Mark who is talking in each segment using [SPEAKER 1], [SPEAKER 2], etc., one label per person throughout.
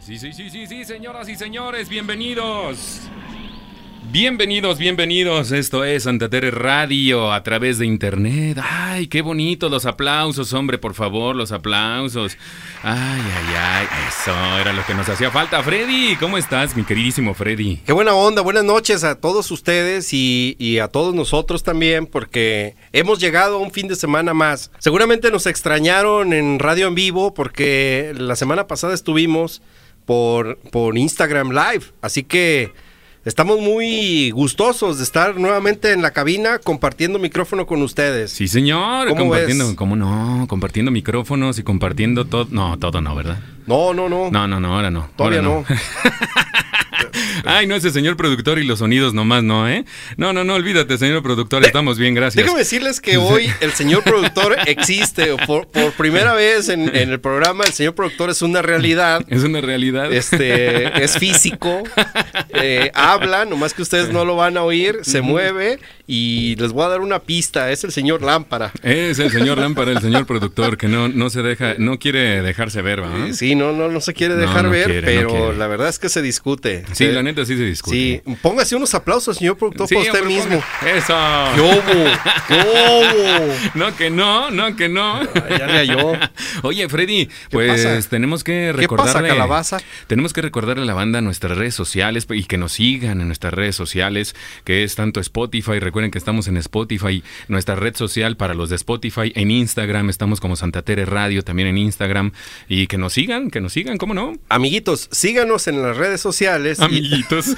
[SPEAKER 1] Sí, sí, sí, sí, sí, señoras y señores, bienvenidos. Bienvenidos, bienvenidos. Esto es Santa Tere Radio a través de internet. Ay, qué bonito los aplausos, hombre, por favor, los aplausos. Ay, ay, ay, eso era lo que nos hacía falta. Freddy, ¿cómo estás, mi queridísimo Freddy?
[SPEAKER 2] Qué buena onda, buenas noches a todos ustedes y, y a todos nosotros también, porque hemos llegado a un fin de semana más. Seguramente nos extrañaron en radio en vivo porque la semana pasada estuvimos por, por Instagram Live, así que estamos muy gustosos de estar nuevamente en la cabina compartiendo micrófono con ustedes.
[SPEAKER 1] Sí, señor,
[SPEAKER 2] ¿Cómo
[SPEAKER 1] compartiendo,
[SPEAKER 2] ves?
[SPEAKER 1] ¿cómo no? Compartiendo micrófonos y compartiendo todo. No, todo no, ¿verdad?
[SPEAKER 2] No, no, no,
[SPEAKER 1] No, no, no, ahora no.
[SPEAKER 2] todavía
[SPEAKER 1] ahora
[SPEAKER 2] no.
[SPEAKER 1] Ay, no, ese señor productor y los sonidos nomás no, ¿eh? No, no, no, olvídate, señor productor, estamos bien, gracias.
[SPEAKER 2] Déjame decirles que hoy el señor productor existe. Por, por primera vez en, en el programa, el señor productor es una realidad.
[SPEAKER 1] Es una realidad.
[SPEAKER 2] Este es físico, eh, habla, nomás que ustedes no lo van a oír, se mueve y les voy a dar una pista. Es el señor Lámpara.
[SPEAKER 1] Es el señor Lámpara, el señor productor, que no, no se deja, no quiere dejarse ver, ¿va?
[SPEAKER 2] Eh, Sí, no, no, no se quiere
[SPEAKER 1] ¿Ah? No,
[SPEAKER 2] dejar
[SPEAKER 1] no
[SPEAKER 2] ver,
[SPEAKER 1] quiere, no
[SPEAKER 2] pero
[SPEAKER 1] quiere.
[SPEAKER 2] la verdad es que se discute.
[SPEAKER 1] Sí,
[SPEAKER 2] Eh,
[SPEAKER 1] la neta sí se discute.
[SPEAKER 2] Sí, póngase unos aplausos, señor productor,
[SPEAKER 1] Sí,
[SPEAKER 2] para usted
[SPEAKER 1] hombre,
[SPEAKER 2] mismo.
[SPEAKER 1] ponga- Eso.
[SPEAKER 2] ¡Qué hubo! ¡Qué hubo!
[SPEAKER 1] No, que no, no, que no.
[SPEAKER 2] Ay, ya le halló.
[SPEAKER 1] Oye, Freddy, pues
[SPEAKER 2] pasa?
[SPEAKER 1] tenemos que
[SPEAKER 2] ¿Qué pasa,
[SPEAKER 1] recordarle.
[SPEAKER 2] calabaza?
[SPEAKER 1] Tenemos que recordarle a la banda nuestras redes sociales y que nos sigan en nuestras redes sociales, que es tanto Spotify. Recuerden que estamos en Spotify, nuestra red social para los de Spotify. En Instagram estamos como Santa Tere Radio, también en Instagram. Y que nos sigan, que nos sigan, ¿cómo no?
[SPEAKER 2] Amiguitos, síganos en las redes sociales. y-
[SPEAKER 1] Amiguitos.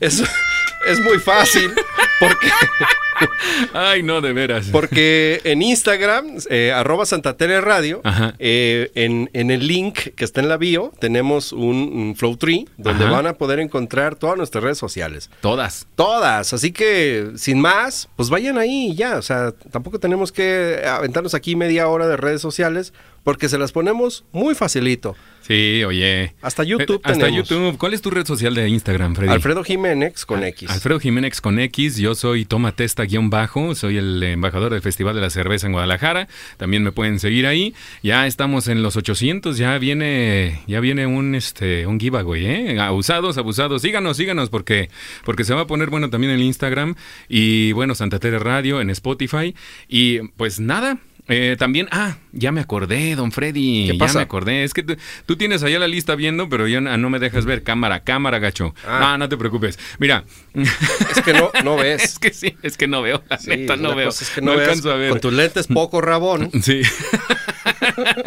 [SPEAKER 2] es, es muy fácil porque,
[SPEAKER 1] Ay, no, de veras.
[SPEAKER 2] porque en Instagram, eh, arroba Santa Tere Radio,
[SPEAKER 1] Ajá.
[SPEAKER 2] eh, en, en el link que está en la bio, tenemos un, un flow tree donde
[SPEAKER 1] Ajá.
[SPEAKER 2] van a poder encontrar todas nuestras redes sociales.
[SPEAKER 1] Todas.
[SPEAKER 2] Todas, así que sin más, pues vayan ahí y ya. O sea, tampoco tenemos que aventarnos aquí media hora de redes sociales porque se las ponemos muy facilito.
[SPEAKER 1] Sí, oye.
[SPEAKER 2] Hasta YouTube
[SPEAKER 1] Eh, Hasta
[SPEAKER 2] tenemos.
[SPEAKER 1] YouTube. ¿Cuál es tu red social de Instagram, Freddy?
[SPEAKER 2] Alfredo Jiménez con X.
[SPEAKER 1] Alfredo Jiménez con X, yo soy Toma Testa guión bajo, soy el embajador del Festival de la Cerveza en Guadalajara, también me pueden seguir ahí. Ya estamos en los 800, ya viene ya viene un este un giveaway, ¿eh? Abusados, abusados, síganos, síganos porque porque se va a poner bueno también en Instagram y bueno, Santa Tere Radio en Spotify y pues nada, eh, también, ah, ya me acordé, don Freddy.
[SPEAKER 2] ¿Qué
[SPEAKER 1] Ya
[SPEAKER 2] pasa?
[SPEAKER 1] me acordé. Es que tú- tú tienes allá la lista viendo, pero ya no no me dejas ver. Cámara, cámara, gacho.
[SPEAKER 2] Ah.
[SPEAKER 1] No, no te preocupes. Mira,
[SPEAKER 2] Es que no, no ves.
[SPEAKER 1] es que sí, es que no veo, la
[SPEAKER 2] Sí,
[SPEAKER 1] neta, no
[SPEAKER 2] la
[SPEAKER 1] veo.
[SPEAKER 2] cosa es que
[SPEAKER 1] no
[SPEAKER 2] no veas
[SPEAKER 1] alcanzo a ver.
[SPEAKER 2] Con tus lentes poco rabón.
[SPEAKER 1] Sí.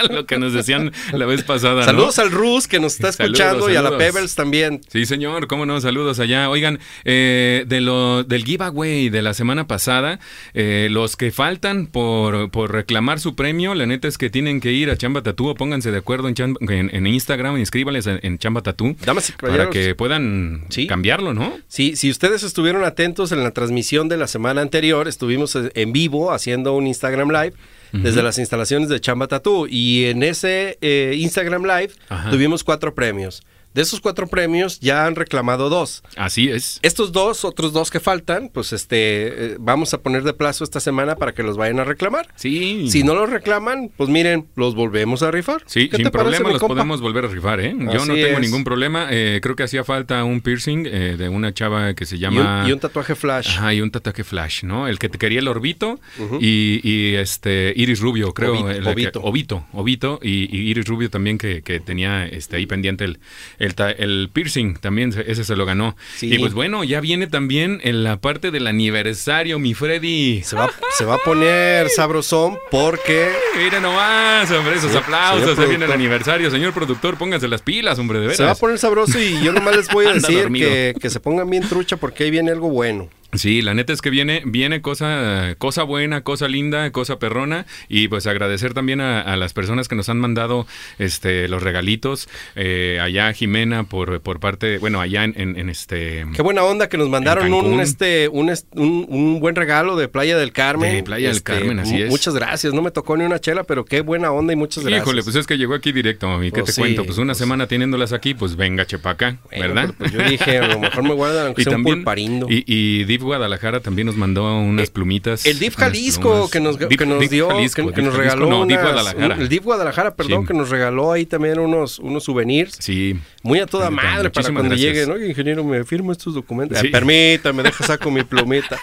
[SPEAKER 1] Lo que nos decían la vez pasada. ¿no?
[SPEAKER 2] Saludos al Rus que nos está
[SPEAKER 1] Saludos,
[SPEAKER 2] escuchando y a la
[SPEAKER 1] saludos.
[SPEAKER 2] Pebbles también.
[SPEAKER 1] Sí, señor, cómo no, saludos allá. Oigan, eh, de lo, del giveaway de la semana pasada, eh, los que faltan por, por reclamar su premio, la neta es que tienen que ir a Chamba Tatú o pónganse de acuerdo en, Chamba- en, en Instagram, inscríbanles en, en Chamba Tatú
[SPEAKER 2] Damas y
[SPEAKER 1] para
[SPEAKER 2] caballeros.
[SPEAKER 1] que puedan
[SPEAKER 2] Sí.
[SPEAKER 1] cambiarlo, ¿no?
[SPEAKER 2] Sí, si ustedes estuvieron atentos en la transmisión de la semana anterior, estuvimos eh, en vivo haciendo un Instagram Live desde las instalaciones de Chamba Tatú. Y en ese eh, Instagram Live
[SPEAKER 1] Ajá.
[SPEAKER 2] tuvimos cuatro premios. De esos cuatro premios ya han reclamado dos.
[SPEAKER 1] Así es.
[SPEAKER 2] Estos dos, otros dos que faltan, pues este, eh, vamos a poner de plazo esta semana para que los vayan a reclamar.
[SPEAKER 1] Sí.
[SPEAKER 2] Si no los reclaman, pues miren, los volvemos a rifar.
[SPEAKER 1] Sí,
[SPEAKER 2] ¿Qué
[SPEAKER 1] sin
[SPEAKER 2] te parece,
[SPEAKER 1] problema
[SPEAKER 2] mi
[SPEAKER 1] los
[SPEAKER 2] compa?
[SPEAKER 1] podemos volver a rifar, ¿eh? Yo no
[SPEAKER 2] Así
[SPEAKER 1] tengo
[SPEAKER 2] es.
[SPEAKER 1] ningún problema. Eh, creo que hacía falta un piercing eh, de una chava que se
[SPEAKER 2] Y un,
[SPEAKER 1] llama...
[SPEAKER 2] y un tatuaje flash.
[SPEAKER 1] Ajá, y un tatuaje flash, ¿no? El que te quería el Orbito y, y, este Iris Rubio, creo.
[SPEAKER 2] Obito,
[SPEAKER 1] el que-
[SPEAKER 2] Obito.
[SPEAKER 1] Obito, Obito, y, y Iris Rubio también que, que tenía este ahí pendiente el, el, ta- el piercing, también se- ese se lo ganó.
[SPEAKER 2] Sí.
[SPEAKER 1] Y pues bueno, ya viene también en la parte del aniversario, mi Freddy.
[SPEAKER 2] Se va, se va a poner sabrosón porque
[SPEAKER 1] Mira nomás, hombre, esos
[SPEAKER 2] Señor-
[SPEAKER 1] aplausos.
[SPEAKER 2] señor
[SPEAKER 1] Ahí viene el
[SPEAKER 2] productor.
[SPEAKER 1] aniversario. Señor productor, pónganse las pilas, hombre, de veras.
[SPEAKER 2] se va a poner sabroso y yo nomás les voy a
[SPEAKER 1] Anda
[SPEAKER 2] decir
[SPEAKER 1] dormido.
[SPEAKER 2] que, que se pongan bien trucha porque ahí viene algo bueno.
[SPEAKER 1] Sí, la neta es que viene, viene cosa, cosa buena, cosa linda, cosa perrona y pues agradecer también a, a las personas que nos han mandado este los regalitos eh, allá Jimena por, por parte, de- bueno allá en, en- en este
[SPEAKER 2] Qué buena onda que nos mandaron
[SPEAKER 1] Cancún.
[SPEAKER 2] un, este, un, est- un, un buen regalo de Playa del Carmen.
[SPEAKER 1] De Playa del
[SPEAKER 2] Este,
[SPEAKER 1] Carmen, así
[SPEAKER 2] mu-
[SPEAKER 1] es.
[SPEAKER 2] Muchas gracias, no me tocó ni una chela, pero qué buena onda y muchas gracias.
[SPEAKER 1] Híjole, pues es que llegó aquí directo, mami. ¿Qué
[SPEAKER 2] Pues
[SPEAKER 1] te
[SPEAKER 2] sí,
[SPEAKER 1] cuento? Pues una
[SPEAKER 2] pues-
[SPEAKER 1] semana teniéndolas aquí, pues venga, chepaca,
[SPEAKER 2] Bueno,
[SPEAKER 1] ¿verdad?
[SPEAKER 2] pero pues yo dije, a lo mejor me guardan aunque sea un pulparindo.
[SPEAKER 1] y, y di- DIF Guadalajara también nos mandó unas
[SPEAKER 2] Eh,
[SPEAKER 1] plumitas.
[SPEAKER 2] El DIF
[SPEAKER 1] unas
[SPEAKER 2] Jalisco
[SPEAKER 1] plumas.
[SPEAKER 2] que nos, que
[SPEAKER 1] DIF-
[SPEAKER 2] nos
[SPEAKER 1] DIF
[SPEAKER 2] dio,
[SPEAKER 1] Jalisco,
[SPEAKER 2] que, que
[SPEAKER 1] DIF
[SPEAKER 2] nos
[SPEAKER 1] Jalisco,
[SPEAKER 2] regaló
[SPEAKER 1] no, DIF
[SPEAKER 2] unas-
[SPEAKER 1] Guadalajara.
[SPEAKER 2] un- el DIF Guadalajara, perdón,
[SPEAKER 1] Sí.
[SPEAKER 2] que nos regaló ahí también unos, unos souvenirs.
[SPEAKER 1] Sí,
[SPEAKER 2] Muy a toda
[SPEAKER 1] Permítame,
[SPEAKER 2] madre para
[SPEAKER 1] muchísimas
[SPEAKER 2] cuando llegue,
[SPEAKER 1] gracias.
[SPEAKER 2] ¿no? Ingeniero, me firmo estos documentos.
[SPEAKER 1] Sí.
[SPEAKER 2] Ah, permítame, deja saco mi plumita.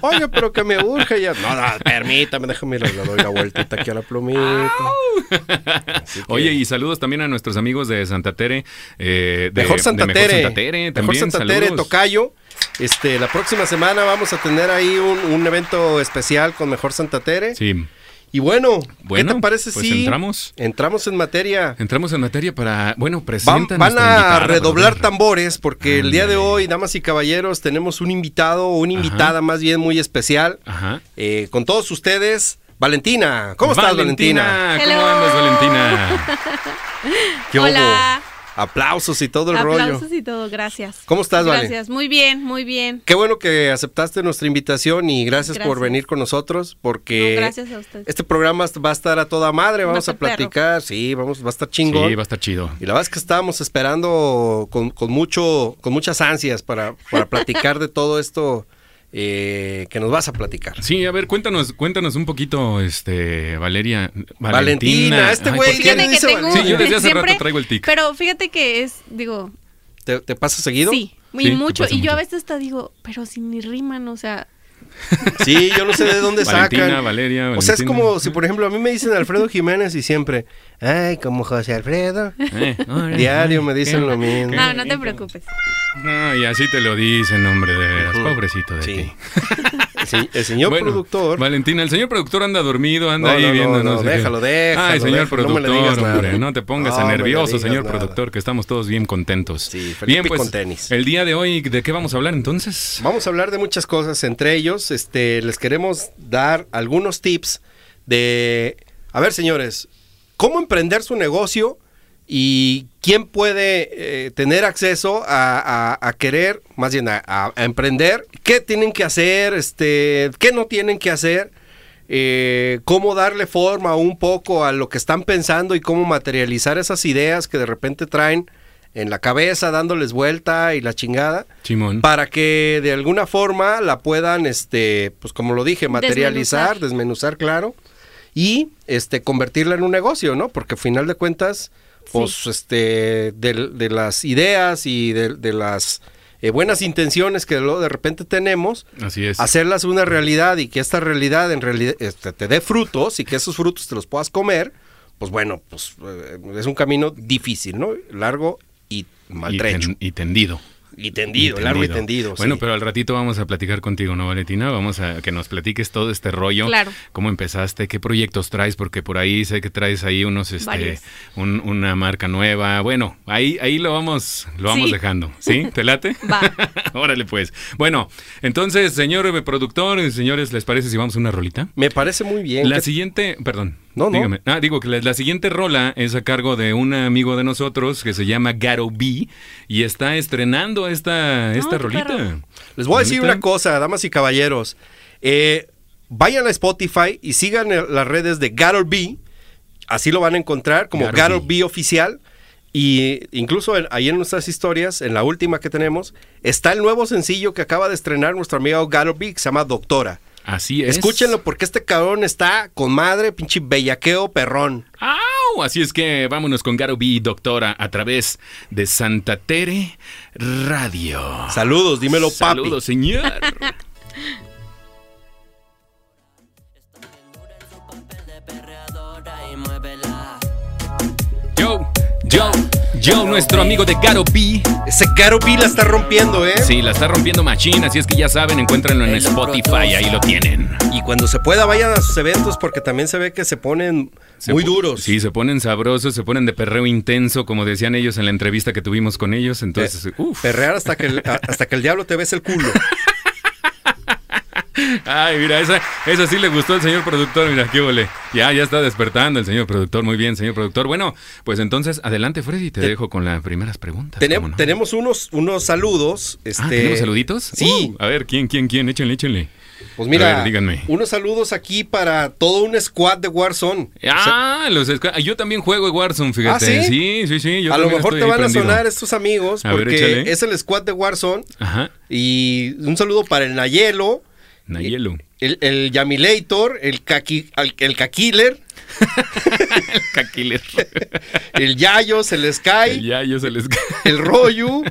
[SPEAKER 2] Oye, pero que me urge ya. No, no, permítame, déjame le doy la vueltita aquí a la plumita. Así que-
[SPEAKER 1] Oye, y saludos también a nuestros amigos de Santa Tere. eh, de,
[SPEAKER 2] mejor Santa
[SPEAKER 1] de
[SPEAKER 2] Tere.
[SPEAKER 1] Mejor Santa Tere,
[SPEAKER 2] Mejor
[SPEAKER 1] también
[SPEAKER 2] Santa Tere,
[SPEAKER 1] saludos.
[SPEAKER 2] Tocayo. Este, la próxima semana vamos a tener ahí un, un evento especial con Mejor Santa Tere.
[SPEAKER 1] Sí.
[SPEAKER 2] Y bueno,
[SPEAKER 1] Bueno,
[SPEAKER 2] ¿qué te parece
[SPEAKER 1] pues
[SPEAKER 2] si
[SPEAKER 1] entramos.
[SPEAKER 2] entramos en materia?
[SPEAKER 1] Entramos en materia para, bueno,
[SPEAKER 2] Van,
[SPEAKER 1] presentan
[SPEAKER 2] van a redoblar tambores porque el día de
[SPEAKER 1] Ándale.
[SPEAKER 2] hoy, damas y caballeros, tenemos un invitado o una
[SPEAKER 1] Ajá.
[SPEAKER 2] invitada más bien muy especial.
[SPEAKER 1] Ajá.
[SPEAKER 2] Eh, con todos ustedes, Valentina. ¿Cómo estás, Valentina?
[SPEAKER 1] ¿Cómo
[SPEAKER 3] Hello.
[SPEAKER 1] andas, Valentina?
[SPEAKER 2] ¿Qué
[SPEAKER 3] Hola.
[SPEAKER 2] hubo? Aplausos y todo el
[SPEAKER 3] Aplausos
[SPEAKER 2] rollo.
[SPEAKER 3] y todo, gracias.
[SPEAKER 2] ¿Cómo estás, Vale?
[SPEAKER 3] Gracias, muy bien, muy bien.
[SPEAKER 2] Qué bueno que aceptaste nuestra invitación y gracias, por
[SPEAKER 3] Gracias.
[SPEAKER 2] venir con nosotros porque
[SPEAKER 3] No, gracias a ustedes.
[SPEAKER 2] este programa va a estar a toda madre,
[SPEAKER 3] Va a
[SPEAKER 2] vamos a,
[SPEAKER 3] estar perro.
[SPEAKER 2] platicar, sí, vamos, va a estar
[SPEAKER 1] Sí,
[SPEAKER 2] chingón.
[SPEAKER 1] va a estar chido.
[SPEAKER 2] Y la verdad es que estábamos esperando con, con mucho, con muchas ansias para, para platicar de todo esto eh, que nos vas a platicar.
[SPEAKER 1] Sí, a ver, cuéntanos, cuéntanos un poquito, este, Valeria. Valentina,
[SPEAKER 2] Valentina, este
[SPEAKER 1] Ay,
[SPEAKER 2] güey
[SPEAKER 1] ¿por qué?
[SPEAKER 2] ¿Quién
[SPEAKER 3] Fíjate que
[SPEAKER 2] dice
[SPEAKER 3] tengo
[SPEAKER 2] Valentina?
[SPEAKER 1] Sí, yo desde hace
[SPEAKER 3] siempre-
[SPEAKER 1] rato traigo el tic.
[SPEAKER 3] Pero fíjate que es, digo,
[SPEAKER 2] ¿Te, te pasa seguido?
[SPEAKER 3] sí, muy
[SPEAKER 1] Sí, te
[SPEAKER 3] mucho.
[SPEAKER 1] pasa
[SPEAKER 3] Y yo a
[SPEAKER 1] mucho.
[SPEAKER 3] veces hasta digo, pero si ni riman, o sea,
[SPEAKER 2] Sí, yo no sé de dónde
[SPEAKER 1] Valentina,
[SPEAKER 2] sacan.
[SPEAKER 1] Valeria,
[SPEAKER 2] O sea, es
[SPEAKER 1] Valentina.
[SPEAKER 2] como si, por ejemplo, a mí me dicen Alfredo Jiménez y siempre, ay, como José Alfredo.
[SPEAKER 1] Eh, ahora,
[SPEAKER 2] Diario me
[SPEAKER 1] ¿qué?
[SPEAKER 2] dicen lo mismo.
[SPEAKER 3] no, no te preocupes.
[SPEAKER 1] No, Ah, y así te lo dicen, hombre, de veras.
[SPEAKER 2] Ujú.
[SPEAKER 1] Pobrecito de ti.
[SPEAKER 2] Sí. El se- El señor
[SPEAKER 1] Bueno,
[SPEAKER 2] productor.
[SPEAKER 1] Valentina, el señor productor anda dormido, anda
[SPEAKER 2] No,
[SPEAKER 1] ahí
[SPEAKER 2] no, no,
[SPEAKER 1] viendo.
[SPEAKER 2] no,
[SPEAKER 1] sé qué.
[SPEAKER 2] déjalo, déjalo,
[SPEAKER 1] Ay, señor
[SPEAKER 2] déjalo, no me
[SPEAKER 1] productor,
[SPEAKER 2] le digas nada.
[SPEAKER 1] hombre, no te pongas
[SPEAKER 2] No
[SPEAKER 1] a
[SPEAKER 2] me le
[SPEAKER 1] nervioso,
[SPEAKER 2] digas
[SPEAKER 1] señor
[SPEAKER 2] nada.
[SPEAKER 1] productor, que estamos todos bien contentos.
[SPEAKER 2] Sí, Felipe
[SPEAKER 1] bien, pues,
[SPEAKER 2] con tenis.
[SPEAKER 1] El día de hoy, ¿de qué vamos a hablar entonces?
[SPEAKER 2] Vamos a hablar de muchas cosas, entre ellos, este, les queremos dar algunos tips de, a ver, señores, cómo emprender su negocio y quién puede eh, tener acceso a, a- a querer, más bien a, a- a emprender, qué tienen que hacer, este, qué no tienen que hacer. eh, cómo darle forma un poco a lo que están pensando y cómo materializar esas ideas que de repente traen en la cabeza dándoles vuelta y la chingada
[SPEAKER 1] Simón.
[SPEAKER 2] para que de alguna forma la puedan, este, pues como lo dije, materializar, desmenuzar, claro, y este convertirla en un negocio, ¿no? Porque al final de cuentas, pues este, del- de, las ideas y de, de las eh, buenas intenciones que luego de repente tenemos,
[SPEAKER 1] Así es.
[SPEAKER 2] hacerlas una realidad y que esta realidad en realidad este, te dé frutos y que esos frutos te los puedas comer, pues bueno, pues eh, es un camino difícil, ¿no? Largo y
[SPEAKER 1] y, ten-
[SPEAKER 2] maltrecho.
[SPEAKER 1] y tendido.
[SPEAKER 2] Y tendido, largo y tendido.
[SPEAKER 1] Bueno,
[SPEAKER 2] sí.
[SPEAKER 1] pero al ratito vamos a platicar contigo, ¿no, Valentina? Vamos a que nos platiques todo este rollo.
[SPEAKER 3] Claro.
[SPEAKER 1] ¿Cómo empezaste? ¿Qué proyectos traes? Porque por ahí sé que traes ahí unos, este,
[SPEAKER 3] Varios.
[SPEAKER 1] un- una marca nueva. Bueno, ahí, ahí lo vamos, lo vamos
[SPEAKER 3] Sí.
[SPEAKER 1] dejando. ¿Sí? ¿Te late?
[SPEAKER 3] Va.
[SPEAKER 1] Órale, pues. Bueno, entonces, señor productor, y señores, ¿les parece si vamos a una rolita?
[SPEAKER 2] Me parece muy bien.
[SPEAKER 1] La
[SPEAKER 2] ¿Qué-
[SPEAKER 1] siguiente, perdón.
[SPEAKER 2] No, no.
[SPEAKER 1] dígame. Ah, digo que la, la siguiente rola es a cargo de un amigo de nosotros que se llama Garo B y está estrenando esta, esta
[SPEAKER 3] qué
[SPEAKER 1] rolita.
[SPEAKER 3] perro.
[SPEAKER 2] Les voy a decir
[SPEAKER 1] Ahorita.
[SPEAKER 2] una cosa, damas y caballeros. Eh, vayan a Spotify y sigan el- las redes de Garol B. Así lo van a encontrar como
[SPEAKER 1] Garol
[SPEAKER 2] Garol B oficial. Y incluso en- ahí en nuestras historias, en la última que tenemos, está el nuevo sencillo que acaba de estrenar nuestro amigo Garol B, que se llama Doctora.
[SPEAKER 1] Así es.
[SPEAKER 2] Escúchenlo porque este cabrón está con madre, pinche bellaqueo perrón.
[SPEAKER 1] ¡Au! Oh, Así es que vámonos con Garo B, doctora, a través de Santa Tere Radio.
[SPEAKER 2] Saludos, dímelo papi.
[SPEAKER 1] Ah, Saludos, señor.
[SPEAKER 4] Está bien dura en su papel de perreadora y muévela.
[SPEAKER 1] Yo, yo, yo, nuestro amigo de Garo B.
[SPEAKER 2] Ese Garol B la está rompiendo, ¿eh?
[SPEAKER 1] Sí, la está rompiendo machín, así es que ya saben, encuéntrenlo en Spotify, ahí lo tienen.
[SPEAKER 2] Y cuando se pueda, vayan a sus eventos porque también se ve que se ponen
[SPEAKER 1] Se
[SPEAKER 2] muy
[SPEAKER 1] po-
[SPEAKER 2] duros.
[SPEAKER 1] Sí, se ponen sabrosos, se ponen de perreo intenso, como decían ellos en la entrevista que tuvimos con ellos.
[SPEAKER 2] Eh,
[SPEAKER 1] Entonces, uff.
[SPEAKER 2] Perrear hasta que, el, a- hasta que el diablo te ves el culo.
[SPEAKER 1] Ay, mira, esa, esa sí le gustó al señor productor. Mira, qué vole. Ya, ya está despertando el señor productor. Muy bien, señor productor. Bueno, pues entonces, adelante, Freddy, te,
[SPEAKER 2] Te-
[SPEAKER 1] dejo con las primeras preguntas.
[SPEAKER 2] Tenem-
[SPEAKER 1] ¿cómo no?
[SPEAKER 2] Tenemos unos, unos saludos. Este,
[SPEAKER 1] Ah, ¿Tenemos saluditos?
[SPEAKER 2] Sí.
[SPEAKER 1] Uh, a ver, ¿quién, quién, quién? Échenle, échenle.
[SPEAKER 2] Pues mira,
[SPEAKER 1] A ver, díganme.
[SPEAKER 2] unos saludos aquí para todo un squad de Warzone.
[SPEAKER 1] Ah, los esca- yo también juego Warzone, fíjate.
[SPEAKER 2] ¿Ah, sí?
[SPEAKER 1] sí, sí, sí, yo
[SPEAKER 2] a lo
[SPEAKER 1] también
[SPEAKER 2] mejor te
[SPEAKER 1] estoy
[SPEAKER 2] van
[SPEAKER 1] prendido.
[SPEAKER 2] a sonar estos amigos
[SPEAKER 1] A ver,
[SPEAKER 2] porque
[SPEAKER 1] échale.
[SPEAKER 2] es el squad de Warzone.
[SPEAKER 1] Ajá,
[SPEAKER 2] Y un saludo para el Nayelo,
[SPEAKER 1] Nayelo.
[SPEAKER 2] el, el Yamilator, el, Kaki, al- el Kakiller,
[SPEAKER 1] Caquiler.
[SPEAKER 2] el Yayos, el Sky,
[SPEAKER 1] ya, yo se les.
[SPEAKER 2] el Royu,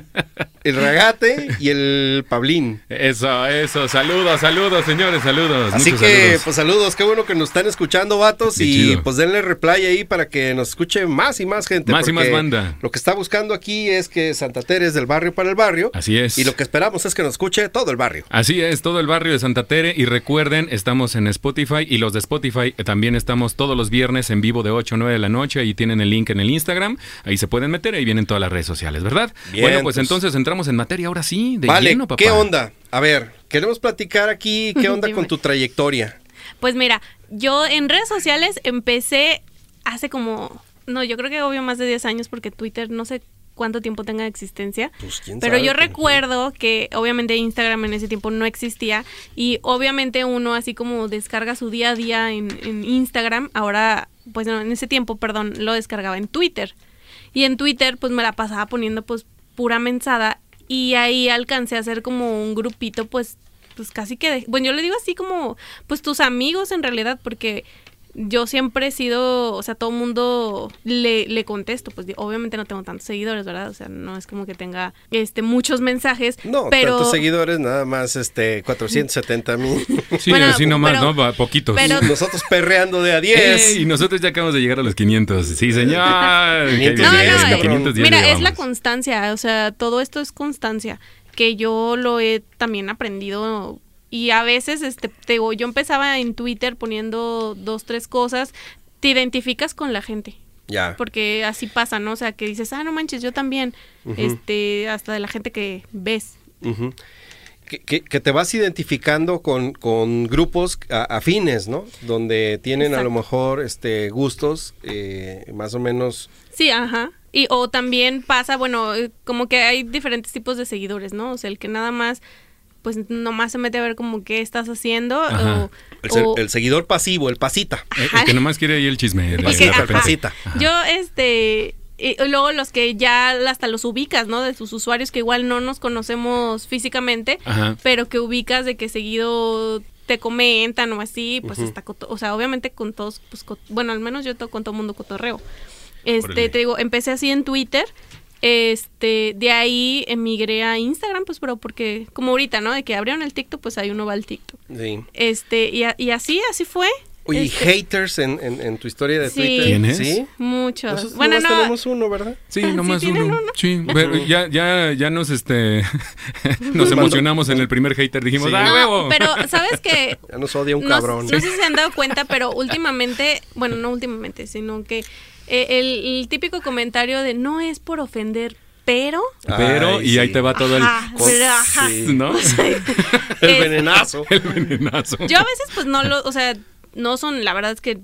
[SPEAKER 2] el Ragate y el Pablín.
[SPEAKER 1] Eso, eso, saludos, saludos, señores, saludos.
[SPEAKER 2] Así
[SPEAKER 1] muchos
[SPEAKER 2] que,
[SPEAKER 1] saludos.
[SPEAKER 2] pues saludos, qué bueno que nos están escuchando, vatos.
[SPEAKER 1] Qué
[SPEAKER 2] y
[SPEAKER 1] chido.
[SPEAKER 2] pues denle replay ahí para que nos escuche más y más gente.
[SPEAKER 1] Más y
[SPEAKER 2] porque
[SPEAKER 1] más banda.
[SPEAKER 2] Lo que está buscando aquí es que Santa Teresa del barrio para el barrio.
[SPEAKER 1] Así es.
[SPEAKER 2] Y lo que esperamos es que nos escuche todo el barrio.
[SPEAKER 1] Así es, todo el barrio de Santa Tere y recuerden, estamos en Spotify y los de Spotify eh, también estamos todos los viernes en vivo de 8 a 9 de la noche y tienen el link en el Instagram, ahí se pueden meter, ahí vienen todas las redes sociales, ¿verdad?
[SPEAKER 2] Bien,
[SPEAKER 1] bueno, pues
[SPEAKER 2] pues.
[SPEAKER 1] entonces entramos en materia ahora sí, de
[SPEAKER 2] vale,
[SPEAKER 1] lleno, papá.
[SPEAKER 2] ¿qué onda? A ver, queremos platicar aquí, ¿qué onda
[SPEAKER 3] Dime.
[SPEAKER 2] con tu trayectoria?
[SPEAKER 3] Pues mira, yo en redes sociales empecé hace como, no, yo creo que obvio más de 10 años porque Twitter no sé cuánto tiempo tenga de existencia.
[SPEAKER 2] Pues, ¿quién
[SPEAKER 3] Pero
[SPEAKER 2] sabe?
[SPEAKER 3] yo recuerdo que obviamente Instagram en ese tiempo no existía y obviamente uno así como descarga su día a día en, en Instagram, ahora, pues no, en ese tiempo, perdón, lo descargaba en Twitter. Y en Twitter pues me la pasaba poniendo pues pura mensada y ahí alcancé a hacer como un grupito pues pues casi que de- bueno yo le digo así como pues tus amigos en realidad porque yo siempre he sido, o sea, todo mundo le, le contesto, pues di- obviamente no tengo tantos seguidores, ¿verdad? O sea, no es como que tenga este muchos mensajes,
[SPEAKER 2] No,
[SPEAKER 3] pero
[SPEAKER 2] tantos seguidores, nada más este 470 mil.
[SPEAKER 1] Sí,
[SPEAKER 3] Bueno,
[SPEAKER 1] así nomás,
[SPEAKER 3] pero-
[SPEAKER 1] ¿no? Pa- Poquitos.
[SPEAKER 3] pero-
[SPEAKER 2] Nosotros perreando de a 10.
[SPEAKER 1] Ey, y nosotros ya acabamos de llegar a los 500.
[SPEAKER 2] Eh,
[SPEAKER 1] Sí, señor.
[SPEAKER 2] 510,
[SPEAKER 3] No, no,
[SPEAKER 1] Qué bien,
[SPEAKER 3] eh,
[SPEAKER 1] 510
[SPEAKER 3] mira, es
[SPEAKER 1] llevamos.
[SPEAKER 3] la constancia, o sea, todo esto es constancia, que yo lo he también aprendido y a veces, este, te digo, yo empezaba en Twitter poniendo dos, tres cosas, te identificas con la gente,
[SPEAKER 2] ya.
[SPEAKER 3] porque así pasa, ¿no? O sea, que dices, ah, no manches, yo también, este, hasta de la gente que ves.
[SPEAKER 2] Ujú. que, que- que te vas identificando con, con grupos a- afines, ¿no? Donde tienen a lo
[SPEAKER 3] Exacto.
[SPEAKER 2] mejor este gustos eh, más o menos.
[SPEAKER 3] Sí, ajá. Y o también pasa, bueno, eh, como que hay diferentes tipos de seguidores, ¿no? O sea, el que nada más, pues nomás se mete a ver como qué estás haciendo.
[SPEAKER 1] Ajá.
[SPEAKER 3] O,
[SPEAKER 2] El, se-
[SPEAKER 3] o-
[SPEAKER 2] el seguidor pasivo, el pasita.
[SPEAKER 1] Eh, el que nomás quiere ahí el chisme. de-
[SPEAKER 3] Y
[SPEAKER 1] de
[SPEAKER 3] que-
[SPEAKER 1] repente.
[SPEAKER 3] ajá.
[SPEAKER 2] Cita.
[SPEAKER 3] Yo, este, y luego los que ya hasta los ubicas, ¿no? De sus usuarios que igual no nos conocemos físicamente,
[SPEAKER 1] Ajá.
[SPEAKER 3] pero que ubicas de que seguido te comentan o así, pues está, coto- o sea, obviamente con todos, pues, co- bueno, al menos yo to- con todo mundo cotorreo. Este,
[SPEAKER 1] Órale.
[SPEAKER 3] te digo, empecé así en Twitter. Este, de ahí emigré a Instagram, pues, pero porque, como ahorita, ¿no? De que abrieron el TikTok, pues ahí uno va al TikTok.
[SPEAKER 2] Sí.
[SPEAKER 3] Este, y, a- y así, así fue.
[SPEAKER 2] Oye, ¿y
[SPEAKER 3] Este,
[SPEAKER 2] haters en, en- en tu historia de
[SPEAKER 3] Sí.
[SPEAKER 2] Twitter.
[SPEAKER 1] ¿Tienes?
[SPEAKER 2] Sí.
[SPEAKER 3] muchos.
[SPEAKER 2] Nosotros
[SPEAKER 3] bueno,
[SPEAKER 2] nomás
[SPEAKER 3] no.
[SPEAKER 2] tenemos uno, ¿verdad?
[SPEAKER 1] Sí,
[SPEAKER 3] Ah, sí
[SPEAKER 1] nomás
[SPEAKER 3] tienen
[SPEAKER 1] uno.
[SPEAKER 3] uno.
[SPEAKER 1] Sí, pero ya, ya, ya nos este nos emocionamos en el primer hater. Dijimos,
[SPEAKER 2] Sí.
[SPEAKER 1] ¡ah,
[SPEAKER 3] No,
[SPEAKER 1] huevo!
[SPEAKER 3] pero sabes que
[SPEAKER 2] Ya nos odia un
[SPEAKER 3] no,
[SPEAKER 2] cabrón.
[SPEAKER 3] no sé si se han dado cuenta, pero últimamente, bueno, no últimamente, sino que eh, el, el típico comentario de no es por ofender, pero
[SPEAKER 1] Pero,
[SPEAKER 2] Ay,
[SPEAKER 1] y
[SPEAKER 2] sí.
[SPEAKER 1] ahí te va todo el,
[SPEAKER 3] Ajá, pero, ajá.
[SPEAKER 2] Sí.
[SPEAKER 1] ¿no?
[SPEAKER 2] El
[SPEAKER 3] es-
[SPEAKER 2] venenazo.
[SPEAKER 1] el venenazo.
[SPEAKER 3] Yo a veces pues no lo, o sea, no son, la verdad es que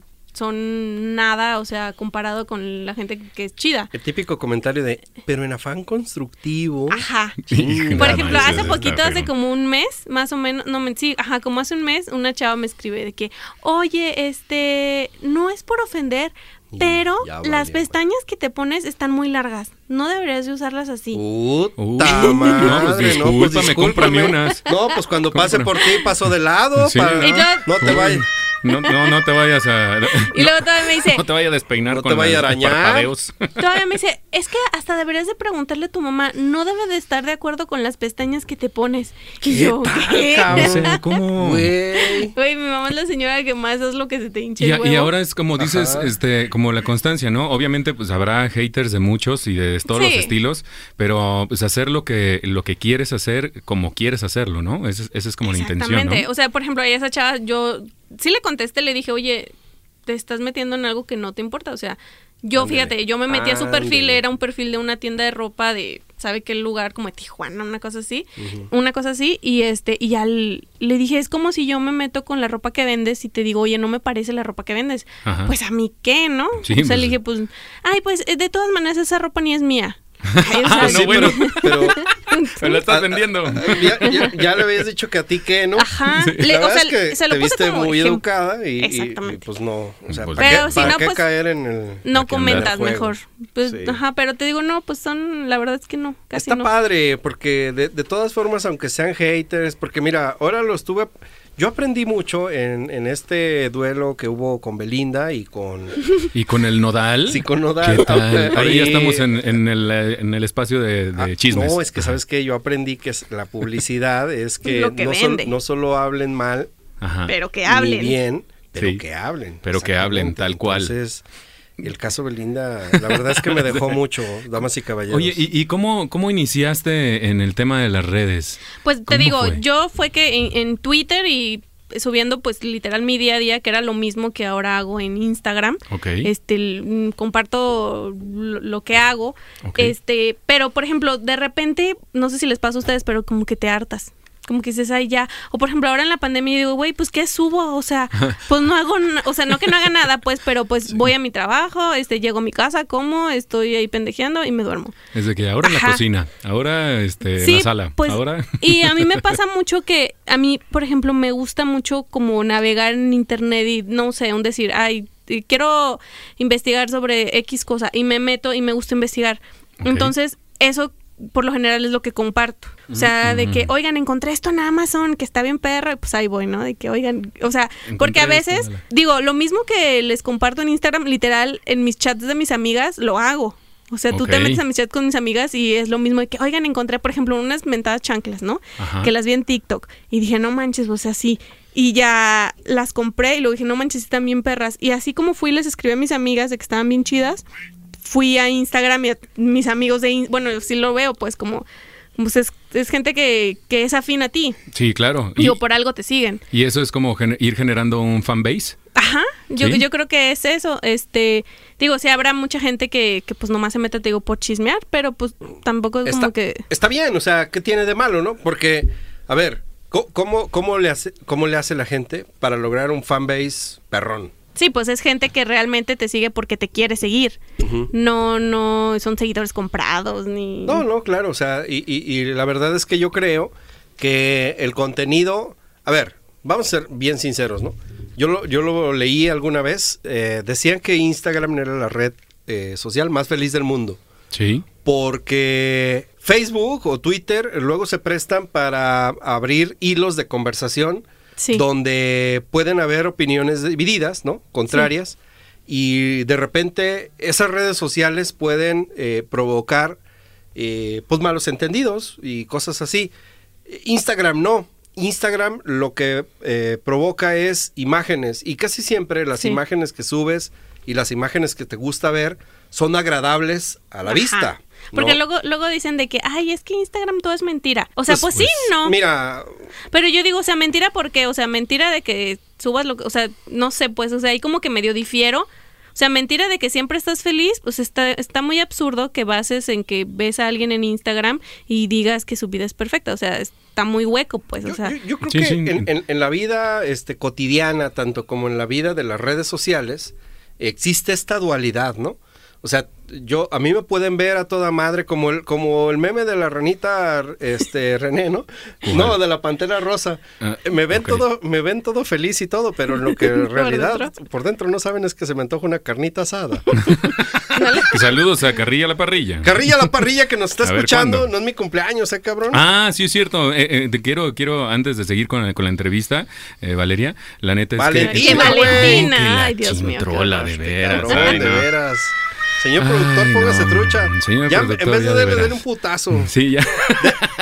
[SPEAKER 3] son nada, o sea, comparado con la gente que es chida.
[SPEAKER 2] El típico comentario de, pero en afán constructivo.
[SPEAKER 3] Ajá.
[SPEAKER 1] Híjole,
[SPEAKER 3] Por
[SPEAKER 1] no,
[SPEAKER 3] ejemplo,
[SPEAKER 1] ese
[SPEAKER 3] hace
[SPEAKER 1] está
[SPEAKER 3] poquito,
[SPEAKER 1] feo.
[SPEAKER 3] hace como un mes, más o menos, no, men- sí, ajá, como hace un mes, una chava me escribe de que, oye, este, no es por ofender,
[SPEAKER 1] Mm,
[SPEAKER 2] Y
[SPEAKER 3] pero
[SPEAKER 2] ya
[SPEAKER 3] las
[SPEAKER 2] valió,
[SPEAKER 1] pues.
[SPEAKER 3] pestañas que te pones están muy largas, no deberías de usarlas así.
[SPEAKER 1] Uh, Uy.
[SPEAKER 2] Puta madre,
[SPEAKER 1] No, pues, discúlpame, cómprame unas.
[SPEAKER 2] No, pues cuando pase
[SPEAKER 1] Cómprame.
[SPEAKER 2] por ti, paso de lado.
[SPEAKER 1] Sí.
[SPEAKER 2] para-
[SPEAKER 3] Y yo-
[SPEAKER 2] no te
[SPEAKER 1] Uy,
[SPEAKER 2] vayas.
[SPEAKER 1] No, no, no te vayas a.
[SPEAKER 3] Y luego todavía me dice,
[SPEAKER 1] No te vayas a despeinar
[SPEAKER 2] No te
[SPEAKER 1] con
[SPEAKER 2] vaya a
[SPEAKER 1] los
[SPEAKER 2] arañar.
[SPEAKER 1] parpadeos.
[SPEAKER 3] todavía me dice, es que hasta deberías de preguntarle a tu mamá, no debe de estar de acuerdo con las pestañas que te pones. Y yo, ¿qué?
[SPEAKER 1] O sea, ¿cómo?
[SPEAKER 2] Güey.
[SPEAKER 3] Güey, mi mamá es la señora que más es lo que se te hincha
[SPEAKER 1] Y,
[SPEAKER 3] el
[SPEAKER 1] a- y
[SPEAKER 3] huevo.
[SPEAKER 1] ahora es como dices,
[SPEAKER 2] Ajá.
[SPEAKER 1] este, como la constancia, ¿no? Obviamente, pues habrá haters de muchos y de todos los
[SPEAKER 3] Sí.
[SPEAKER 1] estilos, pero pues hacer lo que, lo que quieres hacer, como quieres hacerlo, ¿no? Esa es, esa es como la intención. ¿no?
[SPEAKER 3] Exactamente. O sea, por ejemplo, a esa chava yo sí le contesté, le dije, oye, te estás metiendo en algo que no te importa. O sea, yo,
[SPEAKER 2] Ándale.
[SPEAKER 3] fíjate, yo me metí a su perfil,
[SPEAKER 2] Ándale.
[SPEAKER 3] era un perfil de una tienda de ropa de, ¿sabe qué lugar? Como de Tijuana, una cosa así. Una cosa así. Y este, y ya l- le dije, es como si yo me meto con la ropa que vendes y te digo, oye, no me parece la ropa que vendes.
[SPEAKER 1] Ajá.
[SPEAKER 3] Pues a mí qué, ¿no?
[SPEAKER 1] Sí,
[SPEAKER 3] o sea,
[SPEAKER 1] pues,
[SPEAKER 3] eh, le dije, pues, ay, pues eh, de todas maneras esa ropa ni es mía. Ay, o sea,
[SPEAKER 1] Ah, no,
[SPEAKER 3] sí,
[SPEAKER 1] bueno.
[SPEAKER 2] Pero,
[SPEAKER 1] Me lo
[SPEAKER 2] Ah,
[SPEAKER 1] estás
[SPEAKER 2] ah,
[SPEAKER 1] vendiendo.
[SPEAKER 2] ya, ya- ya le habías dicho que a ti qué, ¿no?
[SPEAKER 3] Ajá,
[SPEAKER 1] Sí.
[SPEAKER 3] le-
[SPEAKER 2] La
[SPEAKER 3] o
[SPEAKER 2] verdad
[SPEAKER 3] sea,
[SPEAKER 2] es que
[SPEAKER 3] se lo
[SPEAKER 2] te
[SPEAKER 3] puse
[SPEAKER 2] viste
[SPEAKER 3] como
[SPEAKER 2] muy
[SPEAKER 3] ejemplo.
[SPEAKER 2] educada y, y-
[SPEAKER 3] Exactamente.
[SPEAKER 2] y, pues no, o sea,
[SPEAKER 1] Pues,
[SPEAKER 2] ¿para,
[SPEAKER 3] Pero
[SPEAKER 2] qué,
[SPEAKER 3] si
[SPEAKER 2] para
[SPEAKER 3] no,
[SPEAKER 2] qué
[SPEAKER 3] pues,
[SPEAKER 2] caer en el
[SPEAKER 1] Hay
[SPEAKER 3] No
[SPEAKER 1] que andar
[SPEAKER 3] comentas
[SPEAKER 2] fuego.
[SPEAKER 3] mejor. Pues,
[SPEAKER 2] Sí.
[SPEAKER 3] ajá, pero te digo, no, pues son, la verdad es que no, casi
[SPEAKER 2] Está
[SPEAKER 3] no.
[SPEAKER 2] padre, porque de, de todas formas, aunque sean haters, porque mira, ahora lo estuve. Yo aprendí mucho en, en este duelo que hubo con Belinda y con.
[SPEAKER 1] Y con el nodal.
[SPEAKER 2] Sí, con Nodal.
[SPEAKER 1] ¿Qué tal? Ahora
[SPEAKER 2] Ahí-
[SPEAKER 1] ya estamos en, en el, eh, en el espacio de, de
[SPEAKER 2] Ah,
[SPEAKER 1] chismes.
[SPEAKER 2] No, es que sabes que yo aprendí que es- la publicidad es que,
[SPEAKER 3] Lo que
[SPEAKER 2] no, sol-
[SPEAKER 3] vende.
[SPEAKER 2] no solo hablen mal,
[SPEAKER 1] Ajá.
[SPEAKER 3] Pero que
[SPEAKER 2] ni
[SPEAKER 3] hablen.
[SPEAKER 2] bien, pero
[SPEAKER 1] Sí.
[SPEAKER 2] que hablen.
[SPEAKER 1] Pero que hablen,
[SPEAKER 2] Exactamente.
[SPEAKER 1] tal cual.
[SPEAKER 2] Entonces, el caso Belinda, la verdad es que me dejó mucho, damas y caballeros.
[SPEAKER 1] Oye, ¿y, y cómo, cómo iniciaste en el tema de las redes?
[SPEAKER 3] Pues te
[SPEAKER 1] ¿Cómo
[SPEAKER 3] digo,
[SPEAKER 1] fue?
[SPEAKER 3] yo fue que en, en Twitter y subiendo pues literal mi día a día, que era lo mismo que ahora hago en Instagram.
[SPEAKER 1] Ok.
[SPEAKER 3] Este, l- mm, comparto lo, lo que hago.
[SPEAKER 1] Ok.
[SPEAKER 3] Este, pero por ejemplo, de repente, no sé si les pasa a ustedes, pero como que te hartas. Como que dices, ay, ya. O por ejemplo, ahora en la pandemia, yo digo, güey, pues ¿qué subo? O sea, pues no hago, na- o sea, no que no haga nada, pues, pero pues voy a mi trabajo, este, llego a mi casa, como, estoy ahí pendejeando y me duermo.
[SPEAKER 1] Desde que ahora en la
[SPEAKER 3] Ajá.
[SPEAKER 1] cocina, ahora este, en la sala,
[SPEAKER 3] pues,
[SPEAKER 1] ahora...
[SPEAKER 3] Y a mí me pasa mucho que, a mí, por ejemplo, me gusta mucho como navegar en internet y no sé, un decir, ay, y quiero investigar sobre X cosa y me meto y me gusta investigar.
[SPEAKER 1] Ok.
[SPEAKER 3] Entonces, eso por lo general es lo que comparto. O sea, de que,
[SPEAKER 1] Ujú.
[SPEAKER 3] oigan, encontré esto en Amazon, que está bien perro, y pues ahí voy, ¿no? De que, oigan, o sea, porque a
[SPEAKER 1] Encontré esto,
[SPEAKER 3] veces,
[SPEAKER 1] vela.
[SPEAKER 3] digo, lo mismo que les comparto en Instagram, literal, en mis chats de mis amigas, lo hago. O sea, tú te
[SPEAKER 1] Ok.
[SPEAKER 3] metes a mi chat con mis amigas y es lo mismo de que, oigan, encontré, por ejemplo, unas mentadas chanclas, ¿no?
[SPEAKER 1] Ajá.
[SPEAKER 3] Que las vi en TikTok. Y dije, no manches, o sea, sí. Y ya las compré y luego dije, no manches, están bien perras. Y así como fui, y les escribí a mis amigas de que estaban bien chidas. Fui a Instagram y a mis amigos de... in- Bueno, sí lo veo, pues como... Pues es, es gente que, que es afín a ti.
[SPEAKER 1] Sí, claro. Y,
[SPEAKER 3] Digo, por algo te siguen.
[SPEAKER 1] y eso es como gen- ir generando un fanbase.
[SPEAKER 3] Ajá, yo,
[SPEAKER 1] ¿Sí?
[SPEAKER 3] yo creo que es eso. Este, digo, sí habrá mucha gente que, que pues nomás se mete, te digo, por chismear, pero pues tampoco es
[SPEAKER 2] está,
[SPEAKER 3] como que...
[SPEAKER 2] está bien, o sea, ¿qué tiene de malo, no? Porque, a ver, co- ¿cómo, cómo, le hace, ¿cómo le hace la gente para lograr un fanbase perrón?
[SPEAKER 3] Sí, pues es gente que realmente te sigue porque te quiere seguir. No, no son seguidores comprados ni...
[SPEAKER 2] No, no, claro, o sea, y, y- y la verdad es que yo creo que el contenido, a ver, vamos a ser bien sinceros, ¿no? Yo lo, yo lo leí alguna vez, eh, decían que Instagram era la red eh, social más feliz del mundo,
[SPEAKER 1] Sí.
[SPEAKER 2] porque Facebook o Twitter luego se prestan para abrir hilos de conversación
[SPEAKER 3] Sí.
[SPEAKER 2] donde pueden haber opiniones divididas, ¿no? Contrarias. Y de repente esas redes sociales pueden eh, provocar eh, pues malos entendidos y cosas así. Instagram no. Instagram lo que eh, provoca es imágenes y casi siempre las
[SPEAKER 3] Sí.
[SPEAKER 2] imágenes que subes y las imágenes que te gusta ver son agradables a la
[SPEAKER 3] Ajá.
[SPEAKER 2] vista. ¿no?
[SPEAKER 3] Porque luego, luego dicen de que, ay, es que Instagram todo es mentira. O sea,
[SPEAKER 1] Pues-
[SPEAKER 3] pues,
[SPEAKER 1] pues,
[SPEAKER 3] sí, no.
[SPEAKER 2] Mira,
[SPEAKER 3] Pero yo digo, o sea, mentira porque, o sea, mentira de que subas lo que, o sea, no sé, pues, o sea, ahí como que medio difiero. O sea, mentira de que siempre estás feliz, pues está, está muy absurdo que bases en que ves a alguien en Instagram y digas que su vida es perfecta. O sea, está muy hueco, pues,
[SPEAKER 2] Yo,
[SPEAKER 3] o sea.
[SPEAKER 2] yo- yo creo
[SPEAKER 1] Sí,
[SPEAKER 2] que
[SPEAKER 1] sí.
[SPEAKER 2] En, en- en la vida este, cotidiana, tanto como en la vida de las redes sociales, existe esta dualidad, ¿no? O sea, yo a mí me pueden ver a toda madre como el como el meme de la ranita este René, ¿no? No, de la pantera rosa.
[SPEAKER 1] Ah,
[SPEAKER 2] me ven
[SPEAKER 1] ok.
[SPEAKER 2] todo me ven todo feliz y todo, pero en lo que en
[SPEAKER 3] Por
[SPEAKER 2] realidad
[SPEAKER 3] dentro.
[SPEAKER 2] por dentro no saben es que se me antoja una carnita asada.
[SPEAKER 1] Y saludos a Carrilla la Parrilla.
[SPEAKER 2] Carrilla la parrilla que nos está
[SPEAKER 1] A ver,
[SPEAKER 2] escuchando,
[SPEAKER 1] ¿cuándo?
[SPEAKER 2] no es mi cumpleaños, ¿eh, cabrón?
[SPEAKER 1] Ah, sí es cierto. Eh, eh, te quiero, quiero antes de seguir con la, con la entrevista, eh, Valeria. La neta es
[SPEAKER 2] Valentina,
[SPEAKER 1] que
[SPEAKER 2] güey.
[SPEAKER 1] Valentina,
[SPEAKER 3] Ay, Dios mío, qué
[SPEAKER 1] Trola
[SPEAKER 3] horror.
[SPEAKER 1] de veras.
[SPEAKER 2] Cabrón,
[SPEAKER 1] ay,
[SPEAKER 2] de
[SPEAKER 1] no.
[SPEAKER 2] veras. Señor
[SPEAKER 1] Ay,
[SPEAKER 2] productor, póngase
[SPEAKER 1] no.
[SPEAKER 2] trucha.
[SPEAKER 1] Señor
[SPEAKER 2] ya,
[SPEAKER 1] productor,
[SPEAKER 2] en vez de
[SPEAKER 1] ya de
[SPEAKER 2] darle
[SPEAKER 1] veras.
[SPEAKER 2] un putazo,
[SPEAKER 1] Sí, ya.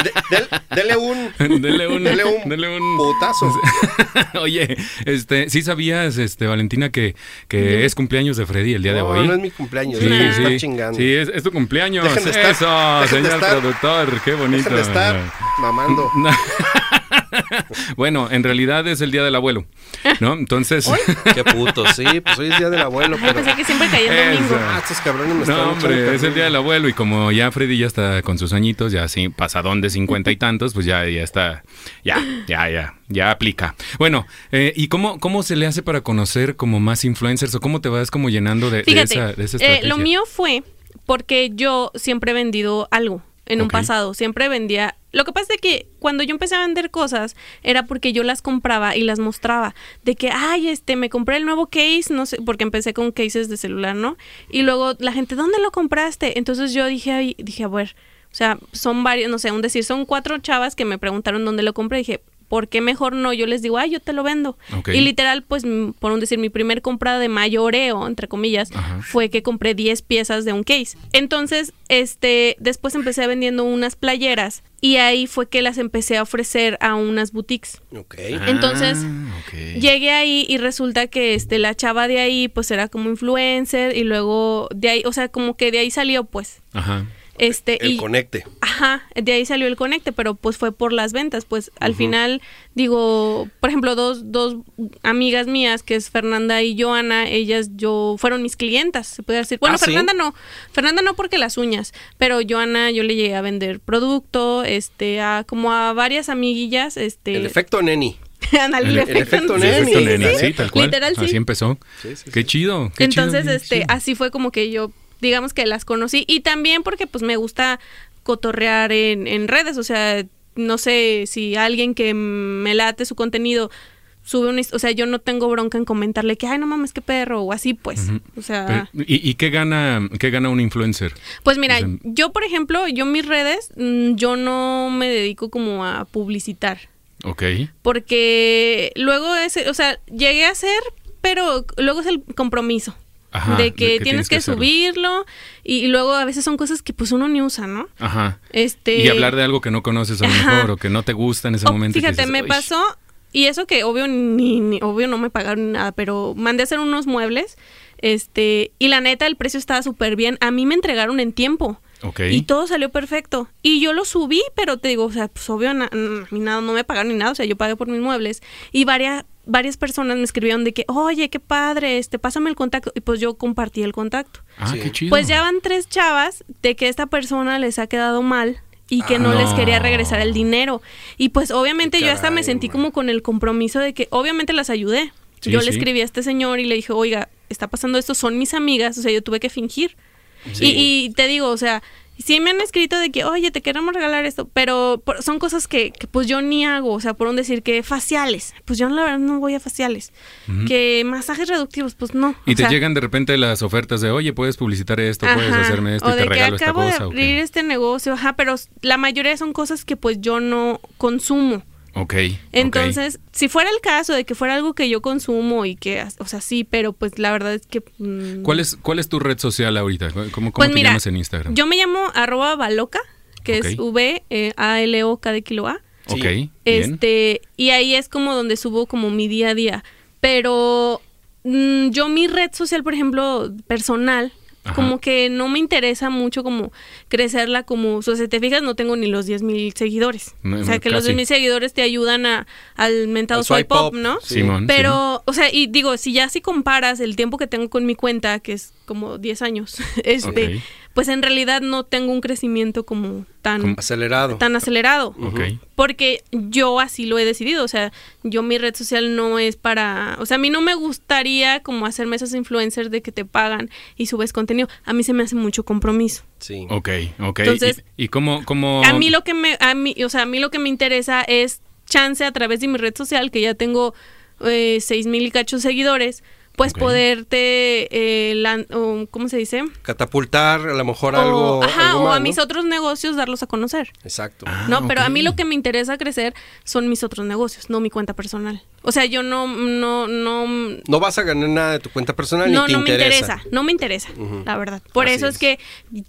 [SPEAKER 2] de- del- dele un.
[SPEAKER 1] Dele un,
[SPEAKER 2] Dele un
[SPEAKER 1] dele un-
[SPEAKER 2] putazo.
[SPEAKER 1] Oye, este, sí sabías, este, Valentina, que, que es cumpleaños de Freddy el día de
[SPEAKER 2] No,
[SPEAKER 1] hoy.
[SPEAKER 2] no es mi cumpleaños,
[SPEAKER 1] Sí,
[SPEAKER 2] dejen de
[SPEAKER 1] sí,
[SPEAKER 2] estar chingando.
[SPEAKER 1] sí, es, es tu cumpleaños.
[SPEAKER 2] Dejen de estar-
[SPEAKER 1] Eso,
[SPEAKER 2] dejen de
[SPEAKER 1] señor
[SPEAKER 2] estar-
[SPEAKER 1] productor, qué bonito.
[SPEAKER 2] Dejen de estar mamando.
[SPEAKER 1] No. bueno, en realidad es el día del abuelo, ¿no? Entonces,
[SPEAKER 2] Qué puto, sí, pues hoy es día del abuelo.
[SPEAKER 3] Ay, pensé que siempre caía Pues el domingo.
[SPEAKER 1] Eso.
[SPEAKER 2] Ah, estos cabrones me están
[SPEAKER 1] no,
[SPEAKER 2] echando
[SPEAKER 1] hombre, es el día del abuelo y como ya Freddy ya está con sus añitos, ya así pasadón de cincuenta y tantos, pues ya, ya está, ya, ya, ya, ya aplica. Bueno, eh, ¿y cómo, cómo se le hace para conocer como más influencers o cómo te vas como llenando de, de
[SPEAKER 3] Fíjate,
[SPEAKER 1] esa, de esa
[SPEAKER 3] eh,
[SPEAKER 1] estrategia?
[SPEAKER 3] lo mío fue porque yo siempre he vendido algo en un
[SPEAKER 1] Ok.
[SPEAKER 3] pasado, siempre vendía... Lo que pasa es que cuando yo empecé a vender cosas era porque yo las compraba y las mostraba. De que, ay, este, me compré el nuevo case, no sé, porque empecé con cases de celular, ¿no? Y luego la gente, ¿dónde lo compraste? Entonces yo dije, ay, dije, a ver, o sea, son varios, no sé, un decir, son cuatro chavas que me preguntaron dónde lo compré. Dije, ¿por qué mejor no? Yo les digo, ay, yo te lo vendo.
[SPEAKER 1] Ok.
[SPEAKER 3] Y literal, pues, m- por un decir, mi primer compra de mayoreo, entre comillas,
[SPEAKER 1] Ajá.
[SPEAKER 3] fue que compré 10 piezas de un case. Entonces, este, después empecé vendiendo unas playeras y ahí fue que las empecé a ofrecer a unas boutiques.
[SPEAKER 2] Ok.
[SPEAKER 3] Entonces,
[SPEAKER 1] Ah, ok.
[SPEAKER 3] Llegué ahí y resulta que este la chava de ahí pues era como influencer y luego de ahí, o sea, como que de ahí salió pues
[SPEAKER 1] Ajá.
[SPEAKER 3] este
[SPEAKER 2] El
[SPEAKER 3] y
[SPEAKER 2] conecte.
[SPEAKER 3] Ajá, de ahí salió el conecte, pero pues fue por las ventas. Pues al final, digo, por ejemplo, dos, dos amigas mías, que es Fernanda y Joana, ellas yo fueron mis clientas, se puede decir. Bueno,
[SPEAKER 2] Ah, ¿sí?
[SPEAKER 3] Fernanda no, Fernanda no porque las uñas, pero Joana yo le llegué a vender producto, este, a como a varias amiguillas, este.
[SPEAKER 2] El efecto neni.
[SPEAKER 3] ándale,
[SPEAKER 1] El-
[SPEAKER 3] el
[SPEAKER 1] el
[SPEAKER 2] efecto
[SPEAKER 3] efecto
[SPEAKER 1] Sí,
[SPEAKER 2] Neni.
[SPEAKER 1] efecto
[SPEAKER 2] Sí,
[SPEAKER 1] neni,
[SPEAKER 2] sí,
[SPEAKER 1] sí,
[SPEAKER 2] sí.
[SPEAKER 1] tal cual.
[SPEAKER 3] Literal, sí.
[SPEAKER 1] Así empezó.
[SPEAKER 2] Sí, sí,
[SPEAKER 1] Qué
[SPEAKER 2] sí.
[SPEAKER 1] chido. qué chido,
[SPEAKER 3] Entonces,
[SPEAKER 1] qué
[SPEAKER 3] este,
[SPEAKER 1] chido.
[SPEAKER 3] así fue como que yo, digamos que las conocí. Y también porque pues me gusta cotorrear en, en redes. O sea, no sé si alguien que me late su contenido sube un... O sea, yo no tengo bronca en comentarle que, ay, no mames, qué perro, o así pues.
[SPEAKER 1] Ujú.
[SPEAKER 3] O sea...
[SPEAKER 1] Pero, ¿Y, y qué gana qué gana un influencer?
[SPEAKER 3] Pues mira,
[SPEAKER 1] O sea,
[SPEAKER 3] yo por ejemplo, yo mis redes, mm, yo no me dedico como a publicitar.
[SPEAKER 1] Ok.
[SPEAKER 3] Porque luego es, o sea, llegué a ser, pero luego es el compromiso.
[SPEAKER 1] Ajá,
[SPEAKER 3] de que tienes, que,
[SPEAKER 1] hacerlo.
[SPEAKER 3] subirlo y, y luego a veces son cosas que pues uno ni usa, ¿no?
[SPEAKER 1] Ajá.
[SPEAKER 3] Este
[SPEAKER 1] Y hablar de algo que no conoces a lo
[SPEAKER 3] Ajá.
[SPEAKER 1] mejor o que no te gusta en ese
[SPEAKER 3] Oh,
[SPEAKER 1] momento. y que
[SPEAKER 3] Fíjate,
[SPEAKER 1] dices,
[SPEAKER 3] me
[SPEAKER 1] "Uy".
[SPEAKER 3] pasó y eso que obvio ni, ni- obvio no me pagaron ni nada, pero mandé a hacer unos muebles, este, y la neta el precio estaba súper bien. A mí me entregaron en tiempo.
[SPEAKER 1] Ok.
[SPEAKER 3] Y todo salió perfecto. Y yo lo subí, pero te digo, o sea, pues obvio, na- n- a mí nada, no me pagaron ni nada, o sea, yo pagué por mis muebles. Y varias, varias personas me escribieron de que, oye, qué padre, este, pásame el contacto. Y pues yo compartí el contacto.
[SPEAKER 1] Ah,
[SPEAKER 2] Sí.
[SPEAKER 1] qué chido.
[SPEAKER 3] Pues ya van tres chavas de que esta persona les ha quedado mal y que
[SPEAKER 2] Ah,
[SPEAKER 3] no, les
[SPEAKER 1] no.
[SPEAKER 3] quería regresar el dinero. Y pues obviamente
[SPEAKER 2] Qué
[SPEAKER 3] yo hasta me
[SPEAKER 2] caray,
[SPEAKER 3] sentí
[SPEAKER 2] man.
[SPEAKER 3] como con el compromiso de que obviamente las ayudé.
[SPEAKER 1] Sí,
[SPEAKER 3] yo
[SPEAKER 1] sí.
[SPEAKER 3] le escribí a este señor y le dije, oiga, está pasando esto, son mis amigas, o sea, yo tuve que fingir. Y, y te digo, o sea, sí me han escrito de que, oye, te queremos regalar esto, pero por- son cosas que, que, pues yo ni hago, o sea, por un decir que faciales, pues yo la verdad no voy a faciales,
[SPEAKER 1] Ujú.
[SPEAKER 3] que masajes reductivos, pues no.
[SPEAKER 1] Y
[SPEAKER 3] o
[SPEAKER 1] te
[SPEAKER 3] sea,
[SPEAKER 1] llegan de repente las ofertas de, oye, puedes publicitar esto, puedes
[SPEAKER 3] Ajá,
[SPEAKER 1] hacerme esto
[SPEAKER 3] o
[SPEAKER 1] y
[SPEAKER 3] de
[SPEAKER 1] te
[SPEAKER 3] que
[SPEAKER 1] regalo esta
[SPEAKER 3] acabo
[SPEAKER 1] cosa.
[SPEAKER 3] de
[SPEAKER 1] ¿o
[SPEAKER 3] abrir
[SPEAKER 1] qué?
[SPEAKER 3] este negocio, ajá, pero s- la mayoría son cosas que pues yo no consumo.
[SPEAKER 1] Ok. ok.
[SPEAKER 3] Entonces, si fuera el caso de que fuera algo que yo consumo y que, as- o sea, sí, pero pues la verdad es que... mm,
[SPEAKER 1] ¿Cuál es, ¿Cuál es tu red social ahorita? ¿Cómo, cómo
[SPEAKER 3] Pues
[SPEAKER 1] te
[SPEAKER 3] mira,
[SPEAKER 1] llamas en Instagram?
[SPEAKER 3] Yo me llamo arroba baloca, que es
[SPEAKER 1] Ok.
[SPEAKER 3] V, eh, A, L, O, K de kilo A.
[SPEAKER 1] ok.
[SPEAKER 2] Sí.
[SPEAKER 1] bien.
[SPEAKER 3] Este, y ahí es como donde subo como mi día a día. Pero mm, yo mi red social, por ejemplo, personal,
[SPEAKER 1] Ajá.
[SPEAKER 3] como que no me interesa mucho como crecerla como, o sea, si te fijas, no tengo ni los 10 mil seguidores.
[SPEAKER 1] No,
[SPEAKER 3] o sea, que los
[SPEAKER 1] casi.
[SPEAKER 3] 10 mil seguidores te ayudan a, al mentado
[SPEAKER 2] Al
[SPEAKER 3] swipe
[SPEAKER 2] swipe
[SPEAKER 3] pop,
[SPEAKER 2] up,
[SPEAKER 3] ¿no?
[SPEAKER 2] sí.
[SPEAKER 1] Simón. Simón.
[SPEAKER 3] Pero, o sea, y digo, si ya si comparas el tiempo que tengo con mi cuenta, que es como 10 años, este,
[SPEAKER 1] Ok.
[SPEAKER 3] pues en realidad no tengo un crecimiento como tan,
[SPEAKER 1] Como-
[SPEAKER 2] Acelerado.
[SPEAKER 3] tan acelerado.
[SPEAKER 1] Ok.
[SPEAKER 3] Porque yo así lo he decidido, o sea, yo mi red social no es para, o sea, a mí no me gustaría como hacerme esos influencers de que te pagan y subes contenido, a mí se me hace mucho compromiso.
[SPEAKER 2] Sí.
[SPEAKER 1] Ok, ok.
[SPEAKER 3] Entonces-
[SPEAKER 1] ¿Y, y cómo,
[SPEAKER 2] Oh.
[SPEAKER 1] cómo...?
[SPEAKER 3] A mí lo que me a mí, o sea, a mí lo que me interesa es chance a través de mi red social que ya tengo eh, seis mil y cacho seguidores, pues
[SPEAKER 1] Ok.
[SPEAKER 3] poderte eh, lan- o, ¿cómo se dice?
[SPEAKER 2] Catapultar a lo mejor
[SPEAKER 3] O-
[SPEAKER 2] algo.
[SPEAKER 3] ajá,
[SPEAKER 2] algo
[SPEAKER 3] o
[SPEAKER 2] más,
[SPEAKER 3] a mis
[SPEAKER 2] ¿no?
[SPEAKER 3] otros negocios darlos a conocer.
[SPEAKER 2] Exacto.
[SPEAKER 1] Ah,
[SPEAKER 3] No, pero a
[SPEAKER 1] ok.
[SPEAKER 3] mí lo que me interesa crecer son mis otros negocios, no mi cuenta personal. O sea, yo no, no, no,
[SPEAKER 2] No vas a ganar nada de tu cuenta personal
[SPEAKER 3] no,
[SPEAKER 2] ni te
[SPEAKER 3] no me
[SPEAKER 2] interesa.
[SPEAKER 3] interesa, no me interesa,
[SPEAKER 2] Ujú.
[SPEAKER 3] la verdad. Por
[SPEAKER 2] Así
[SPEAKER 3] eso es.
[SPEAKER 2] es.
[SPEAKER 3] que,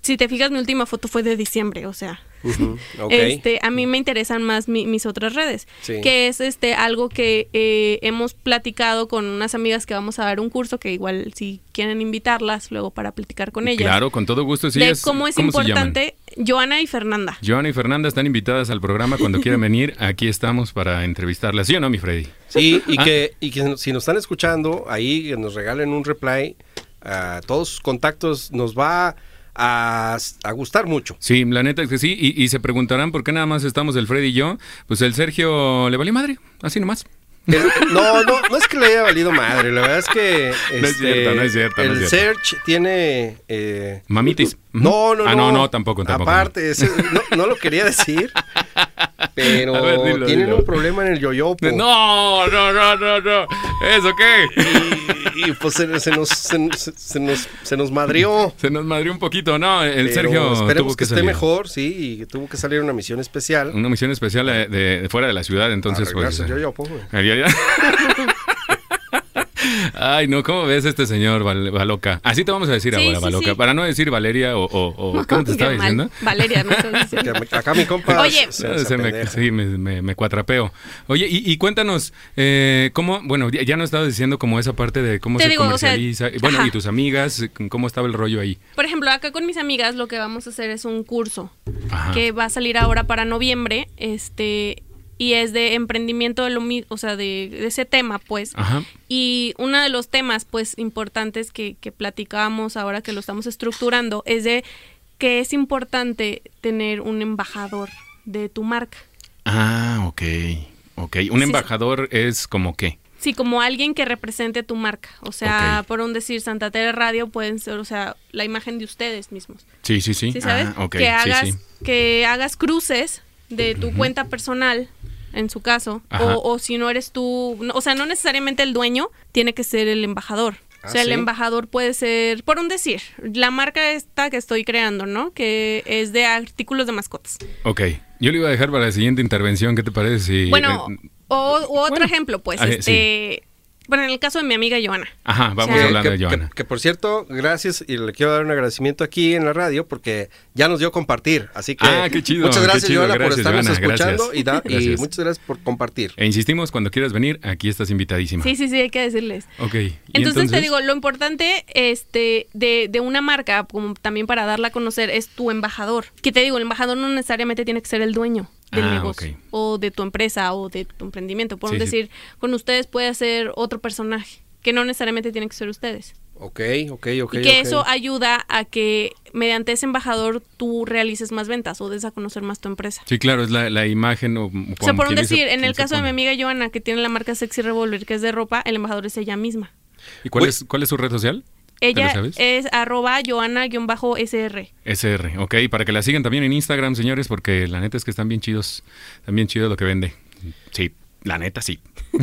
[SPEAKER 3] si te fijas, mi última foto fue de diciembre, o sea,
[SPEAKER 2] Ujú, ok.
[SPEAKER 3] este, a mí me interesan más mi- mis otras redes,
[SPEAKER 2] Sí.
[SPEAKER 3] que es este algo que eh, hemos platicado con unas amigas que vamos a dar un curso, que igual si quieren invitarlas luego para platicar con ellas,
[SPEAKER 1] Claro, con todo gusto. Sí,
[SPEAKER 3] de
[SPEAKER 1] es,
[SPEAKER 3] cómo es
[SPEAKER 1] se llaman?
[SPEAKER 3] importante, Joana y Fernanda.
[SPEAKER 1] Joana y Fernanda están invitadas al programa cuando quieran venir. Aquí estamos para entrevistarlas. ¿Sí o no, mi Freddy?
[SPEAKER 2] Sí, y,
[SPEAKER 1] Ah.
[SPEAKER 2] que, y que si nos están escuchando, ahí que nos regalen un reply a todos sus contactos, nos va a, a gustar mucho.
[SPEAKER 1] Sí, la neta es que sí. Y, y se preguntarán por qué nada más estamos el Freddy y yo. Pues el Sergio le valió madre, así nomás.
[SPEAKER 2] El- no, no, no es que le haya valido madre, la verdad es que... este,
[SPEAKER 1] es cierto, no es cierto, no
[SPEAKER 2] El
[SPEAKER 1] es cierto.
[SPEAKER 2] search tiene... eh,
[SPEAKER 1] Mamitis.
[SPEAKER 2] No, no,
[SPEAKER 1] Ah,
[SPEAKER 2] no.
[SPEAKER 1] no, tampoco, tampoco.
[SPEAKER 2] Aparte, ese- no, no lo quería decir, pero
[SPEAKER 1] A ver, dilo,
[SPEAKER 2] tienen
[SPEAKER 1] dilo.
[SPEAKER 2] un problema en el yoyopo.
[SPEAKER 1] No, no, no, no, no. ¿Eso qué?
[SPEAKER 2] Y, y, pues se, se nos, se, se nos, se nos madrió.
[SPEAKER 1] Se nos madrió un poquito, ¿no? El
[SPEAKER 2] Pero
[SPEAKER 1] Sergio
[SPEAKER 2] Esperemos
[SPEAKER 1] tuvo
[SPEAKER 2] que,
[SPEAKER 1] que,
[SPEAKER 2] esté
[SPEAKER 1] salir.
[SPEAKER 2] mejor, sí, y tuvo que salir a una misión especial.
[SPEAKER 1] Una misión especial eh, de, de fuera de la ciudad, entonces pues...
[SPEAKER 2] Arreglarse el
[SPEAKER 1] eh,
[SPEAKER 2] yoyopo, güey.
[SPEAKER 1] Ay, ay, ay. Ay, no, ¿cómo ves este señor Val- Baloca? Así te vamos a decir
[SPEAKER 3] Sí,
[SPEAKER 1] ahora,
[SPEAKER 3] sí,
[SPEAKER 1] Baloca,
[SPEAKER 3] sí.
[SPEAKER 1] para no decir Valeria o... o- o- ¿Cómo te
[SPEAKER 3] Qué
[SPEAKER 1] estaba
[SPEAKER 3] mal.
[SPEAKER 1] diciendo?
[SPEAKER 3] Valeria, no estás
[SPEAKER 2] Que
[SPEAKER 3] diciendo.
[SPEAKER 2] me- Acá mi compa
[SPEAKER 3] Oye.
[SPEAKER 1] No, se me-
[SPEAKER 2] apendeja.
[SPEAKER 1] sí, me, me- me cuatrapeo. Oye, y, y cuéntanos, eh, ¿cómo? Bueno, ya ya nos estabas diciendo como esa parte de cómo
[SPEAKER 3] Te
[SPEAKER 1] se
[SPEAKER 3] digo, o sea,
[SPEAKER 1] comercializa. bueno,
[SPEAKER 3] ajá.
[SPEAKER 1] y tus amigas, ¿cómo estaba el rollo ahí?
[SPEAKER 3] Por ejemplo, acá con mis amigas lo que vamos a hacer es un curso
[SPEAKER 1] Ajá.
[SPEAKER 3] que va a salir ahora para noviembre, este, y es de emprendimiento de lo mi- o sea, de, de ese tema, pues.
[SPEAKER 1] Ajá.
[SPEAKER 3] Y uno de los temas, pues, importantes que, que platicábamos ahora que lo estamos estructurando es de que es importante tener un embajador de tu marca.
[SPEAKER 1] Ah, ok. Ok. Un
[SPEAKER 3] Sí,
[SPEAKER 1] embajador es como qué.
[SPEAKER 3] Sí, como alguien que represente tu marca. O sea,
[SPEAKER 1] Ok.
[SPEAKER 3] por un decir, Santa Tere Radio pueden ser, o sea, la imagen de ustedes mismos.
[SPEAKER 1] Sí, sí, sí.
[SPEAKER 3] ¿Sí sabes?
[SPEAKER 1] Ah, ok.
[SPEAKER 3] Que
[SPEAKER 1] Sí,
[SPEAKER 3] hagas,
[SPEAKER 1] sí.
[SPEAKER 3] que hagas cruces de tu cuenta personal, en su caso,
[SPEAKER 1] Ajá.
[SPEAKER 3] o, o si no eres tú, no- o sea, no necesariamente el dueño tiene que ser el embajador.
[SPEAKER 2] Ah,
[SPEAKER 3] o sea, el
[SPEAKER 2] ¿sí?
[SPEAKER 3] embajador puede ser, por un decir, la marca esta que estoy creando, ¿no? Que es de artículos de mascotas.
[SPEAKER 1] Ok. Yo le iba a dejar para la siguiente intervención. ¿Qué te parece? si-
[SPEAKER 3] bueno,
[SPEAKER 1] eh,
[SPEAKER 3] o, o otro
[SPEAKER 1] bueno.
[SPEAKER 3] ejemplo, pues,
[SPEAKER 1] Ah, eh,
[SPEAKER 3] este, bueno, en el caso de mi amiga Joana.
[SPEAKER 1] ajá, vamos
[SPEAKER 3] o sea,
[SPEAKER 1] hablando
[SPEAKER 2] que,
[SPEAKER 1] de Joana.
[SPEAKER 2] que- que, por cierto, gracias y le quiero dar un agradecimiento aquí en la radio porque ya nos dio compartir. Así que
[SPEAKER 1] Ah, qué chido,
[SPEAKER 2] muchas
[SPEAKER 1] qué
[SPEAKER 2] gracias,
[SPEAKER 1] chido,
[SPEAKER 2] Joana, por
[SPEAKER 1] gracias,
[SPEAKER 2] estarnos
[SPEAKER 1] Joana,
[SPEAKER 2] escuchando
[SPEAKER 1] gracias.
[SPEAKER 2] y, da- y
[SPEAKER 1] Gracias.
[SPEAKER 2] muchas gracias por compartir.
[SPEAKER 1] E insistimos, cuando quieras venir, aquí estás invitadísima.
[SPEAKER 3] Sí, sí, sí, hay que decirles.
[SPEAKER 1] Ok. ¿y
[SPEAKER 3] Entonces, te digo, lo importante este, de, de una marca, como también para darla a conocer, es tu embajador. Que te digo, el embajador no necesariamente tiene que ser el dueño del
[SPEAKER 1] Ah,
[SPEAKER 3] negocio
[SPEAKER 1] ok.
[SPEAKER 3] o de tu empresa o de tu emprendimiento. Por
[SPEAKER 1] Sí, sí.
[SPEAKER 3] decir, con ustedes puede ser otro personaje, que no necesariamente tiene que ser ustedes.
[SPEAKER 2] Ok, ok, ok.
[SPEAKER 3] y que
[SPEAKER 2] ok.
[SPEAKER 3] eso ayuda a que mediante ese embajador tú realices más ventas o des a conocer más tu empresa.
[SPEAKER 1] Sí, claro, es la, la imagen o...
[SPEAKER 3] O sea, por un decir, en el caso de mi amiga Joana, que tiene la marca Sexy Revolver, que es de ropa, el embajador es ella misma.
[SPEAKER 1] ¿Y cuál
[SPEAKER 2] Uy.
[SPEAKER 1] es, cuál es su red social? ¿Te
[SPEAKER 3] Ella
[SPEAKER 1] la sabes? Pues
[SPEAKER 3] es arroba joana-sr.
[SPEAKER 1] SR, ok, para que la sigan también en Instagram, señores, porque la neta es que están bien chidos, están bien chidos lo que vende. Sí, la neta sí.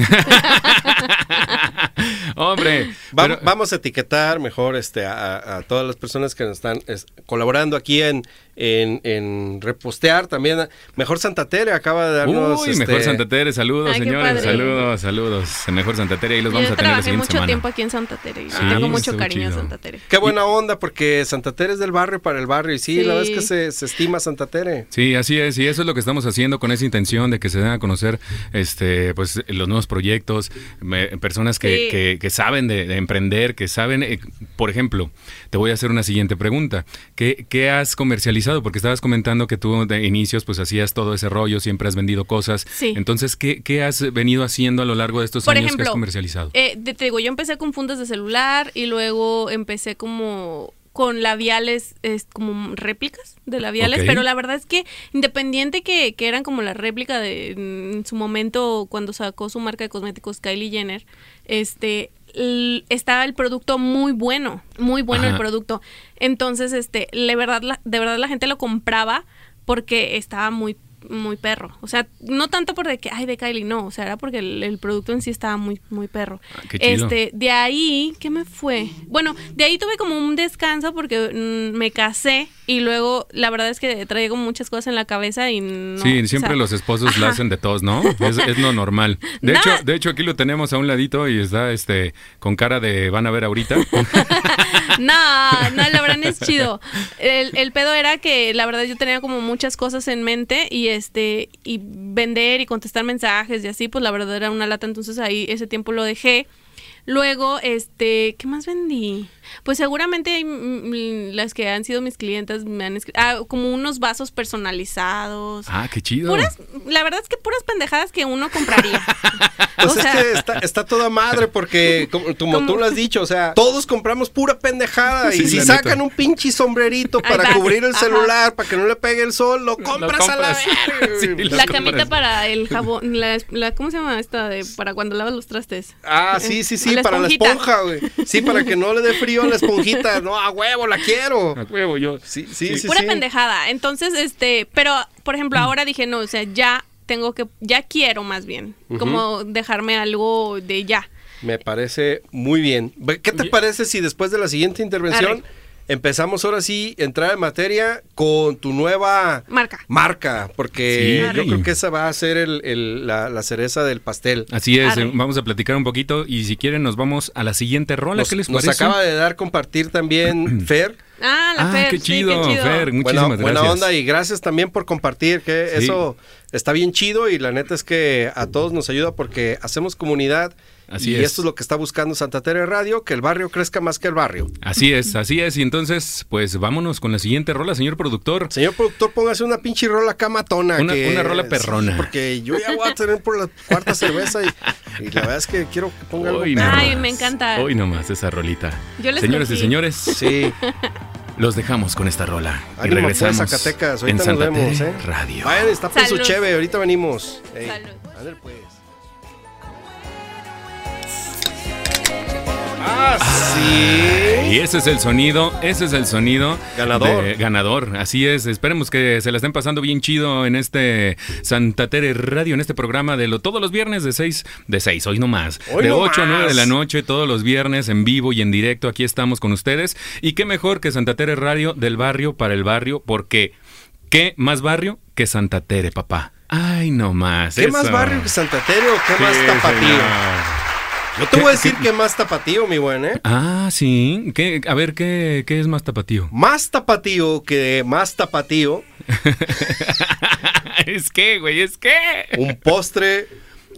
[SPEAKER 1] Hombre,
[SPEAKER 2] Va-
[SPEAKER 1] pero- eh,
[SPEAKER 2] vamos a etiquetar mejor este, a, a- a todas las personas que nos están es, colaborando aquí en, en, en repostear también. Mejor Santa Tere acaba de darnos.
[SPEAKER 1] Uy,
[SPEAKER 2] este,
[SPEAKER 1] mejor Santa Tere, saludos,
[SPEAKER 3] Ay, qué
[SPEAKER 1] señores,
[SPEAKER 3] padre.
[SPEAKER 1] saludos, saludos. en Mejor Santa Tere, ahí los
[SPEAKER 3] Yo
[SPEAKER 1] vamos a tener la
[SPEAKER 3] trabajé
[SPEAKER 1] siguiente
[SPEAKER 3] mucho
[SPEAKER 1] semana.
[SPEAKER 3] tiempo aquí en Santa Tere. y le
[SPEAKER 1] Sí,
[SPEAKER 3] tengo mucho
[SPEAKER 1] estuvo
[SPEAKER 3] cariño a
[SPEAKER 1] chido.
[SPEAKER 3] Santa Tere.
[SPEAKER 2] Qué buena onda, porque Santa Tere es del barrio para el barrio. Y sí, la verdad es que
[SPEAKER 3] Sí.
[SPEAKER 2] se, se estima Santa Tere.
[SPEAKER 1] Sí, así es, y eso es lo que estamos haciendo con esa intención de que se den a conocer este, pues, los nuevos proyectos, me- personas que,
[SPEAKER 3] Sí.
[SPEAKER 1] que- que saben de, de emprender, que saben, eh, por ejemplo, te voy a hacer una siguiente pregunta, ¿qué, qué has comercializado? Porque estabas comentando que tú de inicios pues hacías todo ese rollo, siempre has vendido cosas,
[SPEAKER 3] Sí.
[SPEAKER 1] entonces, ¿qué, qué has venido haciendo a lo largo de estos
[SPEAKER 3] Por
[SPEAKER 1] años que
[SPEAKER 3] ejemplo,
[SPEAKER 1] has comercializado?
[SPEAKER 3] eh, de- te digo, yo empecé con fundas de celular y luego empecé como con labiales, es como réplicas de labiales,
[SPEAKER 1] Ok.
[SPEAKER 3] pero la verdad es que independiente que, que eran como la réplica de mm, en su momento cuando sacó su marca de cosméticos Kylie Jenner, este l- estaba el producto muy bueno, muy bueno el
[SPEAKER 1] Ajá.
[SPEAKER 3] producto. Entonces, este, la verdad, la- de verdad la gente lo compraba porque estaba muy muy perro, o sea, no tanto por de que ay de Kylie, no, o sea, era porque el, el producto en sí estaba muy muy perro.
[SPEAKER 1] Ah, qué chido.
[SPEAKER 3] Este, de ahí, ¿qué me fue? Bueno, de ahí tuve como un descanso porque mm, me casé y luego la verdad es que traigo muchas cosas en la cabeza y no
[SPEAKER 1] sí, siempre
[SPEAKER 3] o sea,
[SPEAKER 1] los esposos la
[SPEAKER 3] ajá.
[SPEAKER 1] hacen de todos, ¿no? Es, es lo normal. De
[SPEAKER 3] Nada.
[SPEAKER 1] hecho, de hecho aquí lo tenemos a un ladito y está este con cara de van a ver ahorita.
[SPEAKER 3] No, no, la verdad no es chido. El, el pedo era que la verdad yo tenía como muchas cosas en mente y este y vender y contestar mensajes y así, pues la verdad era una lata, entonces ahí ese tiempo lo dejé. Luego, este, ¿qué más vendí? Pues seguramente mm, mm, las que han sido mis clientas me han escrito, ah, como unos vasos personalizados.
[SPEAKER 1] Ah, qué chido.
[SPEAKER 3] Puras, la verdad es que puras pendejadas que uno compraría.
[SPEAKER 2] Pues
[SPEAKER 3] Ah, o sea,
[SPEAKER 2] es que está, está toda madre porque, como, como
[SPEAKER 3] Como-
[SPEAKER 2] tú lo has dicho, o sea, todos compramos pura pendejada
[SPEAKER 1] Sí,
[SPEAKER 2] y si
[SPEAKER 1] la
[SPEAKER 2] sacan
[SPEAKER 1] neta.
[SPEAKER 2] un pinche sombrerito
[SPEAKER 3] Ahí
[SPEAKER 2] para
[SPEAKER 3] vas,
[SPEAKER 2] cubrir el
[SPEAKER 3] ajá.
[SPEAKER 2] celular, para que no le pegue el sol, lo compras, a la
[SPEAKER 1] compras.
[SPEAKER 2] verga.
[SPEAKER 1] Sí,
[SPEAKER 2] güey.
[SPEAKER 1] las
[SPEAKER 3] la
[SPEAKER 1] compras.
[SPEAKER 3] camita para el jabón, la, la- ¿cómo se llama esta? De, para cuando lavas los trastes. Eh,
[SPEAKER 2] Ah, sí, sí, sí,
[SPEAKER 3] La
[SPEAKER 2] para la
[SPEAKER 3] esponjita.
[SPEAKER 2] esponja, güey. Sí, para que no le dé frío a la esponjita. No, a huevo, la quiero.
[SPEAKER 1] A huevo, yo.
[SPEAKER 2] Sí, sí, sí. Mm.
[SPEAKER 3] Pura
[SPEAKER 2] sí.
[SPEAKER 3] pendejada. Entonces, este, pero, por ejemplo, ahora dije, no, o sea, ya tengo que, ya quiero más bien, como dejarme algo de ya.
[SPEAKER 2] Me parece muy bien. Ve- ¿Qué te parece si después de la siguiente intervención
[SPEAKER 3] Arre.
[SPEAKER 2] empezamos ahora sí a entrar en materia con tu nueva
[SPEAKER 3] Marca.
[SPEAKER 2] marca? Porque
[SPEAKER 1] Sí.
[SPEAKER 2] yo creo que esa va a ser el- el- la, la cereza del pastel.
[SPEAKER 1] Así es,
[SPEAKER 3] Arre.
[SPEAKER 1] eh, vamos a platicar un poquito y si quieren nos vamos a la siguiente rola.
[SPEAKER 2] Nos,
[SPEAKER 1] ¿Qué les
[SPEAKER 2] nos
[SPEAKER 1] parece?
[SPEAKER 2] acaba de dar compartir también Fer.
[SPEAKER 3] Ah, la
[SPEAKER 1] ah,
[SPEAKER 3] Fer,
[SPEAKER 1] qué
[SPEAKER 3] sí,
[SPEAKER 1] chido,
[SPEAKER 3] qué chido.
[SPEAKER 1] Fer,
[SPEAKER 2] Buena,
[SPEAKER 1] muchísimas
[SPEAKER 2] buena
[SPEAKER 1] gracias.
[SPEAKER 2] onda y gracias también por compartir, que
[SPEAKER 1] Sí.
[SPEAKER 2] eso está bien chido y la neta es que a todos nos ayuda porque hacemos comunidad
[SPEAKER 1] Así
[SPEAKER 2] y
[SPEAKER 1] es.
[SPEAKER 2] esto es lo que está buscando Santa Tere Radio, que el barrio crezca más que el barrio.
[SPEAKER 1] Así es, así es. Y entonces, pues vámonos con la siguiente rola, señor productor.
[SPEAKER 2] Señor productor, póngase una pinche rola acá matona.
[SPEAKER 1] Una-
[SPEAKER 2] que-
[SPEAKER 1] una rola perrona.
[SPEAKER 2] Sí, porque yo ya voy a tener por la cuarta cerveza y, y la verdad es que quiero que ponga
[SPEAKER 1] Hoy
[SPEAKER 2] algo.
[SPEAKER 1] nomás.
[SPEAKER 3] Ay, me encanta.
[SPEAKER 1] Hoy nomás esa rolita.
[SPEAKER 3] Yo les
[SPEAKER 1] Señores y
[SPEAKER 3] cogí.
[SPEAKER 1] señores,
[SPEAKER 2] Sí,
[SPEAKER 1] los dejamos con esta rola. y
[SPEAKER 2] Ánimo,
[SPEAKER 1] regresamos
[SPEAKER 2] pues, Zacatecas.
[SPEAKER 1] en
[SPEAKER 2] Ahorita nos
[SPEAKER 1] Santa
[SPEAKER 2] vemos,
[SPEAKER 1] Tere
[SPEAKER 2] ¿eh?
[SPEAKER 1] Radio.
[SPEAKER 2] vayan, está por su
[SPEAKER 3] Salud.
[SPEAKER 2] cheve, ahorita venimos. Ey,
[SPEAKER 3] Salud.
[SPEAKER 2] ándale, pues. Ah, sí.
[SPEAKER 1] Y ese es el sonido, ese es el sonido.
[SPEAKER 2] Ganador.
[SPEAKER 1] de- ganador, así es. Esperemos que se la estén pasando bien chido en este Santa Tere Radio, en este programa de lo, todos los viernes de 6, de 6, hoy no más.
[SPEAKER 2] Hoy
[SPEAKER 1] de
[SPEAKER 2] no
[SPEAKER 1] 8 a 9 de la
[SPEAKER 2] más.
[SPEAKER 1] noche, todos los viernes en vivo y en directo. Aquí estamos con ustedes. Y qué mejor que Santa Tere Radio del barrio para el barrio, porque ¿qué más barrio que Santa Tere, papá? Ay, no más.
[SPEAKER 2] ¿Qué más
[SPEAKER 1] eso.
[SPEAKER 2] barrio que Santa Tere o qué
[SPEAKER 1] Sí,
[SPEAKER 2] más tapatío?
[SPEAKER 1] señor.
[SPEAKER 2] Yo te voy a decir que más tapatío, mi buen, ¿eh?
[SPEAKER 1] Ah, sí. ¿Qué- a ver, ¿qué, ¿qué es más tapatío?
[SPEAKER 2] Más tapatío que más tapatío,
[SPEAKER 1] es que, güey, es que.
[SPEAKER 2] un postre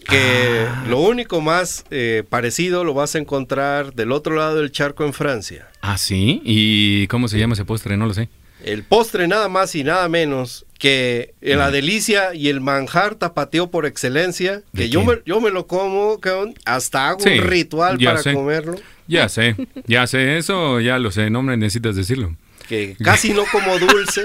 [SPEAKER 2] que
[SPEAKER 1] Ah.
[SPEAKER 2] lo único más eh, parecido lo vas a encontrar del otro lado del charco en Francia.
[SPEAKER 1] Ah, sí. ¿Y cómo se llama ese postre? No lo sé.
[SPEAKER 2] El postre nada más y nada menos que la
[SPEAKER 1] Mm.
[SPEAKER 2] delicia y el manjar tapatío por excelencia,
[SPEAKER 1] ¿De
[SPEAKER 2] que yo
[SPEAKER 1] quién?
[SPEAKER 2] me, yo me lo como, cabrón, hasta hago
[SPEAKER 1] Sí,
[SPEAKER 2] un ritual
[SPEAKER 1] ya
[SPEAKER 2] para
[SPEAKER 1] sé.
[SPEAKER 2] comerlo,
[SPEAKER 1] Ya sé, ya sé, eso ya lo sé, no me necesitas decirlo.
[SPEAKER 2] que casi no como dulce,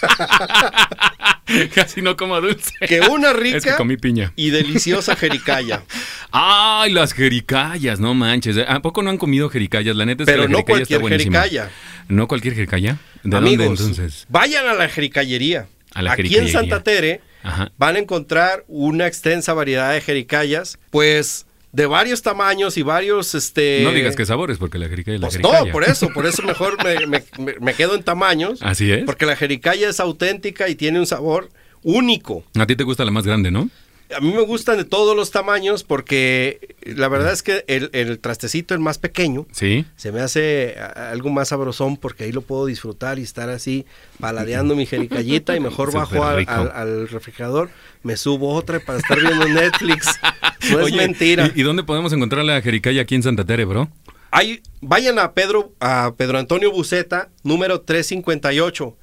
[SPEAKER 1] Casi no como dulce.
[SPEAKER 2] que una rica
[SPEAKER 1] Es que comí piña.
[SPEAKER 2] y deliciosa jericaya.
[SPEAKER 1] Ay, las jericayas, no manches. ¿A poco no han comido jericayas? La neta es
[SPEAKER 2] Pero
[SPEAKER 1] que la
[SPEAKER 2] no
[SPEAKER 1] jericaya está
[SPEAKER 2] cualquier
[SPEAKER 1] buenísima.
[SPEAKER 2] jericaya.
[SPEAKER 1] No cualquier jericaya. ¿De dónde
[SPEAKER 2] Amigos,
[SPEAKER 1] entonces?
[SPEAKER 2] vayan a la jericallería.
[SPEAKER 1] A la
[SPEAKER 2] Aquí
[SPEAKER 1] jericallería.
[SPEAKER 2] en Santa Tere
[SPEAKER 1] Ajá.
[SPEAKER 2] van a encontrar una extensa variedad de jericayas, pues de varios tamaños y varios este
[SPEAKER 1] No digas que sabores, porque la jericaya es la
[SPEAKER 2] pues
[SPEAKER 1] jericaya.
[SPEAKER 2] no, por eso, por eso mejor me, me- me- me quedo en tamaños.
[SPEAKER 1] Así es.
[SPEAKER 2] Porque la jericaya es auténtica y tiene un sabor único.
[SPEAKER 1] A ti te gusta la más grande, ¿no?
[SPEAKER 2] A mí me gustan de todos los tamaños porque la verdad es que el, el trastecito, el más pequeño,
[SPEAKER 1] Sí.
[SPEAKER 2] se me hace a- algo más sabrosón porque ahí lo puedo disfrutar y estar así paladeando mi jericayita y mejor
[SPEAKER 1] Súper
[SPEAKER 2] bajo al,
[SPEAKER 1] rico.
[SPEAKER 2] al- al refrigerador, me subo otra para estar viendo Netflix. No es
[SPEAKER 1] Oye,
[SPEAKER 2] Pues mentira.
[SPEAKER 1] ¿y, y dónde podemos encontrar la jericaya aquí en Santa Tere, bro?
[SPEAKER 2] Hay- vayan a Pedro, a Pedro Antonio Buceta, número 358.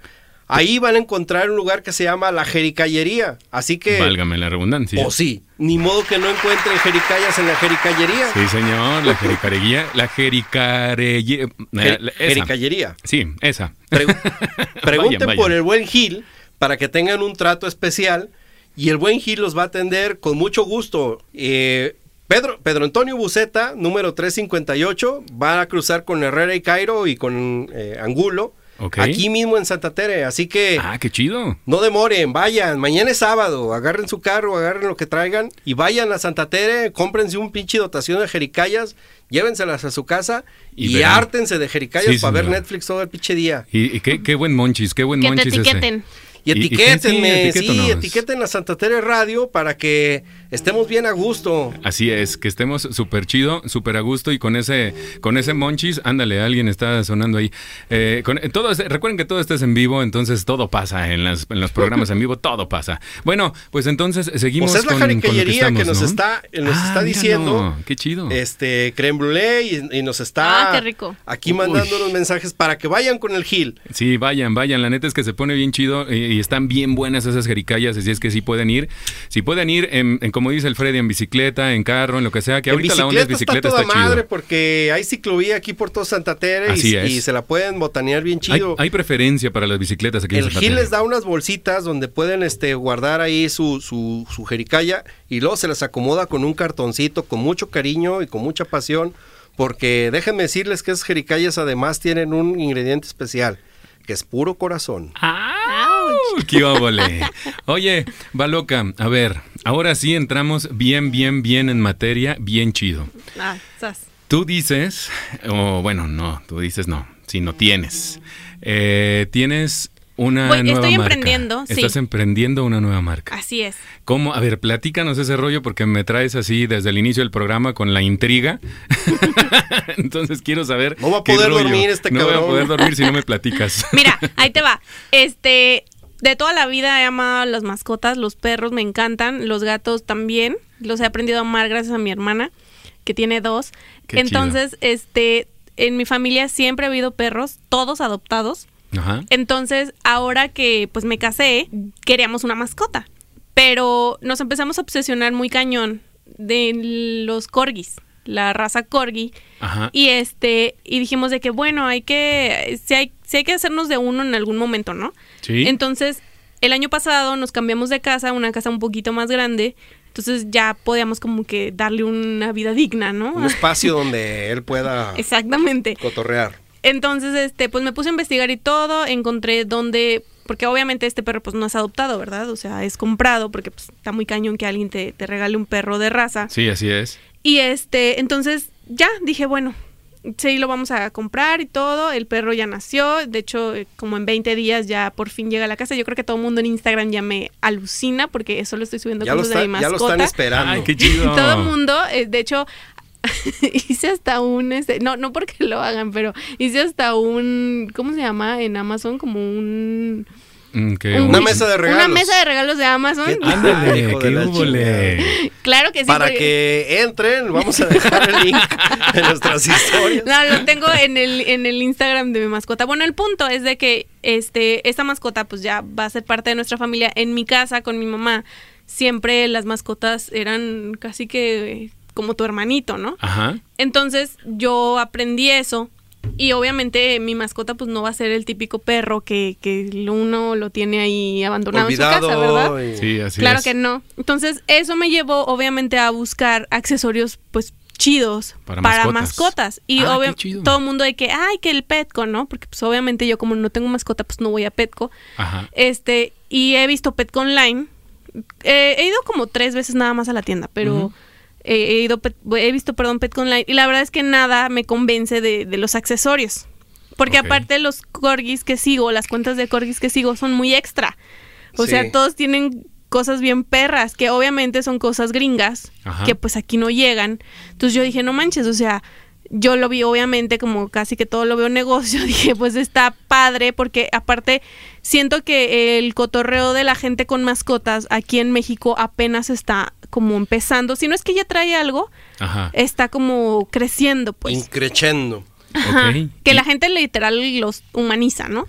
[SPEAKER 2] Ahí van a encontrar un lugar que se llama La Jericallería. Así que,
[SPEAKER 1] Válgame la redundancia.
[SPEAKER 2] o sí, ni modo que no encuentren jericayas en la jericallería.
[SPEAKER 1] Sí, señor, la jericareguía, la jericarelle...
[SPEAKER 2] Jer-
[SPEAKER 1] la- Eh, esa.
[SPEAKER 2] jericallería.
[SPEAKER 1] Sí, esa.
[SPEAKER 2] Pregu- pregunten
[SPEAKER 1] Vayan, vayan.
[SPEAKER 2] por el buen Gil para que tengan un trato especial y el buen Gil los va a atender con mucho gusto. Eh, Pedro, Pedro Antonio Buceta, número 358, va a cruzar con Herrera y Cairo y con eh, Angulo,
[SPEAKER 1] Ok.
[SPEAKER 2] aquí mismo en Santa Tere. Así que
[SPEAKER 1] Ah, qué chido.
[SPEAKER 2] no demoren, vayan. Mañana es sábado, agarren su carro, agarren lo que traigan y vayan a Santa Tere, cómprense un pinche dotación de jericayas, llévenselas a su casa
[SPEAKER 1] Y
[SPEAKER 2] y,
[SPEAKER 1] verán.
[SPEAKER 2] ártense de jericayas
[SPEAKER 1] Sí,
[SPEAKER 2] para ver
[SPEAKER 1] señora.
[SPEAKER 2] Netflix todo el pinche día.
[SPEAKER 1] Y, y qué, qué buen monchis, qué buen
[SPEAKER 3] Que te
[SPEAKER 1] monchis ese.
[SPEAKER 3] etiqueten.
[SPEAKER 2] Y
[SPEAKER 1] Y- y-
[SPEAKER 2] etiquétenme,
[SPEAKER 1] sí,
[SPEAKER 2] sí,
[SPEAKER 1] etiquétanos.
[SPEAKER 2] etiqueten a Santa Tere Radio para que estemos bien a gusto.
[SPEAKER 1] Así es, que estemos súper chido, súper a gusto y con ese, con ese monchis, ándale, alguien está sonando ahí. Eh, con- todo, es- recuerden que todo esto es en vivo, entonces todo pasa en, las, en los programas en vivo, todo pasa. Bueno, pues entonces seguimos
[SPEAKER 2] Pues es la
[SPEAKER 1] con, con lo que
[SPEAKER 2] jariqueyería que,
[SPEAKER 1] estamos,
[SPEAKER 2] nos
[SPEAKER 1] ¿no?
[SPEAKER 2] está, eh, nos
[SPEAKER 1] Ah,
[SPEAKER 2] está
[SPEAKER 1] míralo,
[SPEAKER 2] diciendo
[SPEAKER 1] Qué chido.
[SPEAKER 2] este creme brulee y, y nos está
[SPEAKER 3] Ah, qué rico.
[SPEAKER 2] aquí
[SPEAKER 1] Uy.
[SPEAKER 2] mandando unos mensajes para que vayan con el Gil.
[SPEAKER 1] Sí, vayan, vayan. La neta es que se pone bien chido y, y están bien buenas esas jericayas. Así es que sí pueden ir. Si pueden ir, en, en como dice el Freddy, en bicicleta, en carro, en lo que sea. Que
[SPEAKER 2] En
[SPEAKER 1] ahorita la onda es bicicleta está,
[SPEAKER 2] toda
[SPEAKER 1] chido.
[SPEAKER 2] madre porque hay ciclovía aquí por todo Santa Tere y,
[SPEAKER 1] Así es.
[SPEAKER 2] y se la pueden botanear bien
[SPEAKER 1] Hay,
[SPEAKER 2] chido.
[SPEAKER 1] hay preferencia para las bicicletas aquí en
[SPEAKER 2] el
[SPEAKER 1] Zapatero.
[SPEAKER 2] Gil les da unas bolsitas donde pueden este, guardar ahí su, su, su jericaya y luego se las acomoda con un cartoncito con mucho cariño y con mucha pasión porque déjenme decirles que esas jericayas además tienen un ingrediente especial que es puro corazón.
[SPEAKER 1] ¡Auch! ¡Qué óvole! Oye, Baloca, a ver, ahora sí entramos bien, bien, bien en materia, bien chido.
[SPEAKER 3] Ah, sas.
[SPEAKER 1] Tú dices, o bueno, no, tú dices no, si no tienes. Eh, tienes una
[SPEAKER 3] Voy-
[SPEAKER 1] nueva
[SPEAKER 3] estoy
[SPEAKER 1] marca.
[SPEAKER 3] emprendiendo, sí.
[SPEAKER 1] Estás emprendiendo una nueva marca.
[SPEAKER 3] Así es.
[SPEAKER 1] ¿Cómo? A ver, platícanos ese rollo porque me traes así desde el inicio del programa con la intriga. Entonces quiero saber.
[SPEAKER 2] No va a
[SPEAKER 1] qué
[SPEAKER 2] poder
[SPEAKER 1] rollo.
[SPEAKER 2] dormir este
[SPEAKER 1] No voy
[SPEAKER 2] cabrón.
[SPEAKER 1] a poder dormir si no me platicas.
[SPEAKER 3] Mira, ahí te va. Este, de toda la vida he amado a las mascotas, los perros me encantan, los gatos también. Los he aprendido a amar gracias a mi hermana, que tiene dos.
[SPEAKER 1] Qué chido.
[SPEAKER 3] Entonces, este, en mi familia siempre ha habido perros, todos adoptados.
[SPEAKER 1] Ajá.
[SPEAKER 3] eh, Entonces, ahora que pues me casé, queríamos una mascota. Pero nos empezamos a obsesionar muy cañón de los corgis, la raza corgi.
[SPEAKER 1] Ajá.
[SPEAKER 3] Y este, y dijimos de que bueno, hay que, si hay, si hay que hacernos de uno en algún momento, ¿no?
[SPEAKER 1] Sí.
[SPEAKER 3] Entonces, el año pasado nos cambiamos de casa, una casa un poquito más grande. Entonces ya podíamos como que darle una vida digna, ¿no?
[SPEAKER 2] Un espacio donde él pueda
[SPEAKER 3] Exactamente.
[SPEAKER 2] cotorrear.
[SPEAKER 3] Entonces, este, pues me puse a investigar y todo, encontré dónde, porque obviamente este perro pues no es adoptado, ¿verdad? O sea, es comprado, porque pues, está muy cañón que alguien te, te regale un perro de raza.
[SPEAKER 1] Sí, así es.
[SPEAKER 3] Y este, entonces ya dije, bueno, sí, lo vamos a comprar y todo, el perro ya nació, de hecho, eh, como en 20 días ya por fin llega a la casa, yo creo que todo el mundo en Instagram ya me alucina, porque eso lo estoy subiendo
[SPEAKER 2] Ya lo,
[SPEAKER 3] cosas
[SPEAKER 2] está-
[SPEAKER 3] de mi
[SPEAKER 2] ya lo están
[SPEAKER 3] mascota.
[SPEAKER 2] esperando.
[SPEAKER 1] Ay, qué chido.
[SPEAKER 3] Todo el mundo, eh, de hecho, hice hasta un, este, no, no porque lo hagan, pero hice hasta un, ¿cómo se llama? En Amazon, como un...
[SPEAKER 1] Mm, que
[SPEAKER 3] un-
[SPEAKER 1] un-
[SPEAKER 2] Una mesa de regalos.
[SPEAKER 3] Una mesa de regalos de Amazon.
[SPEAKER 2] ¿Qué tal? Ah,
[SPEAKER 1] Ándale,
[SPEAKER 2] hijo de
[SPEAKER 1] qué
[SPEAKER 2] la
[SPEAKER 1] húbole.
[SPEAKER 3] Claro que sí.
[SPEAKER 2] Para
[SPEAKER 3] porque-
[SPEAKER 2] que entren, vamos a dejar el link en nuestras historias.
[SPEAKER 3] No, lo tengo en el, en el Instagram de mi mascota. Bueno, el punto es de que este, esta mascota pues ya va a ser parte de nuestra familia. En mi casa, con mi mamá, siempre las mascotas eran casi que eh, como tu hermanito, ¿no?
[SPEAKER 1] Ajá.
[SPEAKER 3] Entonces yo aprendí eso y obviamente mi mascota pues no va a ser el típico perro que, que uno lo tiene ahí abandonado en su casa, ¿verdad?
[SPEAKER 2] y-
[SPEAKER 1] Sí, así
[SPEAKER 3] claro
[SPEAKER 1] es.
[SPEAKER 3] que no. Entonces eso me llevó obviamente a buscar accesorios pues chidos
[SPEAKER 1] Para
[SPEAKER 3] para,
[SPEAKER 1] mascotas.
[SPEAKER 3] mascotas. y
[SPEAKER 1] Ah, qué
[SPEAKER 3] obvio-
[SPEAKER 1] chido.
[SPEAKER 3] todo el mundo de que ay que el Petco no porque pues obviamente yo como no tengo mascota pues no voy a Petco
[SPEAKER 1] Ajá.
[SPEAKER 3] este y he visto Petco online Eh, he ido como tres veces nada más a la tienda pero
[SPEAKER 1] Ujú.
[SPEAKER 3] eh, he ido Pet- he visto perdón Petco online y la verdad es que nada me convence de, de los accesorios porque
[SPEAKER 1] Ok.
[SPEAKER 3] aparte los corgis que sigo las cuentas de corgis que sigo son muy extra o
[SPEAKER 2] Sí.
[SPEAKER 3] sea, todos tienen cosas bien perras, que obviamente son cosas gringas,
[SPEAKER 1] Ajá.
[SPEAKER 3] que pues aquí no llegan. Entonces yo dije, no manches, o sea, yo lo vi obviamente como casi que todo lo veo negocio, dije, pues está padre, porque aparte siento que el cotorreo de la gente con mascotas aquí en México apenas está como empezando. Si no es que ya trae algo,
[SPEAKER 1] Ajá.
[SPEAKER 3] está como creciendo, pues.
[SPEAKER 2] Increchendo.
[SPEAKER 3] Ajá,
[SPEAKER 1] Ok.
[SPEAKER 3] Que
[SPEAKER 1] Y-
[SPEAKER 3] la gente literal los humaniza, ¿no?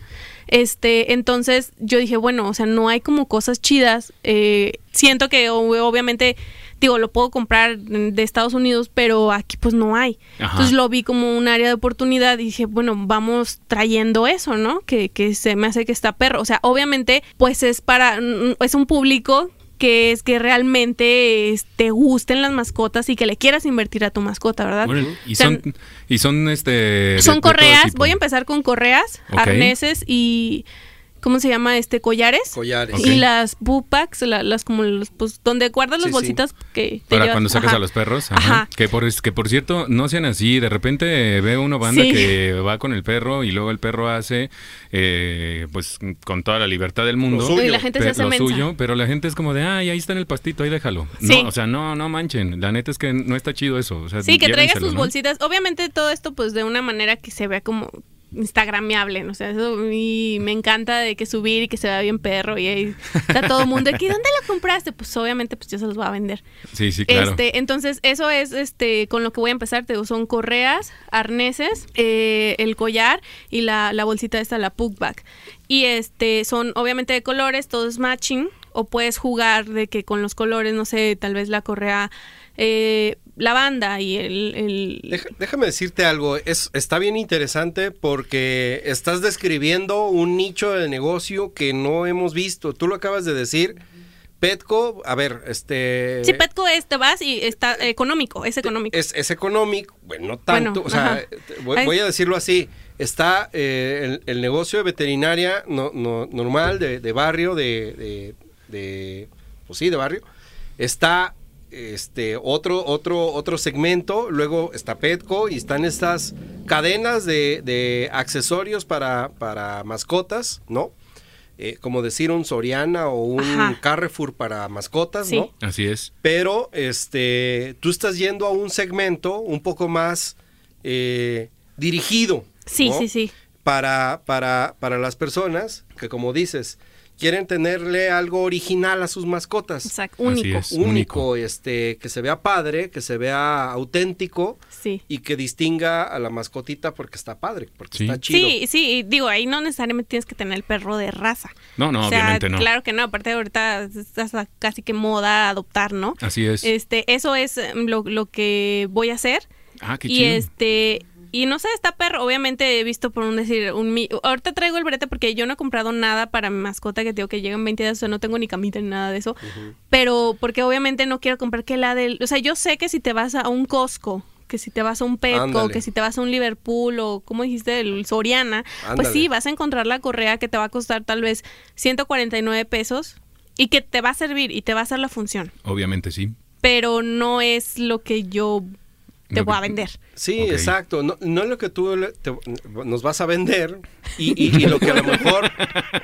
[SPEAKER 3] Este, entonces yo dije, bueno, o sea, no hay como cosas chidas. eh, siento que o- obviamente, digo, lo puedo comprar de Estados Unidos, pero aquí pues no hay.
[SPEAKER 1] Ajá.
[SPEAKER 3] Entonces lo vi como un área de oportunidad y dije, bueno, vamos trayendo eso, ¿no? Que, que se me hace que está perro. O sea, obviamente, pues es para, mm, es un público que es que realmente es- te gusten las mascotas y que le quieras invertir a tu mascota, ¿verdad?
[SPEAKER 1] Órale, y
[SPEAKER 3] O sea,
[SPEAKER 1] son, y son este. de- de
[SPEAKER 3] Son
[SPEAKER 1] todo
[SPEAKER 3] correas,
[SPEAKER 1] tipo.
[SPEAKER 3] voy a empezar con correas,
[SPEAKER 1] Ok.
[SPEAKER 3] arneses y ¿cómo se llama? Este, collares.
[SPEAKER 2] Collares.
[SPEAKER 1] Ok.
[SPEAKER 3] Y las bupacs, las como los, pues, donde guardas las
[SPEAKER 2] Sí, sí.
[SPEAKER 3] bolsitas que te
[SPEAKER 1] Para
[SPEAKER 3] llevas.
[SPEAKER 1] cuando sacas
[SPEAKER 3] Ajá.
[SPEAKER 1] a los perros. ajá.
[SPEAKER 3] Ajá.
[SPEAKER 1] Que, por, que por cierto, no sean así. De repente veo una banda
[SPEAKER 3] Sí.
[SPEAKER 1] que va con el perro y luego el perro hace, eh, pues, con toda la libertad del mundo.
[SPEAKER 2] Lo suyo.
[SPEAKER 3] Y la gente se
[SPEAKER 1] pe-
[SPEAKER 3] hace
[SPEAKER 1] lo
[SPEAKER 3] mensa.
[SPEAKER 1] suyo, pero la gente es como de, ay, ahí está en el pastito, ahí déjalo.
[SPEAKER 3] Sí.
[SPEAKER 1] No, o sea, no, no manchen. La neta es que no está chido eso. o sea,
[SPEAKER 3] Sí, que traigas
[SPEAKER 1] pues, llévenselo,
[SPEAKER 3] sus
[SPEAKER 1] ¿no?
[SPEAKER 3] bolsitas. Obviamente todo esto pues de una manera que se vea como instagrameable, no sé, eso y me encanta de que subir y que se vea bien perro y ahí está todo el mundo aquí, ¿dónde lo compraste? Pues obviamente pues yo se los voy a vender.
[SPEAKER 1] Sí, sí, claro.
[SPEAKER 3] Este, entonces eso es este con lo que voy a empezar, te digo, son correas, arneses, eh, el collar y la, la bolsita esta, la pugback. Y este son obviamente de colores, todo es matching o puedes jugar de que con los colores, no sé, tal vez la correa eh, lavanda y el, el-
[SPEAKER 2] Deja- déjame decirte algo, es, está bien interesante porque estás describiendo un nicho de negocio que no hemos visto. Tú lo acabas de decir. Petco, a ver, este...
[SPEAKER 3] Sí, Petco es, te vas y está económico, es económico.
[SPEAKER 2] Es, es económico, bueno, no tanto,
[SPEAKER 3] Bueno,
[SPEAKER 2] o sea,
[SPEAKER 3] ajá.
[SPEAKER 2] te- voy,
[SPEAKER 3] Ay.
[SPEAKER 2] voy a decirlo así, está eh, el, el negocio de veterinaria no, no- normal, de, de barrio, de, de, de- pues sí, de barrio, está este otro, otro, otro segmento, luego está Petco y están estas cadenas de, de accesorios para, para mascotas, ¿no? Eh, como decir un Soriana o un
[SPEAKER 3] Ajá.
[SPEAKER 2] Carrefour para mascotas,
[SPEAKER 3] Sí.
[SPEAKER 2] ¿no?
[SPEAKER 1] Así es.
[SPEAKER 2] Pero este, tú estás yendo a un segmento un poco más eh, dirigido.
[SPEAKER 3] sí,
[SPEAKER 2] ¿no?
[SPEAKER 3] sí, sí.
[SPEAKER 2] Para, para, para las personas que, como dices, quieren tenerle algo original a sus mascotas.
[SPEAKER 3] Exacto,
[SPEAKER 1] Así
[SPEAKER 3] único.
[SPEAKER 1] es.
[SPEAKER 2] Único,
[SPEAKER 1] único.
[SPEAKER 2] este, que se vea padre, que se vea auténtico
[SPEAKER 3] Sí.
[SPEAKER 2] y que distinga a la mascotita porque está padre, porque
[SPEAKER 1] Sí.
[SPEAKER 2] está chido.
[SPEAKER 3] Sí, sí, y digo, ahí no necesariamente tienes que tener el perro de raza.
[SPEAKER 1] No, no,
[SPEAKER 3] O sea,
[SPEAKER 1] obviamente no.
[SPEAKER 3] Claro que no, aparte ahorita es hasta casi que moda adoptar, ¿no?
[SPEAKER 1] Así es.
[SPEAKER 3] Este, eso es em, lo, lo que voy a hacer.
[SPEAKER 1] ah, qué
[SPEAKER 3] y
[SPEAKER 1] chido.
[SPEAKER 3] este, y no sé, está perro, obviamente he visto por un decir, un mi- ahorita traigo el brete porque yo no he comprado nada para mi mascota que tengo que llegan 20 días, o sea, no tengo ni camita ni nada de eso. Pero porque obviamente no quiero comprar que la del, o sea, yo sé que si te vas a un Costco, que si te vas a un Petco,
[SPEAKER 2] Ándale.
[SPEAKER 3] que si te vas a un Liverpool o como dijiste, el Soriana, pues
[SPEAKER 2] Ándale.
[SPEAKER 3] sí, vas a encontrar la correa que te va a costar tal vez 149 pesos y que te va a servir y te va a hacer la función,
[SPEAKER 1] Obviamente sí.
[SPEAKER 3] pero no es lo que yo te
[SPEAKER 1] Lo que-
[SPEAKER 3] voy a vender.
[SPEAKER 2] Sí,
[SPEAKER 1] Ok.
[SPEAKER 2] exacto. No, no es lo que tú le- te- nos vas a vender y, y- y lo que a lo mejor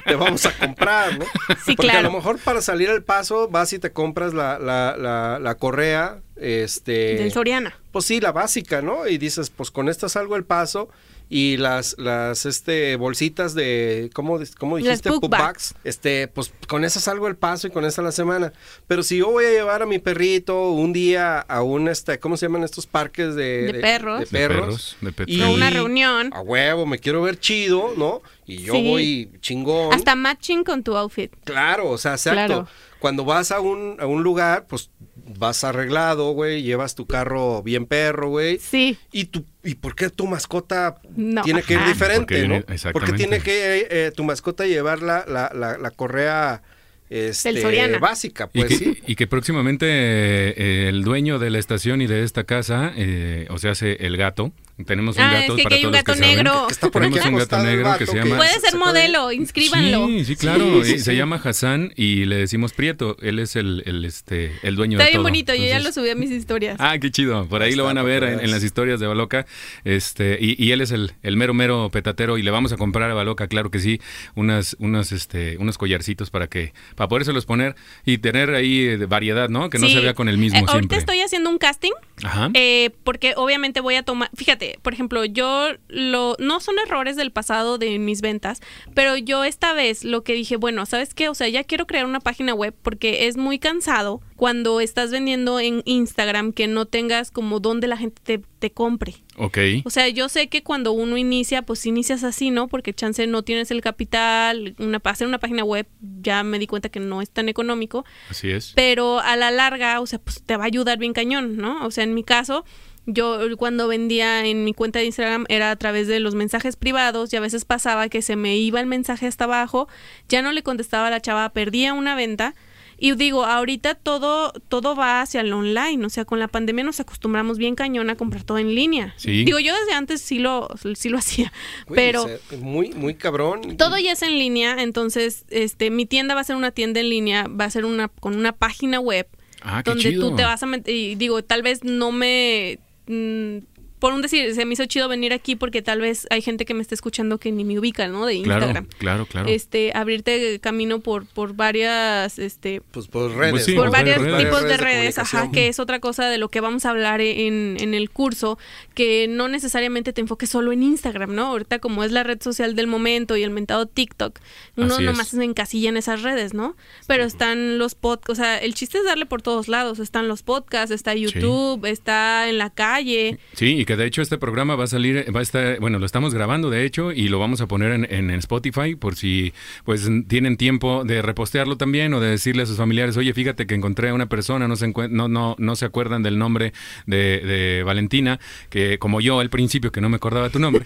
[SPEAKER 2] te vamos a comprar, ¿no?
[SPEAKER 3] Sí,
[SPEAKER 2] Porque a
[SPEAKER 3] claro.
[SPEAKER 2] lo mejor para salir al paso vas y te compras la, la- la- la correa, este...
[SPEAKER 3] Del Soriana.
[SPEAKER 2] Pues sí, la básica, ¿no? Y dices, pues con esta salgo al paso y las, las este, bolsitas de, ¿cómo, dis- cómo
[SPEAKER 3] Las
[SPEAKER 2] dijiste?
[SPEAKER 3] book
[SPEAKER 2] Pup
[SPEAKER 3] bags.
[SPEAKER 2] bags. Este, pues con esa salgo al paso y con esa la semana. Pero si yo voy a llevar a mi perrito un día a un, este, ¿cómo se llaman estos parques de,
[SPEAKER 3] De perros.
[SPEAKER 2] De
[SPEAKER 1] De
[SPEAKER 2] perros.
[SPEAKER 1] perros, de pet
[SPEAKER 2] Y-
[SPEAKER 3] A una reunión.
[SPEAKER 2] A huevo, me quiero ver chido, ¿no? Y yo
[SPEAKER 3] Sí.
[SPEAKER 2] voy chingón.
[SPEAKER 3] Hasta matching con tu outfit.
[SPEAKER 2] Claro, o sea, exacto.
[SPEAKER 3] Claro.
[SPEAKER 2] Cuando vas a un, a un lugar, pues vas arreglado, güey, llevas tu carro bien perro, güey.
[SPEAKER 3] Sí.
[SPEAKER 2] ¿Y, tu, ¿Y por qué tu mascota
[SPEAKER 3] No.
[SPEAKER 2] tiene que ir
[SPEAKER 3] Ajá.
[SPEAKER 2] diferente?
[SPEAKER 1] Porque
[SPEAKER 2] ¿no?
[SPEAKER 1] viene- exactamente.
[SPEAKER 2] Porque tiene que eh, eh, tu mascota llevar la, la, la, la correa este,
[SPEAKER 3] Del Soriana.
[SPEAKER 2] básica?
[SPEAKER 1] Y,
[SPEAKER 2] Pues
[SPEAKER 1] que,
[SPEAKER 2] sí.
[SPEAKER 1] y que próximamente eh, el dueño de la estación y de esta casa, eh, o sea, hace el gato. Tenemos un
[SPEAKER 3] Ah,
[SPEAKER 1] gato
[SPEAKER 3] es que
[SPEAKER 1] para
[SPEAKER 3] aquí hay
[SPEAKER 1] todos
[SPEAKER 3] un
[SPEAKER 1] los que
[SPEAKER 3] gato
[SPEAKER 1] se abren.
[SPEAKER 3] negro. Pues
[SPEAKER 2] Que está por
[SPEAKER 1] Tenemos
[SPEAKER 2] aquí
[SPEAKER 1] un gato
[SPEAKER 2] acostado el
[SPEAKER 1] negro que
[SPEAKER 2] vato
[SPEAKER 1] se llama-
[SPEAKER 3] Puede ser
[SPEAKER 2] se-
[SPEAKER 3] modelo, inscríbanlo.
[SPEAKER 1] Sí, sí, claro.
[SPEAKER 2] Sí,
[SPEAKER 1] Y
[SPEAKER 2] sí,
[SPEAKER 1] se
[SPEAKER 2] sí.
[SPEAKER 1] llama Hassan y le decimos Prieto. Él es el, el, este, el dueño
[SPEAKER 3] Está
[SPEAKER 1] de
[SPEAKER 3] bien
[SPEAKER 1] todo.
[SPEAKER 3] bonito, yo ya lo
[SPEAKER 1] Entonces-
[SPEAKER 3] subí a mis historias.
[SPEAKER 1] Ah, qué chido. Por ahí
[SPEAKER 2] Ahí
[SPEAKER 1] lo
[SPEAKER 2] está,
[SPEAKER 1] van a
[SPEAKER 2] para
[SPEAKER 1] ver
[SPEAKER 2] que
[SPEAKER 1] en,
[SPEAKER 2] veas.
[SPEAKER 1] en las historias de Baloca. Este, y, y él es el, el mero mero petatero y le vamos a comprar a Baloca, claro que sí, unas, unas, este, unos collarcitos para que, para podérselos poner y tener ahí eh, de variedad, ¿no? Que no
[SPEAKER 3] Sí.
[SPEAKER 1] se vea con el mismo
[SPEAKER 3] Eh, ahorita
[SPEAKER 1] siempre.
[SPEAKER 3] estoy haciendo un casting
[SPEAKER 1] Ajá.
[SPEAKER 3] Eh, porque obviamente voy a tomar, fíjate, por ejemplo, yo lo, no son errores del pasado de mis ventas, pero yo esta vez lo que dije, bueno, ¿sabes qué? O sea, ya quiero crear una página web porque es muy cansado cuando estás vendiendo en Instagram que no tengas como donde la gente te, te compre.
[SPEAKER 1] ok.
[SPEAKER 3] O sea, yo sé que cuando uno inicia, pues inicias así, ¿no? Porque chance no tienes el capital, una, hacer una página web ya me di cuenta que no es tan económico,
[SPEAKER 1] Así es.
[SPEAKER 3] pero a la larga, o sea, pues te va a ayudar bien cañón, ¿no? O sea, en mi caso, yo cuando vendía en mi cuenta de Instagram era a través de los mensajes privados y a veces pasaba que se me iba el mensaje hasta abajo, ya no le contestaba a la chava, perdía una venta Y digo, ahorita todo, todo va hacia el online, o sea, con la pandemia nos acostumbramos bien cañón a comprar todo en línea.
[SPEAKER 1] Sí.
[SPEAKER 3] Digo, yo desde antes sí lo, sí lo hacía,
[SPEAKER 2] Güey,
[SPEAKER 3] pero...
[SPEAKER 2] o sea, muy, muy cabrón.
[SPEAKER 3] Todo ya es en línea, entonces este mi tienda va a ser una tienda en línea, va a ser una con una página web
[SPEAKER 1] Ah, qué
[SPEAKER 3] donde
[SPEAKER 1] chido.
[SPEAKER 3] tú te vas a meter y digo, tal vez no me mm, por un decir, se me hizo chido venir aquí porque tal vez hay gente que me está escuchando que ni me ubica, ¿no? De Instagram.
[SPEAKER 1] Claro, claro, claro.
[SPEAKER 3] Este, abrirte camino por por varias este
[SPEAKER 2] Pues por redes.
[SPEAKER 1] Pues sí,
[SPEAKER 2] ¿no?
[SPEAKER 3] por varios
[SPEAKER 1] redes.
[SPEAKER 3] tipos de redes, ajá,
[SPEAKER 2] comunicación.
[SPEAKER 3] que es otra cosa de lo que vamos a hablar en, en el curso, que no necesariamente te enfoques solo en Instagram, ¿no? Ahorita como es la red social del momento y el mentado TikTok, uno
[SPEAKER 1] Así es.
[SPEAKER 3] nomás se encasilla en esas redes, ¿no? Pero están los podcasts, o sea, el chiste es darle por todos lados, están los podcasts, está YouTube, está en la calle,
[SPEAKER 1] Sí, y que de hecho este programa va a salir, va a estar, bueno, lo estamos grabando de hecho y lo vamos a poner en, en Spotify por si pues n- tienen tiempo de repostearlo también o de decirle a sus familiares, oye, fíjate que encontré a una persona, no se, encue- no, no, no se acuerdan del nombre de, de Valentina, que como yo al principio que no me acordaba tu nombre,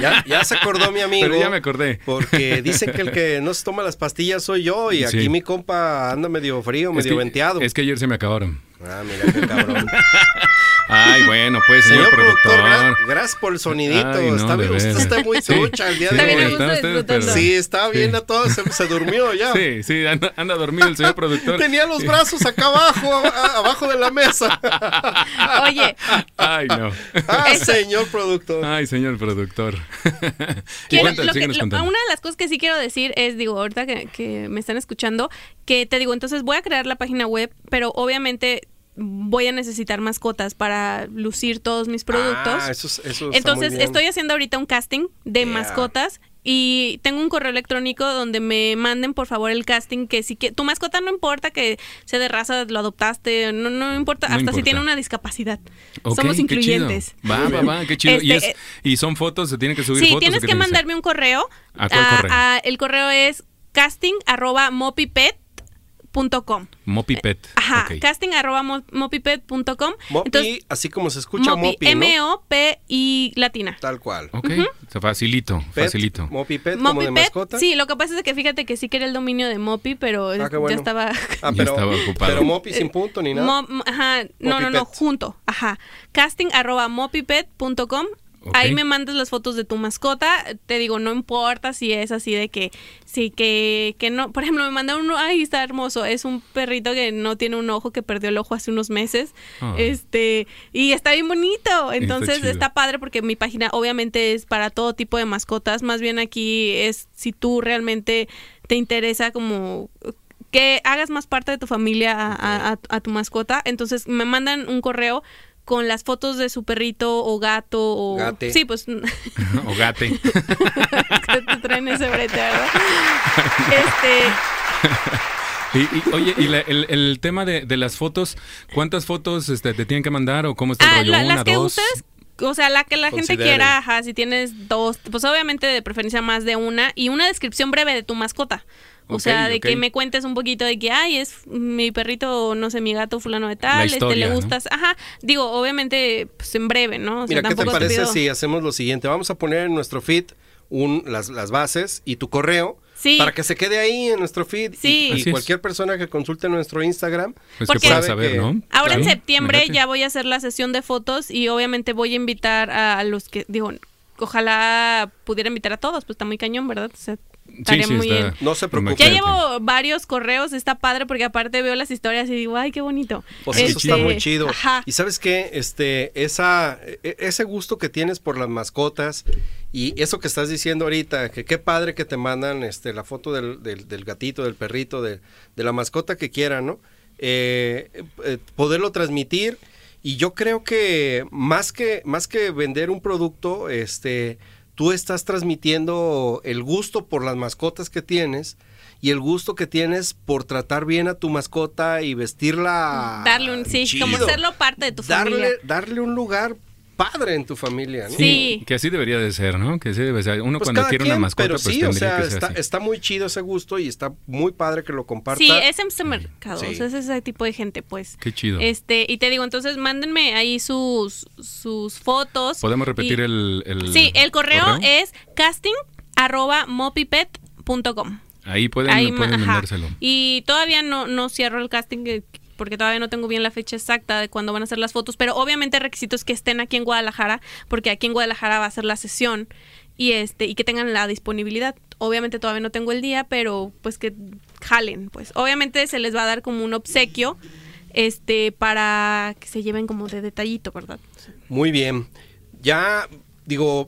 [SPEAKER 2] Ya, ya se acordó mi amigo.
[SPEAKER 1] pero ya me acordé.
[SPEAKER 2] Porque dicen que el que no se toma las pastillas soy yo y aquí
[SPEAKER 1] Sí.
[SPEAKER 2] mi compa anda medio frío,
[SPEAKER 1] Es
[SPEAKER 2] medio
[SPEAKER 1] que-
[SPEAKER 2] venteado.
[SPEAKER 1] Es que ayer se me acabaron.
[SPEAKER 2] Ah, mira qué cabrón.
[SPEAKER 1] Ay, bueno, pues señor,
[SPEAKER 2] Señor productor,
[SPEAKER 1] productor.
[SPEAKER 2] gra- gracias por el sonidito.
[SPEAKER 1] Ay, no,
[SPEAKER 2] está,
[SPEAKER 1] de
[SPEAKER 2] bien, usted
[SPEAKER 1] veras.
[SPEAKER 2] está muy
[SPEAKER 1] Sí,
[SPEAKER 2] trucha el día
[SPEAKER 1] sí,
[SPEAKER 3] Está bien a
[SPEAKER 2] de hoy.
[SPEAKER 3] gusto
[SPEAKER 1] están ustedes,
[SPEAKER 3] disfrutando.
[SPEAKER 1] pero-
[SPEAKER 2] Sí, está
[SPEAKER 1] Pues,
[SPEAKER 2] bien
[SPEAKER 1] Sí.
[SPEAKER 2] a todo, se, se durmió ya.
[SPEAKER 1] Sí, sí, anda, anda dormido el señor productor.
[SPEAKER 2] Tenía los brazos acá abajo, a- a- abajo de la mesa.
[SPEAKER 3] oye,
[SPEAKER 1] Ay, no.
[SPEAKER 2] Ah, señor productor.
[SPEAKER 1] Ay, señor productor. Y
[SPEAKER 3] Quiero-
[SPEAKER 1] cuéntanos,
[SPEAKER 3] lo que-
[SPEAKER 1] síguenos
[SPEAKER 3] lo-
[SPEAKER 1] contando.
[SPEAKER 3] una de las cosas que sí quiero decir es, digo, ahorita que, que me están escuchando, que te digo, entonces voy a crear la página web, pero obviamente voy a necesitar mascotas para lucir todos mis productos.
[SPEAKER 2] Ah, eso, es- eso está
[SPEAKER 3] entonces
[SPEAKER 2] muy bien.
[SPEAKER 3] estoy haciendo ahorita un casting de
[SPEAKER 2] Yeah.
[SPEAKER 3] mascotas. Y tengo un correo electrónico donde me manden por favor el casting que si que tu mascota no importa que sea de raza, lo adoptaste, no, no importa,
[SPEAKER 1] No
[SPEAKER 3] hasta si
[SPEAKER 1] importa.
[SPEAKER 3] tiene una discapacidad.
[SPEAKER 1] Ok,
[SPEAKER 3] Somos
[SPEAKER 1] qué chido.
[SPEAKER 3] incluyentes.
[SPEAKER 1] Va, va, va, qué chido. ¿Y,
[SPEAKER 3] Este,
[SPEAKER 1] es- y son fotos, se tienen que subir
[SPEAKER 3] Sí,
[SPEAKER 1] fotos. o
[SPEAKER 3] tienes
[SPEAKER 1] qué que
[SPEAKER 3] que
[SPEAKER 1] hacer?
[SPEAKER 3] mandarme un correo. Ah,
[SPEAKER 1] ¿A cuál correo?
[SPEAKER 3] el correo es casting arroba mopipet.com.
[SPEAKER 1] Mopipet.
[SPEAKER 3] Ajá,
[SPEAKER 1] ok.
[SPEAKER 3] casting arroba mo- mopipet.com.
[SPEAKER 2] Mopi,
[SPEAKER 3] Entonces,
[SPEAKER 2] así como se escucha
[SPEAKER 3] mopi,
[SPEAKER 2] Mopi, ¿no?
[SPEAKER 3] M-O-P-I latina.
[SPEAKER 2] Tal cual.
[SPEAKER 1] Ok, o sea, facilito,
[SPEAKER 2] Pet,
[SPEAKER 1] Oh, facilito.
[SPEAKER 2] Mopi Pet, como de
[SPEAKER 3] Mopipet,
[SPEAKER 2] mascota.
[SPEAKER 3] sí, lo que pasa es que fíjate que sí quería el dominio de Mopi, pero
[SPEAKER 2] Ah, qué
[SPEAKER 3] ya
[SPEAKER 2] bueno.
[SPEAKER 3] estaba...
[SPEAKER 2] Ah,
[SPEAKER 1] Ya
[SPEAKER 2] pero,
[SPEAKER 1] estaba ocupado.
[SPEAKER 2] pero Mopi sin punto ni nada.
[SPEAKER 3] Mo- m- ajá, no, no, no,
[SPEAKER 2] Mopipet.
[SPEAKER 3] junto. Ajá. Casting arroba mopipet.com.
[SPEAKER 1] Ok.
[SPEAKER 3] Ahí me mandas las fotos de tu mascota. Te digo, no importa si es así de que, sí, que, que no. Por ejemplo, me manda uno, ay, está hermoso. Es un perrito que no tiene un ojo, que perdió el ojo hace unos meses.
[SPEAKER 1] Ah.
[SPEAKER 3] Este, y está bien bonito. Entonces
[SPEAKER 1] chido.
[SPEAKER 3] está padre porque mi página obviamente es para todo tipo de mascotas. Más bien aquí es si tú realmente te interesa como que hagas más parte de tu familia a, a- a- a tu mascota. Entonces me mandan un correo con las fotos de su perrito o gato o...
[SPEAKER 2] Gate.
[SPEAKER 3] Sí, pues
[SPEAKER 1] o gate.
[SPEAKER 3] te traen ese brete, ¿verdad? Este,
[SPEAKER 1] Y, y, oye, y la- el, el tema de, de las fotos, ¿cuántas fotos este, te tienen que mandar o cómo está el
[SPEAKER 3] ah,
[SPEAKER 1] rollo?
[SPEAKER 3] la-
[SPEAKER 1] ¿Una,
[SPEAKER 3] las que
[SPEAKER 1] dos?
[SPEAKER 3] ustedes... O sea, la que la gente
[SPEAKER 2] Consideren.
[SPEAKER 3] quiera, ajá, si tienes dos, pues obviamente de preferencia más de una y una descripción breve de tu mascota. O
[SPEAKER 1] Ok,
[SPEAKER 3] sea, de
[SPEAKER 1] ok.
[SPEAKER 3] que me cuentes un poquito de que, ay, es mi perrito, o no sé, mi gato fulano de
[SPEAKER 1] La
[SPEAKER 3] tal, este,
[SPEAKER 1] historia,
[SPEAKER 3] le
[SPEAKER 1] ¿no?
[SPEAKER 3] gustas. Ajá, digo, obviamente, pues en breve, ¿no? O sea,
[SPEAKER 2] Mira, ¿qué te
[SPEAKER 3] tampoco
[SPEAKER 2] parece
[SPEAKER 3] pido-
[SPEAKER 2] si hacemos lo siguiente? Vamos a poner en nuestro feed un, las, las bases y tu correo
[SPEAKER 3] Sí.
[SPEAKER 2] para que se quede ahí en nuestro feed. y-
[SPEAKER 3] Sí.
[SPEAKER 2] Y,
[SPEAKER 1] Así es.
[SPEAKER 2] cualquier persona que consulte nuestro Instagram.
[SPEAKER 1] Pues
[SPEAKER 3] Porque-
[SPEAKER 1] que puedas
[SPEAKER 2] Sabe
[SPEAKER 1] saber,
[SPEAKER 2] que-
[SPEAKER 1] ¿no?
[SPEAKER 3] Ahora en
[SPEAKER 1] Sí, me
[SPEAKER 3] septiembre
[SPEAKER 1] late.
[SPEAKER 3] ya voy a hacer la sesión de fotos y obviamente voy a invitar a los que, digo, ojalá pudiera invitar a todos, pues está muy cañón, ¿verdad? O sea, estaría muy
[SPEAKER 1] está-
[SPEAKER 3] bien.
[SPEAKER 2] No se preocupe.
[SPEAKER 3] Ya
[SPEAKER 1] Imagínate.
[SPEAKER 3] llevo varios correos, está padre porque aparte veo las historias y digo, ay, qué bonito.
[SPEAKER 2] Pues
[SPEAKER 1] Este,
[SPEAKER 2] eso está muy chido.
[SPEAKER 3] Ajá.
[SPEAKER 2] Y sabes qué, este, esa, e- ese gusto que tienes por las mascotas y eso que estás diciendo ahorita, que qué padre que te mandan este, la foto del, del- del gatito, del perrito, de, de la mascota que quieran, ¿no? Eh, eh, poderlo transmitir. Y yo creo que más que, más que vender un producto, este, tú estás transmitiendo el gusto por las mascotas que tienes. Y el gusto que tienes por tratar bien a tu mascota y vestirla.
[SPEAKER 3] Darle un sí,
[SPEAKER 2] Ah,
[SPEAKER 3] como
[SPEAKER 2] chido.
[SPEAKER 3] hacerlo parte de tu familia.
[SPEAKER 2] Darle, darle un lugar padre en tu familia, ¿no?
[SPEAKER 3] Sí.
[SPEAKER 1] Que así debería de ser, ¿no? Que así debe ser. Uno
[SPEAKER 2] Pues
[SPEAKER 1] cuando
[SPEAKER 2] cada
[SPEAKER 1] quiere una
[SPEAKER 2] quien,
[SPEAKER 1] mascota,
[SPEAKER 2] pero
[SPEAKER 1] pues
[SPEAKER 2] sí,
[SPEAKER 1] tendría
[SPEAKER 2] o sea,
[SPEAKER 1] que ser
[SPEAKER 2] está,
[SPEAKER 1] así.
[SPEAKER 2] está muy chido ese gusto y está muy padre que lo compartas.
[SPEAKER 3] Sí, es en ese mercado,
[SPEAKER 2] Sí.
[SPEAKER 3] o sea, es ese tipo de gente, pues.
[SPEAKER 1] Qué chido.
[SPEAKER 3] Este, y te digo, entonces mándenme ahí sus, sus fotos.
[SPEAKER 1] ¿Podemos repetir
[SPEAKER 3] y-
[SPEAKER 1] el, el
[SPEAKER 3] Sí, el correo, es casting arroba mopipet.com.
[SPEAKER 1] Ahí pueden,
[SPEAKER 3] Ahí ma-
[SPEAKER 1] pueden
[SPEAKER 3] ajá.
[SPEAKER 1] mandárselo.
[SPEAKER 3] Y todavía no, no cierro el casting eh, porque todavía no tengo bien la fecha exacta de cuándo van a hacer las fotos, pero obviamente el requisito es que estén aquí en Guadalajara, porque aquí en Guadalajara va a ser la sesión y este y que tengan la disponibilidad. Obviamente todavía no tengo el día, pero pues que jalen, pues. Obviamente se les va a dar como un obsequio este para que se lleven como de detallito, ¿verdad?
[SPEAKER 2] Muy bien. Ya, digo,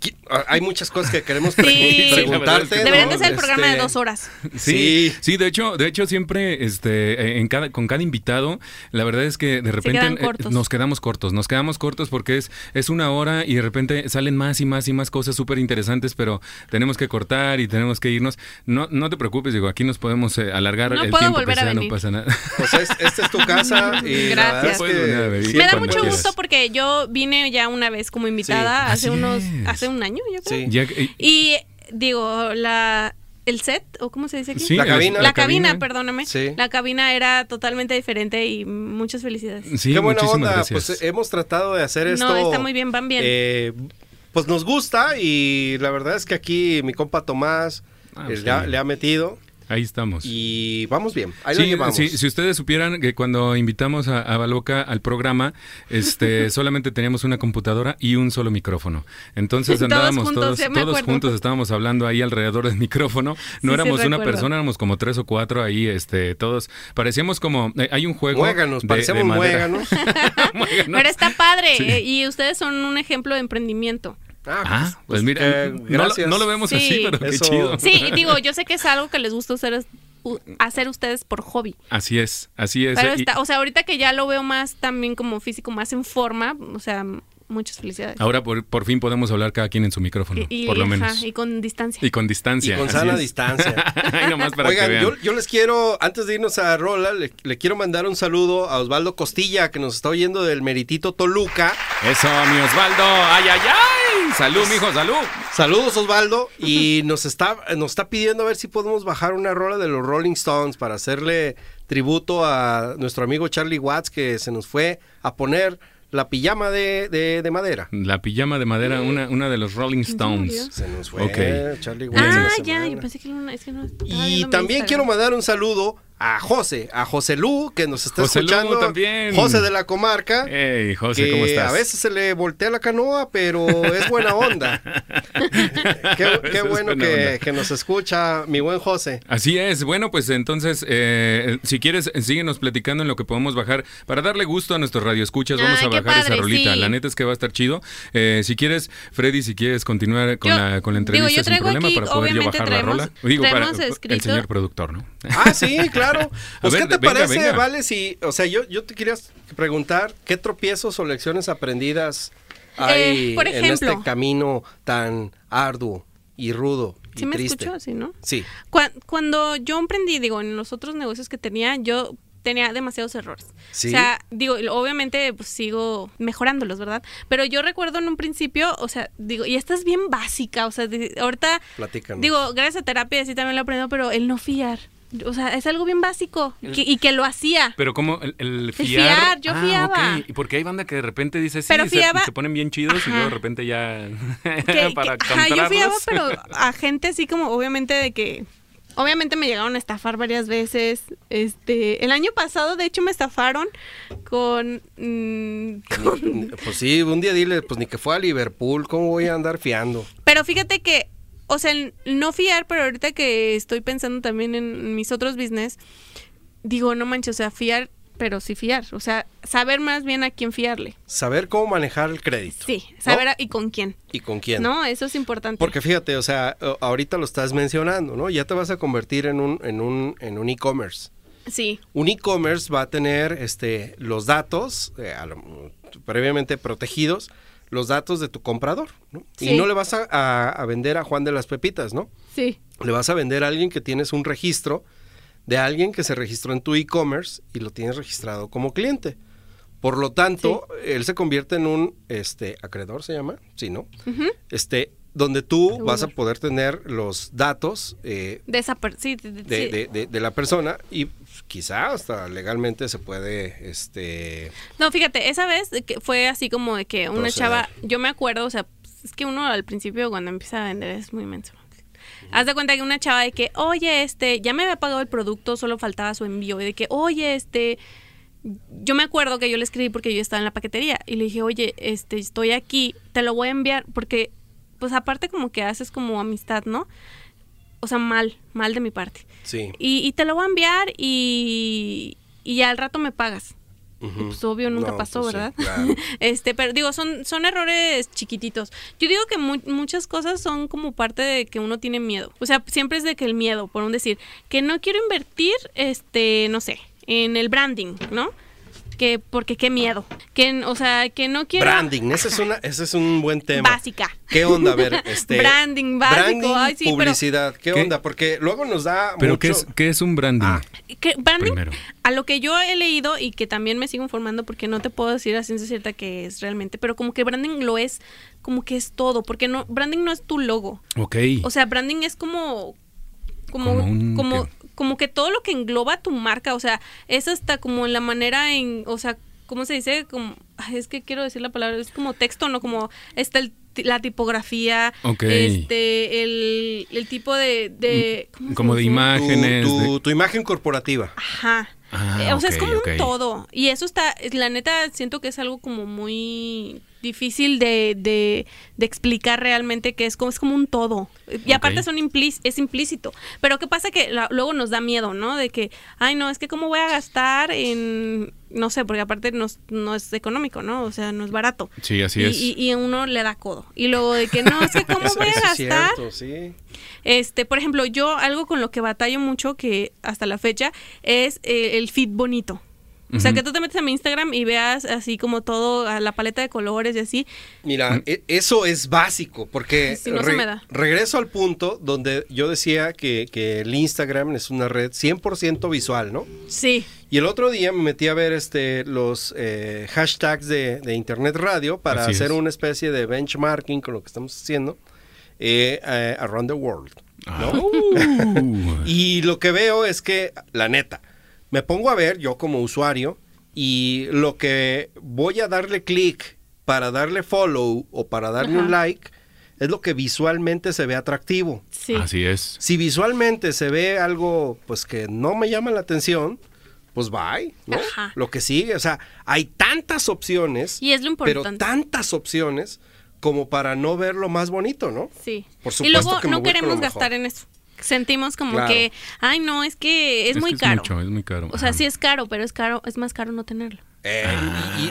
[SPEAKER 2] qui- a- hay muchas cosas que queremos
[SPEAKER 3] Sí.
[SPEAKER 2] pregun-
[SPEAKER 3] Sí, la
[SPEAKER 1] verdad es
[SPEAKER 2] preguntarte.
[SPEAKER 1] que sí.
[SPEAKER 3] Deberían
[SPEAKER 2] ¿no?
[SPEAKER 3] de ser el programa de
[SPEAKER 2] Este,
[SPEAKER 3] dos horas.
[SPEAKER 1] Sí,
[SPEAKER 2] Sí.
[SPEAKER 1] sí, de hecho, de hecho siempre este eh, en cada con cada invitado, la verdad es que de repente
[SPEAKER 3] quedan
[SPEAKER 1] eh,
[SPEAKER 3] cortos.
[SPEAKER 1] nos quedamos cortos, nos quedamos cortos porque es es una hora y de repente salen más y más y más cosas súper interesantes, pero tenemos que cortar y tenemos que irnos. No no te preocupes, digo, aquí nos podemos eh, alargar
[SPEAKER 3] No
[SPEAKER 1] el
[SPEAKER 3] puedo
[SPEAKER 1] tiempo que
[SPEAKER 3] volver a
[SPEAKER 1] sea, no
[SPEAKER 3] venir.
[SPEAKER 1] pasa nada.
[SPEAKER 2] Pues es- esta es tu casa. Y la verdad
[SPEAKER 3] Gracias.
[SPEAKER 2] es
[SPEAKER 1] Puedes venir a beber.
[SPEAKER 2] que
[SPEAKER 1] Sí,
[SPEAKER 3] Me da
[SPEAKER 1] cuando
[SPEAKER 3] mucho
[SPEAKER 1] quieras.
[SPEAKER 3] gusto porque yo vine ya una vez como invitada
[SPEAKER 1] Sí, así
[SPEAKER 3] hace unos
[SPEAKER 1] es.
[SPEAKER 3] hace un año, yo creo.
[SPEAKER 2] Sí.
[SPEAKER 1] Ya que-
[SPEAKER 3] Y digo, la el set o cómo se dice aquí?
[SPEAKER 1] sí,
[SPEAKER 2] La
[SPEAKER 1] es-
[SPEAKER 2] cabina.
[SPEAKER 3] La, cabina, perdóname.
[SPEAKER 2] Sí.
[SPEAKER 3] La cabina era totalmente diferente y muchas felicidades.
[SPEAKER 1] Sí,
[SPEAKER 2] Qué buena
[SPEAKER 1] muchísimas
[SPEAKER 2] onda.
[SPEAKER 1] gracias.
[SPEAKER 2] Pues eh, hemos tratado de hacer
[SPEAKER 3] No,
[SPEAKER 2] esto.
[SPEAKER 3] está muy bien, van bien.
[SPEAKER 2] eh, pues nos gusta y la verdad es que aquí mi compa Tomás
[SPEAKER 1] Ah,
[SPEAKER 2] eh,
[SPEAKER 1] pues
[SPEAKER 2] le, ha,
[SPEAKER 1] sí.
[SPEAKER 2] le ha metido
[SPEAKER 1] Ahí estamos.
[SPEAKER 2] y vamos bien. Ahí lo
[SPEAKER 1] Sí,
[SPEAKER 2] llevamos.
[SPEAKER 1] sí, si ustedes supieran que cuando invitamos a, a Baloca al programa, este, solamente teníamos una computadora y un solo micrófono. Entonces
[SPEAKER 3] Todos
[SPEAKER 1] andábamos
[SPEAKER 3] juntos,
[SPEAKER 1] todos,
[SPEAKER 3] ya me
[SPEAKER 1] todos
[SPEAKER 3] acuerdo.
[SPEAKER 1] juntos, estábamos hablando ahí alrededor del micrófono. No
[SPEAKER 3] sí,
[SPEAKER 1] éramos una
[SPEAKER 3] recuerdo.
[SPEAKER 1] persona, éramos como tres o cuatro ahí, este, todos. Parecíamos como, eh, hay un juego
[SPEAKER 2] Muéganos,
[SPEAKER 1] de,
[SPEAKER 2] parecemos
[SPEAKER 1] de madera.
[SPEAKER 2] muéganos.
[SPEAKER 1] Muéganos.
[SPEAKER 3] Pero está padre
[SPEAKER 1] Sí.
[SPEAKER 3] eh, y ustedes son un ejemplo de emprendimiento.
[SPEAKER 1] Ah, pues mira,
[SPEAKER 2] eh,
[SPEAKER 1] no lo-
[SPEAKER 2] gracias.
[SPEAKER 1] no, lo vemos
[SPEAKER 3] Sí.
[SPEAKER 1] así, pero qué
[SPEAKER 2] Eso-
[SPEAKER 1] chido.
[SPEAKER 3] Sí, y digo, yo sé que es algo que les gusta hacer, es- u- hacer ustedes por hobby.
[SPEAKER 1] Así es, así es. eh,
[SPEAKER 3] Pero
[SPEAKER 1] Y-
[SPEAKER 3] está, o sea, ahorita que ya lo veo más también como físico, más en forma, o sea, muchas felicidades.
[SPEAKER 1] Ahora por, por fin podemos hablar cada quien en su micrófono,
[SPEAKER 3] Y- y-
[SPEAKER 1] Ah, por lo
[SPEAKER 3] ajá,
[SPEAKER 1] menos.
[SPEAKER 3] y con distancia.
[SPEAKER 1] Y con distancia.
[SPEAKER 2] Y con
[SPEAKER 1] así
[SPEAKER 2] sana
[SPEAKER 1] es.
[SPEAKER 2] distancia.
[SPEAKER 1] Ay, nomás para que
[SPEAKER 2] Oigan,
[SPEAKER 1] vean.
[SPEAKER 2] yo, yo les quiero, antes de irnos a Rola, le, le quiero mandar un saludo a Osvaldo Costilla, que nos está oyendo del meritito Toluca.
[SPEAKER 1] Eso, mi Osvaldo. Ay, ay, ay. Salud, mijo, salud.
[SPEAKER 2] Saludos, Osvaldo. Y nos está, nos está pidiendo a ver si podemos bajar una rola de los Rolling Stones para hacerle tributo a nuestro amigo Charlie Watts, que se nos fue a poner la pijama de, de- de madera.
[SPEAKER 1] La pijama de madera, una, una de los Rolling Stones.
[SPEAKER 2] Se nos fue
[SPEAKER 1] Ok.
[SPEAKER 2] Charlie Watts.
[SPEAKER 3] Ah,
[SPEAKER 2] esta
[SPEAKER 3] ya,
[SPEAKER 2] semana.
[SPEAKER 3] yo pensé que era una- es que no estaba
[SPEAKER 2] Y
[SPEAKER 3] viendo mi
[SPEAKER 2] también
[SPEAKER 3] Instagram.
[SPEAKER 2] quiero mandar un saludo a José, a José Lu, que nos está
[SPEAKER 1] José Lu
[SPEAKER 2] escuchando.
[SPEAKER 1] también.
[SPEAKER 2] José de la comarca.
[SPEAKER 1] Hey, José,
[SPEAKER 2] que
[SPEAKER 1] ¿cómo estás?
[SPEAKER 2] A veces se le voltea la canoa, pero es buena onda.
[SPEAKER 1] A
[SPEAKER 2] qué,
[SPEAKER 1] veces
[SPEAKER 2] qué
[SPEAKER 1] es
[SPEAKER 2] bueno
[SPEAKER 1] buena
[SPEAKER 2] que,
[SPEAKER 1] onda.
[SPEAKER 2] que nos escucha mi buen José.
[SPEAKER 1] Así es, bueno, pues entonces, eh, si quieres, síguenos platicando en lo que podemos bajar. Para darle gusto a nuestros radioescuchas, vamos
[SPEAKER 3] Ay,
[SPEAKER 1] a
[SPEAKER 3] qué
[SPEAKER 1] bajar
[SPEAKER 3] padre,
[SPEAKER 1] esa rolita.
[SPEAKER 3] sí.
[SPEAKER 1] La neta es que va a estar chido. Eh, si quieres, Freddy, si quieres continuar con,
[SPEAKER 3] Yo-
[SPEAKER 1] la, con la
[SPEAKER 3] digo,
[SPEAKER 1] entrevista
[SPEAKER 3] yo
[SPEAKER 1] sin
[SPEAKER 3] traigo
[SPEAKER 1] problema
[SPEAKER 3] aquí,
[SPEAKER 1] para poder yo
[SPEAKER 3] obviamente,
[SPEAKER 1] bajar
[SPEAKER 3] traemos-
[SPEAKER 1] la rola. Digo, para
[SPEAKER 3] traemos
[SPEAKER 1] el
[SPEAKER 3] escrito-
[SPEAKER 1] señor productor, ¿no?
[SPEAKER 2] Ah, sí, claro. Pues,
[SPEAKER 1] A
[SPEAKER 2] ¿qué
[SPEAKER 1] ver,
[SPEAKER 2] te
[SPEAKER 1] venga,
[SPEAKER 2] parece,
[SPEAKER 1] venga.
[SPEAKER 2] Vale? Si, o sea, yo, yo te quería preguntar qué tropiezos o lecciones aprendidas hay
[SPEAKER 3] Eh, por
[SPEAKER 2] en
[SPEAKER 3] ejemplo.
[SPEAKER 2] este camino tan arduo y rudo y
[SPEAKER 3] ¿Sí me
[SPEAKER 2] triste.
[SPEAKER 3] escuchó? Sí, ¿no?
[SPEAKER 2] Sí.
[SPEAKER 3] Cuan- Cuando yo emprendí, digo, en los otros negocios que tenía, yo tenía demasiados errores.
[SPEAKER 2] Sí.
[SPEAKER 3] O sea, digo, y obviamente pues, sigo mejorándolos, ¿verdad? Pero yo recuerdo en un principio, o sea, digo, y esta es bien básica, o sea, de- ahorita...
[SPEAKER 2] Platícanos.
[SPEAKER 3] Digo, gracias a terapia sí también lo aprendo, pero el no fiar, o sea, es algo bien básico que- y que lo hacía.
[SPEAKER 1] Pero como el, el
[SPEAKER 3] El
[SPEAKER 1] fiar.
[SPEAKER 3] fiar, yo
[SPEAKER 2] Ah,
[SPEAKER 3] fiaba.
[SPEAKER 1] Ah, ok. Y porque hay banda que de repente dice sí,
[SPEAKER 3] Pero
[SPEAKER 1] y se,
[SPEAKER 3] fiaba-
[SPEAKER 1] y se ponen bien chidos y
[SPEAKER 3] Ajá.
[SPEAKER 1] luego de repente ya
[SPEAKER 3] que-
[SPEAKER 1] para
[SPEAKER 3] que- ajá, yo fiaba,
[SPEAKER 1] comprarlos.
[SPEAKER 3] pero a gente así como, obviamente, de que. Obviamente me llegaron a estafar varias veces. Este, el año pasado, de hecho, me estafaron con. mm, con-
[SPEAKER 2] Pues sí, un día dile, pues ni que fue a Liverpool, ¿cómo voy a andar fiando?
[SPEAKER 3] pero fíjate que, o sea, el no fiar, pero ahorita que estoy pensando también en mis otros business, digo, no manches, o sea, fiar, pero sí fiar. O sea, saber más bien a quién fiarle.
[SPEAKER 2] Saber cómo manejar el crédito.
[SPEAKER 3] Sí,
[SPEAKER 2] ¿no?
[SPEAKER 3] saber a- y con quién.
[SPEAKER 2] ¿Y con quién?
[SPEAKER 3] ¿No? Eso es importante.
[SPEAKER 2] Porque fíjate, o sea, a- ahorita lo estás mencionando, ¿no? Ya te vas a convertir en un en un en un e-commerce.
[SPEAKER 3] sí.
[SPEAKER 2] Un e-commerce va a tener este los datos eh, a lo- previamente protegidos, los datos de tu comprador, ¿no? Y
[SPEAKER 3] Sí.
[SPEAKER 2] no le vas a, a- a vender a Juan de las Pepitas, ¿no?
[SPEAKER 3] Sí.
[SPEAKER 2] Le vas a vender a alguien que tienes un registro de alguien que se registró en tu e-commerce y lo tienes registrado como cliente. Por lo tanto, él se convierte en un este acreedor se llama, sí, ¿no? Este, donde tú
[SPEAKER 3] Acreedor.
[SPEAKER 2] vas a poder tener los datos eh,
[SPEAKER 3] De esa per- sí, de- de-
[SPEAKER 2] de,
[SPEAKER 3] sí.
[SPEAKER 2] de- de- de la persona y pues, quizá hasta legalmente se puede este
[SPEAKER 3] No, fíjate, esa vez de que fue así como de que una
[SPEAKER 2] Proceder.
[SPEAKER 3] chava, yo me acuerdo, o sea, es que uno al principio cuando empieza a vender es muy menso. Haz de cuenta que una chava de que, oye, este, ya me había pagado el producto, solo faltaba su envío. Y de que, oye, este, yo me acuerdo que yo le escribí porque yo estaba en la paquetería y le dije, oye, este, estoy aquí, te lo voy a enviar porque, pues aparte como que haces como amistad, ¿no? O sea, mal, mal de mi parte.
[SPEAKER 2] Sí.
[SPEAKER 3] Y, y te lo voy a enviar y, y ya al rato me pagas.
[SPEAKER 2] Ujú.
[SPEAKER 3] Pues obvio, nunca
[SPEAKER 2] No,
[SPEAKER 3] pasó,
[SPEAKER 2] pues sí,
[SPEAKER 3] ¿verdad?
[SPEAKER 2] claro.
[SPEAKER 3] este, pero digo, son, son errores chiquititos. Yo digo que mu- muchas cosas son como parte de que uno tiene miedo. O sea, siempre es de que el miedo, por un decir, que no quiero invertir, este, no sé, en el branding, ¿no? Que, porque qué miedo. Que, o sea, que no quiero.
[SPEAKER 2] Branding, ese es, una, ese es un buen tema.
[SPEAKER 3] Básica.
[SPEAKER 2] ¿Qué onda? A ver, este.
[SPEAKER 3] Branding básico, ay, sí, pero-
[SPEAKER 2] publicidad. ¿Qué,
[SPEAKER 1] ¿Qué?
[SPEAKER 2] onda? Porque luego nos da.
[SPEAKER 1] Pero
[SPEAKER 2] mucho-
[SPEAKER 1] ¿qué es, qué es un branding?
[SPEAKER 2] Ah.
[SPEAKER 3] que branding,
[SPEAKER 1] Primero.
[SPEAKER 3] a lo que yo he leído y que también me sigo informando porque no te puedo decir a ciencia cierta que es realmente, pero como que branding lo es, como que es todo, porque no branding no es tu logo.
[SPEAKER 1] Ok.
[SPEAKER 3] O sea, branding es como como
[SPEAKER 1] Como un-
[SPEAKER 3] como,
[SPEAKER 1] ¿qué?
[SPEAKER 3] como que todo lo que engloba tu marca, o sea, es hasta como la manera en, o sea, ¿cómo se dice? Como ay, es que quiero decir la palabra, es como texto, no como está el ti- la tipografía,
[SPEAKER 1] Ok.
[SPEAKER 3] este el, el tipo de, de ¿cómo se
[SPEAKER 1] Mm, como de
[SPEAKER 3] dice?
[SPEAKER 2] tu,
[SPEAKER 1] imágenes.
[SPEAKER 2] tu-
[SPEAKER 1] de-
[SPEAKER 2] tu imagen corporativa.
[SPEAKER 3] Ajá.
[SPEAKER 1] Ah,
[SPEAKER 3] Eh, o sea, es
[SPEAKER 1] ok,
[SPEAKER 3] como
[SPEAKER 1] ok.
[SPEAKER 3] un todo. Y eso está, es- la neta, siento que es algo como muy difícil de, de, de explicar realmente que es como, es como un todo. Y
[SPEAKER 1] Ok.
[SPEAKER 3] aparte son implí- es implícito. Pero ¿qué pasa? Que la- luego nos da miedo, ¿no? De que, ay, no, es que cómo voy a gastar en, no sé, porque aparte no, es- no es económico, ¿no? O sea, no es barato.
[SPEAKER 1] Sí, así
[SPEAKER 3] y,
[SPEAKER 1] es.
[SPEAKER 3] y, y uno le da codo. Y luego de que, no, es que cómo
[SPEAKER 2] Eso-
[SPEAKER 3] voy a
[SPEAKER 2] eso es
[SPEAKER 3] gastar
[SPEAKER 2] cierto, sí.
[SPEAKER 3] este, por ejemplo, yo algo con lo que batallo mucho, que hasta la fecha, es eh, el feed bonito. O sea,
[SPEAKER 1] Ujú.
[SPEAKER 3] que tú te metes a mi Instagram y veas así como todo, a la paleta de colores y así.
[SPEAKER 2] Mira,
[SPEAKER 1] Mm.
[SPEAKER 2] e- eso es básico, porque
[SPEAKER 3] Sí, no se me da.
[SPEAKER 2] regreso al punto donde yo decía que, que el Instagram es una red 100% visual, ¿no?
[SPEAKER 3] Sí.
[SPEAKER 2] Y el otro día me metí a ver este, los eh, hashtags de, de Internet Radio para
[SPEAKER 1] Así
[SPEAKER 2] hacer
[SPEAKER 1] es.
[SPEAKER 2] una especie de benchmarking con lo que estamos haciendo eh, eh, around the world.
[SPEAKER 1] Ah.
[SPEAKER 2] ¿no?
[SPEAKER 1] Uh.
[SPEAKER 2] Y lo que veo es que, la neta, me pongo a ver yo como usuario y lo que voy a darle clic para darle follow o para darle
[SPEAKER 3] Ajá.
[SPEAKER 2] un like es lo que visualmente se ve atractivo.
[SPEAKER 3] Sí.
[SPEAKER 1] Así es.
[SPEAKER 2] Si visualmente se ve algo pues que no me llama la atención, pues bye, ¿no?
[SPEAKER 3] Ajá.
[SPEAKER 2] Lo que sigue, o sea, hay tantas opciones,
[SPEAKER 3] Y es lo
[SPEAKER 2] pero
[SPEAKER 3] importante.
[SPEAKER 2] tantas opciones como para no ver lo más bonito, ¿no?
[SPEAKER 3] Sí.
[SPEAKER 2] Por
[SPEAKER 3] y luego
[SPEAKER 2] supuesto que me voy con
[SPEAKER 3] no
[SPEAKER 2] lo
[SPEAKER 3] queremos
[SPEAKER 2] mejor.
[SPEAKER 3] gastar en eso. Sentimos como
[SPEAKER 2] Claro.
[SPEAKER 3] que, ay, no, es que es,
[SPEAKER 1] que
[SPEAKER 3] muy caro.
[SPEAKER 1] mucho, es muy caro.
[SPEAKER 3] O sea,
[SPEAKER 1] Ajá.
[SPEAKER 3] sí es caro, pero es caro, es más caro no tenerlo.
[SPEAKER 2] Eh,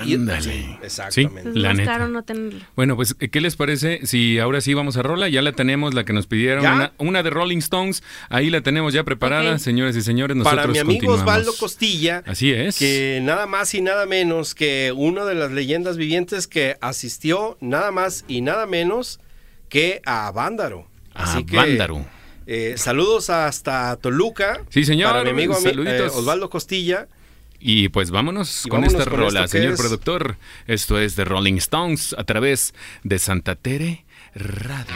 [SPEAKER 1] Ándale.
[SPEAKER 2] sí,
[SPEAKER 1] Sí.
[SPEAKER 2] exactamente.
[SPEAKER 3] Es
[SPEAKER 1] La
[SPEAKER 3] más
[SPEAKER 1] neta.
[SPEAKER 3] caro no tenerlo.
[SPEAKER 1] Bueno, pues, ¿qué les parece si ahora sí vamos a Rola? Ya la tenemos, la que nos pidieron,
[SPEAKER 2] ¿Ya?
[SPEAKER 1] una, una de Rolling Stones. Ahí la tenemos ya preparada,
[SPEAKER 3] Ok.
[SPEAKER 1] señores y señores. Nosotros
[SPEAKER 2] Para mi amigo
[SPEAKER 1] continuamos.
[SPEAKER 2] Osvaldo Costilla,
[SPEAKER 1] Así es.
[SPEAKER 2] que nada más y nada menos que una de las leyendas vivientes que asistió nada más y nada menos que a Vándaro.
[SPEAKER 1] A
[SPEAKER 2] Así que,
[SPEAKER 1] Vándaro.
[SPEAKER 2] eh, saludos hasta Toluca.
[SPEAKER 1] Sí, señor.
[SPEAKER 2] Para mi amigo ami-
[SPEAKER 1] Saluditos.
[SPEAKER 2] eh, Osvaldo Costilla.
[SPEAKER 1] Y pues vámonos
[SPEAKER 2] Y
[SPEAKER 1] con
[SPEAKER 2] vámonos
[SPEAKER 1] esta
[SPEAKER 2] con
[SPEAKER 1] rola,
[SPEAKER 2] esto que
[SPEAKER 1] señor
[SPEAKER 2] es-
[SPEAKER 1] productor. Esto es de Rolling Stones a través de Santa Tere Radio.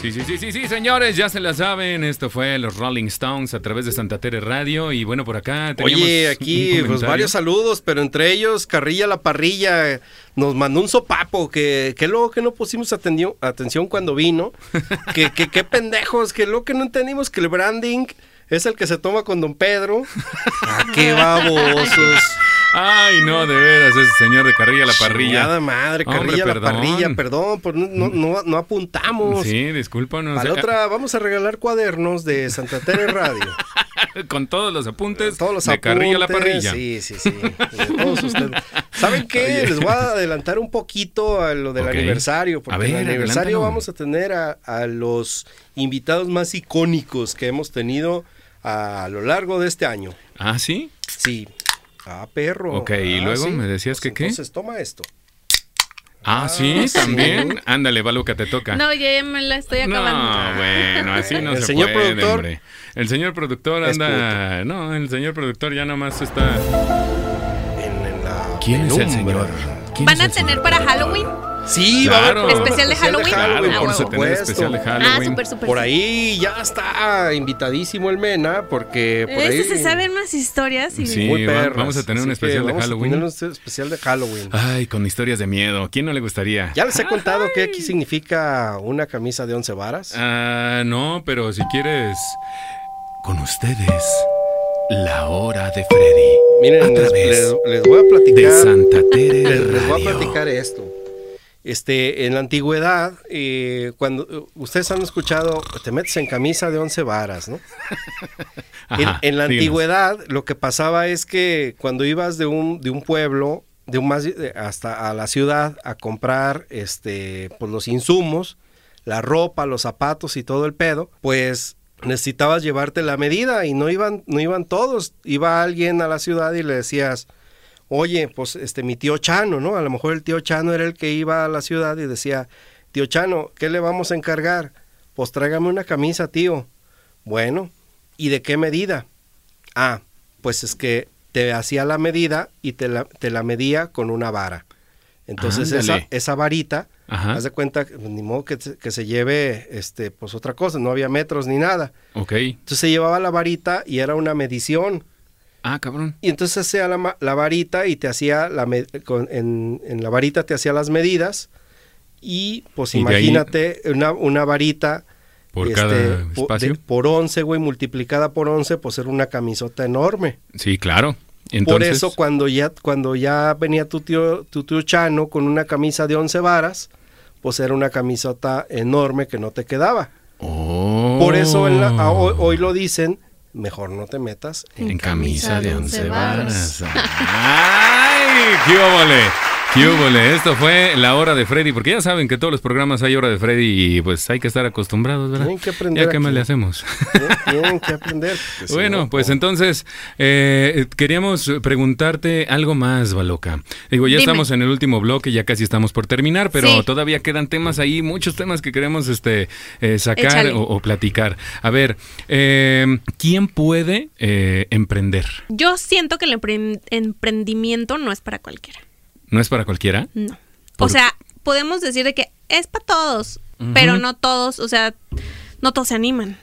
[SPEAKER 1] Sí, sí, sí, sí, sí, señores, ya se la saben. Esto fue los Rolling Stones a través de Santa Tere Radio. Y bueno, por acá teníamos.
[SPEAKER 2] Oye,
[SPEAKER 1] un
[SPEAKER 2] aquí pues
[SPEAKER 1] comentario.
[SPEAKER 2] varios saludos, pero entre ellos Carrilla la Parrilla eh, nos mandó un sopapo que, que luego que no pusimos atendió- atención cuando vino, que, que, que pendejos, que luego que no entendimos que el branding es el que se toma con Don Pedro. Ah, qué babosos.
[SPEAKER 1] Ay, no, de veras, ese señor de Carrilla la Parrilla.
[SPEAKER 2] Chingada madre,
[SPEAKER 1] Hombre,
[SPEAKER 2] Carrilla la
[SPEAKER 1] perdón.
[SPEAKER 2] Parrilla, perdón, por no, no, no- no apuntamos.
[SPEAKER 1] Sí, discúlpanos.
[SPEAKER 2] Para la otra vamos a regalar cuadernos de Santa Tere Radio.
[SPEAKER 1] Con todos los apuntes
[SPEAKER 2] todos los
[SPEAKER 1] de Carrilla la
[SPEAKER 2] apuntes,
[SPEAKER 1] Parrilla.
[SPEAKER 2] Sí, sí, sí. de todos ustedes. ¿Saben qué? Les voy a adelantar un poquito a lo del
[SPEAKER 1] Ok.
[SPEAKER 2] aniversario,
[SPEAKER 1] A
[SPEAKER 2] porque
[SPEAKER 1] ver,
[SPEAKER 2] en el aniversario
[SPEAKER 1] adelántalo.
[SPEAKER 2] vamos a tener a, a los invitados más icónicos que hemos tenido a lo largo de este año.
[SPEAKER 1] Ah, sí.
[SPEAKER 2] Sí. Ah, perro.
[SPEAKER 1] Ok, ¿y
[SPEAKER 2] Ah,
[SPEAKER 1] luego me decías que qué?
[SPEAKER 2] Entonces toma esto.
[SPEAKER 1] Ah, sí,
[SPEAKER 2] Ah, sí.
[SPEAKER 1] también. Ándale, Baluca, te toca.
[SPEAKER 3] No, ya ya me la estoy
[SPEAKER 1] No,
[SPEAKER 3] acabando.
[SPEAKER 1] bueno, así no
[SPEAKER 2] El
[SPEAKER 1] se
[SPEAKER 2] señor
[SPEAKER 1] puede,
[SPEAKER 2] productor
[SPEAKER 1] hombre. El señor productor
[SPEAKER 2] es
[SPEAKER 1] anda... No, el señor productor ya nomás está...
[SPEAKER 2] En, en la
[SPEAKER 1] ¿Quién es el
[SPEAKER 2] penumbra.
[SPEAKER 1] señor? ¿Quién
[SPEAKER 3] ¿Van
[SPEAKER 1] es
[SPEAKER 3] a
[SPEAKER 1] el señor?
[SPEAKER 3] tener para Halloween?
[SPEAKER 2] Sí,
[SPEAKER 1] Claro.
[SPEAKER 2] va a haber
[SPEAKER 3] Especial de Halloween.
[SPEAKER 1] Claro,
[SPEAKER 3] Ah,
[SPEAKER 1] vamos a
[SPEAKER 3] huevo.
[SPEAKER 1] tener especial de Halloween.
[SPEAKER 3] Ah, súper, súper.
[SPEAKER 2] Por
[SPEAKER 3] sí.
[SPEAKER 2] ahí ya está invitadísimo el Mena, porque por ahí.
[SPEAKER 3] Ese Este se saben unas historias. y-
[SPEAKER 1] Sí. va- vamos a tener un
[SPEAKER 2] que
[SPEAKER 1] especial de
[SPEAKER 2] vamos a
[SPEAKER 1] Halloween.
[SPEAKER 2] tener un especial de Halloween.
[SPEAKER 1] Ay, con historias de miedo. ¿Quién no le gustaría?
[SPEAKER 2] Ya les he contado qué aquí significa una camisa de once varas.
[SPEAKER 1] Ah, no, pero si quieres. Con ustedes, la hora de Freddy.
[SPEAKER 2] Miren,
[SPEAKER 1] a
[SPEAKER 2] les,
[SPEAKER 1] través
[SPEAKER 2] les- les voy a
[SPEAKER 1] de
[SPEAKER 2] platicar.
[SPEAKER 1] Santa Tere
[SPEAKER 2] les, les voy a
[SPEAKER 1] Radio.
[SPEAKER 2] platicar esto. Este, en la antigüedad, eh, cuando eh, ustedes han escuchado, te metes en camisa de once varas, ¿no? En-
[SPEAKER 1] Ajá,
[SPEAKER 2] en, la
[SPEAKER 1] díganos.
[SPEAKER 2] antigüedad, lo que pasaba es que cuando ibas de un, de un pueblo, de un más de- hasta a la ciudad a comprar este, pues, los insumos, la ropa, los zapatos y todo el pedo, pues necesitabas llevarte la medida y no iban, no iban todos. Iba alguien a la ciudad y le decías, oye, pues este, mi tío Chano, ¿no? A lo mejor el tío Chano era el que iba a la ciudad y decía, tío Chano, ¿qué le vamos a encargar? Pues tráigame una camisa, tío. Bueno, ¿y de qué medida? Ah, pues es que te hacía la medida y te la, te la medía con una vara. Entonces esa,
[SPEAKER 1] Ándale.
[SPEAKER 2] esa varita,
[SPEAKER 1] Ajá.
[SPEAKER 2] haz de cuenta, que, ni modo que, se- que se lleve este, pues otra cosa, no había metros ni nada.
[SPEAKER 1] Ok.
[SPEAKER 2] Entonces se llevaba la varita y era una medición.
[SPEAKER 1] Ah, cabrón.
[SPEAKER 2] Y entonces hacía la, ma- la varita y te hacía la me- con- en, en la varita te hacía las medidas y pues
[SPEAKER 1] Y de ahí-
[SPEAKER 2] imagínate una, una varita
[SPEAKER 1] Por
[SPEAKER 2] este,
[SPEAKER 1] cada
[SPEAKER 2] po-
[SPEAKER 1] espacio.
[SPEAKER 2] de- por 11, güey, multiplicada por 11, pues era una camisota enorme.
[SPEAKER 1] Sí, claro.
[SPEAKER 2] Por
[SPEAKER 1] Entonces,
[SPEAKER 2] eso cuando ya cuando ya venía tu tío tu tío Chano con una camisa de 11 varas, pues era una camisota enorme que no te quedaba.
[SPEAKER 1] Oh.
[SPEAKER 2] Por eso en la- a- hoy, hoy lo dicen, mejor no te metas ¿eh?
[SPEAKER 1] En camisa de once varas.
[SPEAKER 3] varas.
[SPEAKER 1] ¡Ay! ¡Qué óvole! ¡Qué óvole! Esto fue la hora de Freddy, porque ya saben que todos los programas hay hora de Freddy y pues hay que estar acostumbrados, ¿verdad?
[SPEAKER 2] Tienen que aprender
[SPEAKER 1] Ya qué más
[SPEAKER 2] aquí.
[SPEAKER 1] le hacemos.
[SPEAKER 2] Tienen que aprender. porque si
[SPEAKER 1] Bueno,
[SPEAKER 2] no,
[SPEAKER 1] pues
[SPEAKER 2] ¿cómo?
[SPEAKER 1] entonces eh, queríamos preguntarte algo más, Baloca. Digo, ya
[SPEAKER 3] Dime.
[SPEAKER 1] estamos en el último bloque, ya casi estamos por terminar, pero
[SPEAKER 3] Sí.
[SPEAKER 1] todavía quedan temas ahí, muchos temas que queremos este eh, sacar
[SPEAKER 3] Échale.
[SPEAKER 1] o, o platicar. A ver, eh, ¿quién puede eh, emprender?
[SPEAKER 3] Yo siento que el empre- emprendimiento no es para cualquiera.
[SPEAKER 1] ¿No es para cualquiera?
[SPEAKER 3] No. O
[SPEAKER 1] Por-
[SPEAKER 3] sea, podemos decir de que es para todos, pero no todos, o sea, no todos se animan.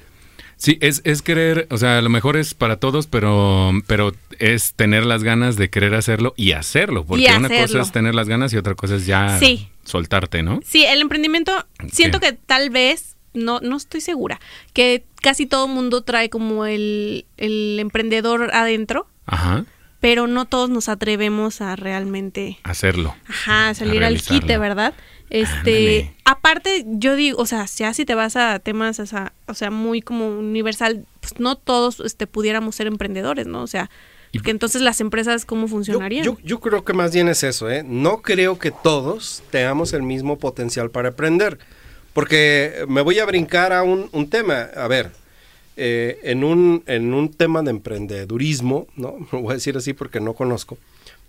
[SPEAKER 1] Sí, es, es querer, o sea, a lo mejor es para todos, pero, pero es tener las ganas de querer hacerlo y hacerlo, porque una cosa
[SPEAKER 3] hacerlo.
[SPEAKER 1] es tener las ganas y otra cosa es ya
[SPEAKER 3] Sí.
[SPEAKER 1] soltarte, ¿no?
[SPEAKER 3] Sí, el emprendimiento, siento
[SPEAKER 1] Ok.
[SPEAKER 3] que tal vez, no, no estoy segura, que casi todo mundo trae como el, el emprendedor adentro,
[SPEAKER 1] Ajá,
[SPEAKER 3] pero no todos nos atrevemos a realmente
[SPEAKER 1] hacerlo.
[SPEAKER 3] Ajá, salir al
[SPEAKER 1] realizarlo.
[SPEAKER 3] quite, ¿verdad?
[SPEAKER 1] Ándale.
[SPEAKER 3] Este, aparte, yo digo, o sea, ya si te vas a temas, o sea, o sea, muy como universal, pues no todos este, pudiéramos ser emprendedores, ¿no? O sea,
[SPEAKER 1] Y-
[SPEAKER 3] que entonces las empresas, ¿cómo
[SPEAKER 2] Yo,
[SPEAKER 3] funcionarían?
[SPEAKER 2] yo- yo creo que más bien es eso, ¿eh? No creo que todos tengamos el mismo potencial para aprender. Porque me voy a brincar a un, un tema. A ver, eh, en, un, en un tema de emprendedurismo, ¿no? Lo voy a decir así porque no conozco.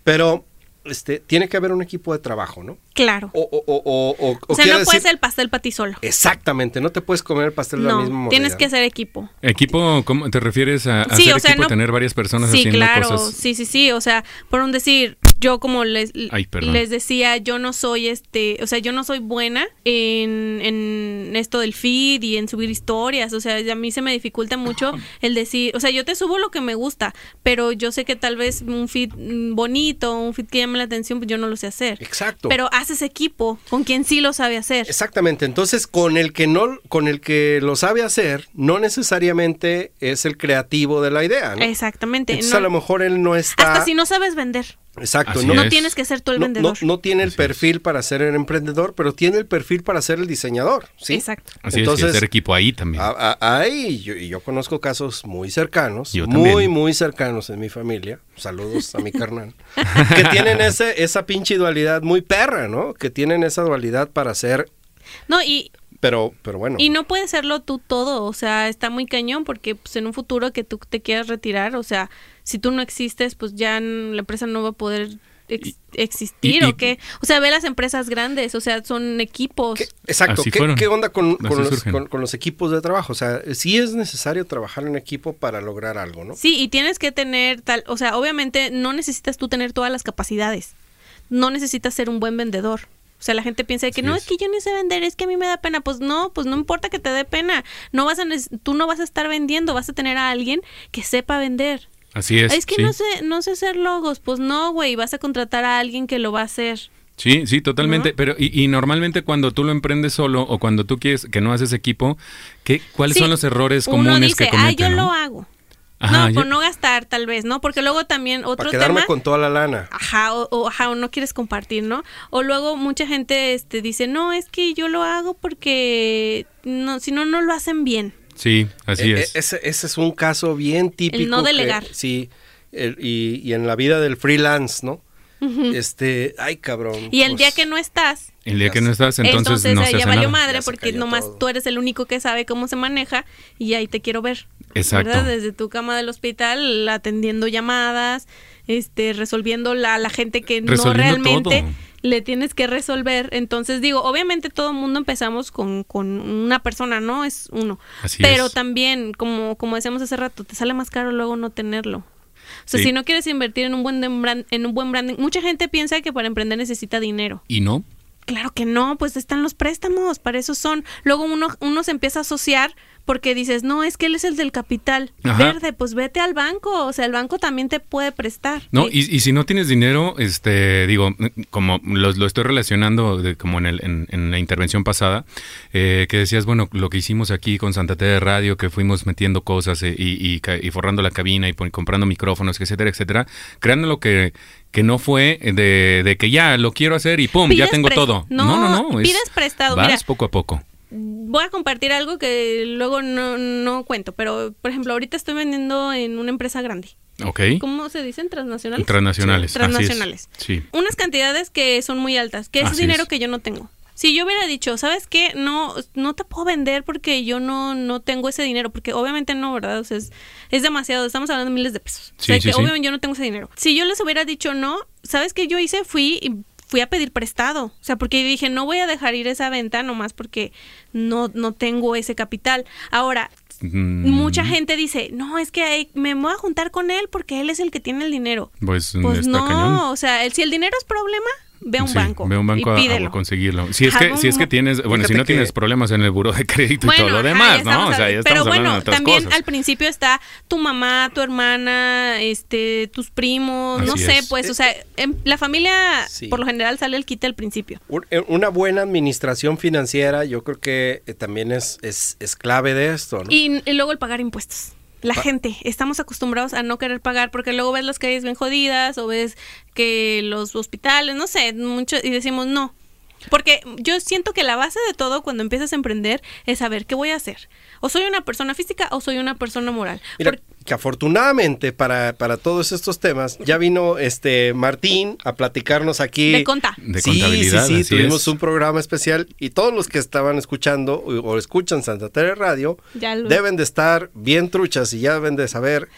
[SPEAKER 2] Pero este, tiene que haber un equipo de trabajo, ¿no?
[SPEAKER 3] claro.
[SPEAKER 2] O, o- o- o- o-
[SPEAKER 3] O
[SPEAKER 2] o
[SPEAKER 3] sea, no
[SPEAKER 2] quiero
[SPEAKER 3] puedes
[SPEAKER 2] decir-
[SPEAKER 3] el pastel para ti solo.
[SPEAKER 2] Exactamente, no te puedes comer el pastel de la misma
[SPEAKER 3] No,
[SPEAKER 2] moneda.
[SPEAKER 3] tienes que hacer equipo.
[SPEAKER 1] Equipo, ¿cómo te refieres a, a
[SPEAKER 3] Sí,
[SPEAKER 1] hacer
[SPEAKER 3] o sea,
[SPEAKER 1] equipo,
[SPEAKER 3] no-
[SPEAKER 1] tener varias personas
[SPEAKER 3] sí,
[SPEAKER 1] haciendo
[SPEAKER 3] claro,
[SPEAKER 1] cosas?
[SPEAKER 3] sí, sí, sí, o sea, por un decir, yo como les,
[SPEAKER 1] Ay, perdón.
[SPEAKER 3] les decía, yo no soy este, o sea, yo no soy buena en, en esto del feed y en subir historias, o sea, a mí se me dificulta mucho el decir, o sea, yo te subo lo que me gusta, pero yo sé que tal vez un feed mm, bonito, un feed que llame la atención, pues yo no lo sé hacer.
[SPEAKER 2] Exacto.
[SPEAKER 3] Pero haces equipo con quien sí lo sabe hacer.
[SPEAKER 2] Exactamente. Entonces, con el que no, con el que lo sabe hacer, no necesariamente es el creativo de la idea, ¿no?
[SPEAKER 3] Exactamente.
[SPEAKER 2] Entonces,
[SPEAKER 3] no-
[SPEAKER 2] a lo mejor él no está.
[SPEAKER 3] hasta si no sabes vender,
[SPEAKER 2] Exacto.
[SPEAKER 1] Así
[SPEAKER 2] No,
[SPEAKER 1] es.
[SPEAKER 3] no tienes que ser tú el
[SPEAKER 2] no-
[SPEAKER 3] vendedor.
[SPEAKER 2] no- no tiene el
[SPEAKER 1] Así es.
[SPEAKER 2] perfil para ser el emprendedor, pero tiene el perfil para ser el diseñador. ¿sí?
[SPEAKER 3] Exacto.
[SPEAKER 1] Así es, y
[SPEAKER 2] Entonces, ah,
[SPEAKER 1] hacer equipo ahí también.
[SPEAKER 2] a- a- Hay, yo, y yo conozco casos muy cercanos,
[SPEAKER 1] Yo
[SPEAKER 2] muy,
[SPEAKER 1] también.
[SPEAKER 2] muy cercanos en mi familia. Saludos a mi carnal. que tienen ese, esa pinche dualidad muy perra, ¿no? Que tienen esa dualidad para ser,
[SPEAKER 3] No, y
[SPEAKER 2] pero, pero bueno.
[SPEAKER 3] Y no puedes serlo tú todo, o sea, está muy cañón porque pues, en un futuro que tú te quieras retirar, o sea, si tú no existes, pues ya n- la empresa no va a poder ex- existir
[SPEAKER 1] y- y-
[SPEAKER 3] o qué. O sea, ve las empresas grandes, o sea, son equipos.
[SPEAKER 2] ¿Qué- exacto,
[SPEAKER 1] Así
[SPEAKER 2] ¿qué,
[SPEAKER 1] fueron.
[SPEAKER 2] qué onda con, con
[SPEAKER 1] Así
[SPEAKER 2] los,
[SPEAKER 1] surgen.
[SPEAKER 2] con- con los equipos de trabajo? O sea, sí es necesario trabajar en equipo para lograr algo, ¿no?
[SPEAKER 3] Sí, y tienes que tener tal, o sea, obviamente no necesitas tú tener todas las capacidades, no necesitas ser un buen vendedor. O sea, la gente piensa de que
[SPEAKER 1] Así
[SPEAKER 3] no,
[SPEAKER 1] es.
[SPEAKER 3] es que yo no sé vender, es que a mí me da pena. Pues no, pues no importa que te dé pena. No vas a, neces- tú no vas a estar vendiendo, vas a tener a alguien que sepa vender.
[SPEAKER 1] Así es.
[SPEAKER 3] Es, que
[SPEAKER 1] sí.
[SPEAKER 3] no sé, no sé hacer logos. Pues no, güey, vas a contratar a alguien que lo va a hacer.
[SPEAKER 1] Sí, sí, totalmente.
[SPEAKER 3] ¿No?
[SPEAKER 1] Pero y, y normalmente cuando tú lo emprendes solo o cuando tú quieres que no haces equipo, ¿qué, ¿cuáles
[SPEAKER 3] Sí,
[SPEAKER 1] son los errores
[SPEAKER 3] Uno
[SPEAKER 1] comunes
[SPEAKER 3] dice,
[SPEAKER 1] que cometen?
[SPEAKER 3] ah, yo
[SPEAKER 1] no?
[SPEAKER 3] lo hago.
[SPEAKER 1] Ajá,
[SPEAKER 3] no,
[SPEAKER 1] ya-
[SPEAKER 3] por no gastar, tal vez, ¿no? Porque luego también
[SPEAKER 2] Para
[SPEAKER 3] otro
[SPEAKER 2] quedarme
[SPEAKER 3] tema.
[SPEAKER 2] con toda la lana.
[SPEAKER 3] Ajá, o, o, ajá, o no quieres compartir, ¿no? O luego mucha gente este, dice, no, es que yo lo hago porque no, si no, no lo hacen bien.
[SPEAKER 1] Sí, así
[SPEAKER 2] E-
[SPEAKER 1] es.
[SPEAKER 2] e- Ese, ese es un caso bien típico.
[SPEAKER 3] El no
[SPEAKER 2] que-
[SPEAKER 3] delegar.
[SPEAKER 2] sí, el- y, y en la vida del freelance, ¿no? Este, ay cabrón.
[SPEAKER 3] Y el
[SPEAKER 2] pues,
[SPEAKER 3] día que no estás,
[SPEAKER 1] El día que no estás, entonces,
[SPEAKER 3] entonces,
[SPEAKER 1] no
[SPEAKER 3] ahí
[SPEAKER 1] se
[SPEAKER 3] ya
[SPEAKER 1] hace
[SPEAKER 3] valió
[SPEAKER 1] nada.
[SPEAKER 3] madre
[SPEAKER 2] Ya se
[SPEAKER 3] porque
[SPEAKER 2] cayó
[SPEAKER 3] nomás
[SPEAKER 2] todo.
[SPEAKER 3] tú eres el único que sabe cómo se maneja y ahí te quiero ver.
[SPEAKER 1] Exacto.
[SPEAKER 3] ¿verdad? Desde tu cama del hospital, atendiendo llamadas, este, resolviendo la, la gente que no
[SPEAKER 1] Resolviendo
[SPEAKER 3] realmente
[SPEAKER 1] todo.
[SPEAKER 3] le tienes que resolver. Entonces digo, obviamente todo el mundo empezamos con, con una persona, ¿no? Es uno.
[SPEAKER 1] Así
[SPEAKER 3] Pero
[SPEAKER 1] es.
[SPEAKER 3] también, como, como decíamos hace rato, te sale más caro luego no tenerlo. O sea,
[SPEAKER 1] Sí.
[SPEAKER 3] si no quieres invertir en un buen de- brand- en un buen branding, mucha gente piensa que para emprender necesita dinero.
[SPEAKER 1] Y no.
[SPEAKER 3] Claro que no, pues están los préstamos, para eso son. Luego uno, uno se empieza a asociar porque dices, no, es que él es el del capital
[SPEAKER 1] Ajá.
[SPEAKER 3] verde, pues vete al banco, o sea, el banco también te puede prestar.
[SPEAKER 1] No,
[SPEAKER 3] Sí.
[SPEAKER 1] y, y si no tienes dinero, este, digo, como los- lo, estoy relacionando de- como en, el, en, en la intervención pasada, eh, que decías, bueno, lo que hicimos aquí con Santa Tere de Radio, que fuimos metiendo cosas eh, y, y ca- y forrando la cabina y pon- comprando micrófonos, etcétera, etcétera, creando lo que, que no fue de, de que ya lo quiero hacer y pum, ya
[SPEAKER 3] Pides
[SPEAKER 1] tengo
[SPEAKER 3] pres-
[SPEAKER 1] todo.
[SPEAKER 3] no,
[SPEAKER 1] No, no, no. es-
[SPEAKER 3] pides prestado,
[SPEAKER 1] Vas
[SPEAKER 3] mira.
[SPEAKER 1] poco a poco.
[SPEAKER 3] Voy a compartir algo que luego no, no cuento, pero por ejemplo, ahorita estoy vendiendo en una empresa grande.
[SPEAKER 1] Ok.
[SPEAKER 3] ¿Cómo se dicen? Transnacionales.
[SPEAKER 1] Transnacionales.
[SPEAKER 3] Sí,
[SPEAKER 1] así es.
[SPEAKER 3] transnacionales.
[SPEAKER 1] Sí.
[SPEAKER 3] unas cantidades que son muy altas, que es
[SPEAKER 1] Así
[SPEAKER 3] dinero
[SPEAKER 1] es.
[SPEAKER 3] que yo no tengo. Si yo hubiera dicho, ¿sabes qué? No, no te puedo vender porque yo no, no tengo ese dinero, porque obviamente no, ¿verdad? O sea, es, es demasiado, estamos hablando de miles de pesos.
[SPEAKER 1] Sí,
[SPEAKER 3] o sea,
[SPEAKER 1] sí,
[SPEAKER 3] que
[SPEAKER 1] sí.
[SPEAKER 3] obviamente yo no tengo ese dinero. Si yo les hubiera dicho no, ¿sabes qué yo hice? Fui y fui a pedir prestado. O sea, porque dije, no voy a dejar ir esa venta nomás porque no, no tengo ese capital. Ahora,
[SPEAKER 1] Mm,
[SPEAKER 3] mucha gente dice, no, es que ay, me voy a juntar con él porque él es el que tiene el dinero.
[SPEAKER 1] Pues,
[SPEAKER 3] Pues
[SPEAKER 1] está
[SPEAKER 3] no,
[SPEAKER 1] cañón.
[SPEAKER 3] o sea, el- si el dinero es problema, ve a un
[SPEAKER 1] Sí,
[SPEAKER 3] banco.
[SPEAKER 1] Ve a un banco
[SPEAKER 3] y
[SPEAKER 1] a- a,
[SPEAKER 3] pídelo.
[SPEAKER 1] conseguirlo. Si es que,
[SPEAKER 3] Ajá,
[SPEAKER 1] si es que
[SPEAKER 3] vamos.
[SPEAKER 1] tienes, bueno, si
[SPEAKER 2] Fíjate
[SPEAKER 1] no
[SPEAKER 2] que-
[SPEAKER 1] tienes problemas en el buró de crédito y todo lo
[SPEAKER 3] ajá, ya
[SPEAKER 1] demás, ¿no?
[SPEAKER 3] estamos
[SPEAKER 1] O sea, ya
[SPEAKER 3] hablando-
[SPEAKER 1] estamos
[SPEAKER 3] pero
[SPEAKER 1] hablando
[SPEAKER 3] bueno,
[SPEAKER 1] de otras
[SPEAKER 3] también
[SPEAKER 1] cosas.
[SPEAKER 3] al principio está tu mamá, tu hermana, este, tus primos, no
[SPEAKER 1] Así
[SPEAKER 3] sé,
[SPEAKER 1] es.
[SPEAKER 3] pues, o sea, en- la familia
[SPEAKER 2] Sí.
[SPEAKER 3] por lo general sale el quite al principio.
[SPEAKER 2] Un- eh, Una buena administración financiera, yo creo que eh, también es, es, es clave de esto, ¿no?
[SPEAKER 3] Y, y luego el pagar impuestos. La
[SPEAKER 2] Pa-
[SPEAKER 3] gente, estamos acostumbrados a no querer pagar porque luego ves las calles bien jodidas o ves que los hospitales, no sé, mucho, y decimos no. Porque yo siento que la base de todo cuando empiezas a emprender es saber qué voy a hacer. O soy una persona física o soy una persona moral.
[SPEAKER 2] Mira,
[SPEAKER 3] Por-
[SPEAKER 2] que afortunadamente para, para todos estos temas ya vino este Martín a platicarnos aquí.
[SPEAKER 3] De conta.
[SPEAKER 1] De
[SPEAKER 2] sí,
[SPEAKER 1] contabilidad,
[SPEAKER 2] sí, sí,
[SPEAKER 1] así
[SPEAKER 2] tuvimos
[SPEAKER 1] es.
[SPEAKER 2] un programa especial y todos los que estaban escuchando o, o escuchan Santa Tere Radio
[SPEAKER 3] Ya lo-
[SPEAKER 2] deben de estar bien truchas y ya deben de saber.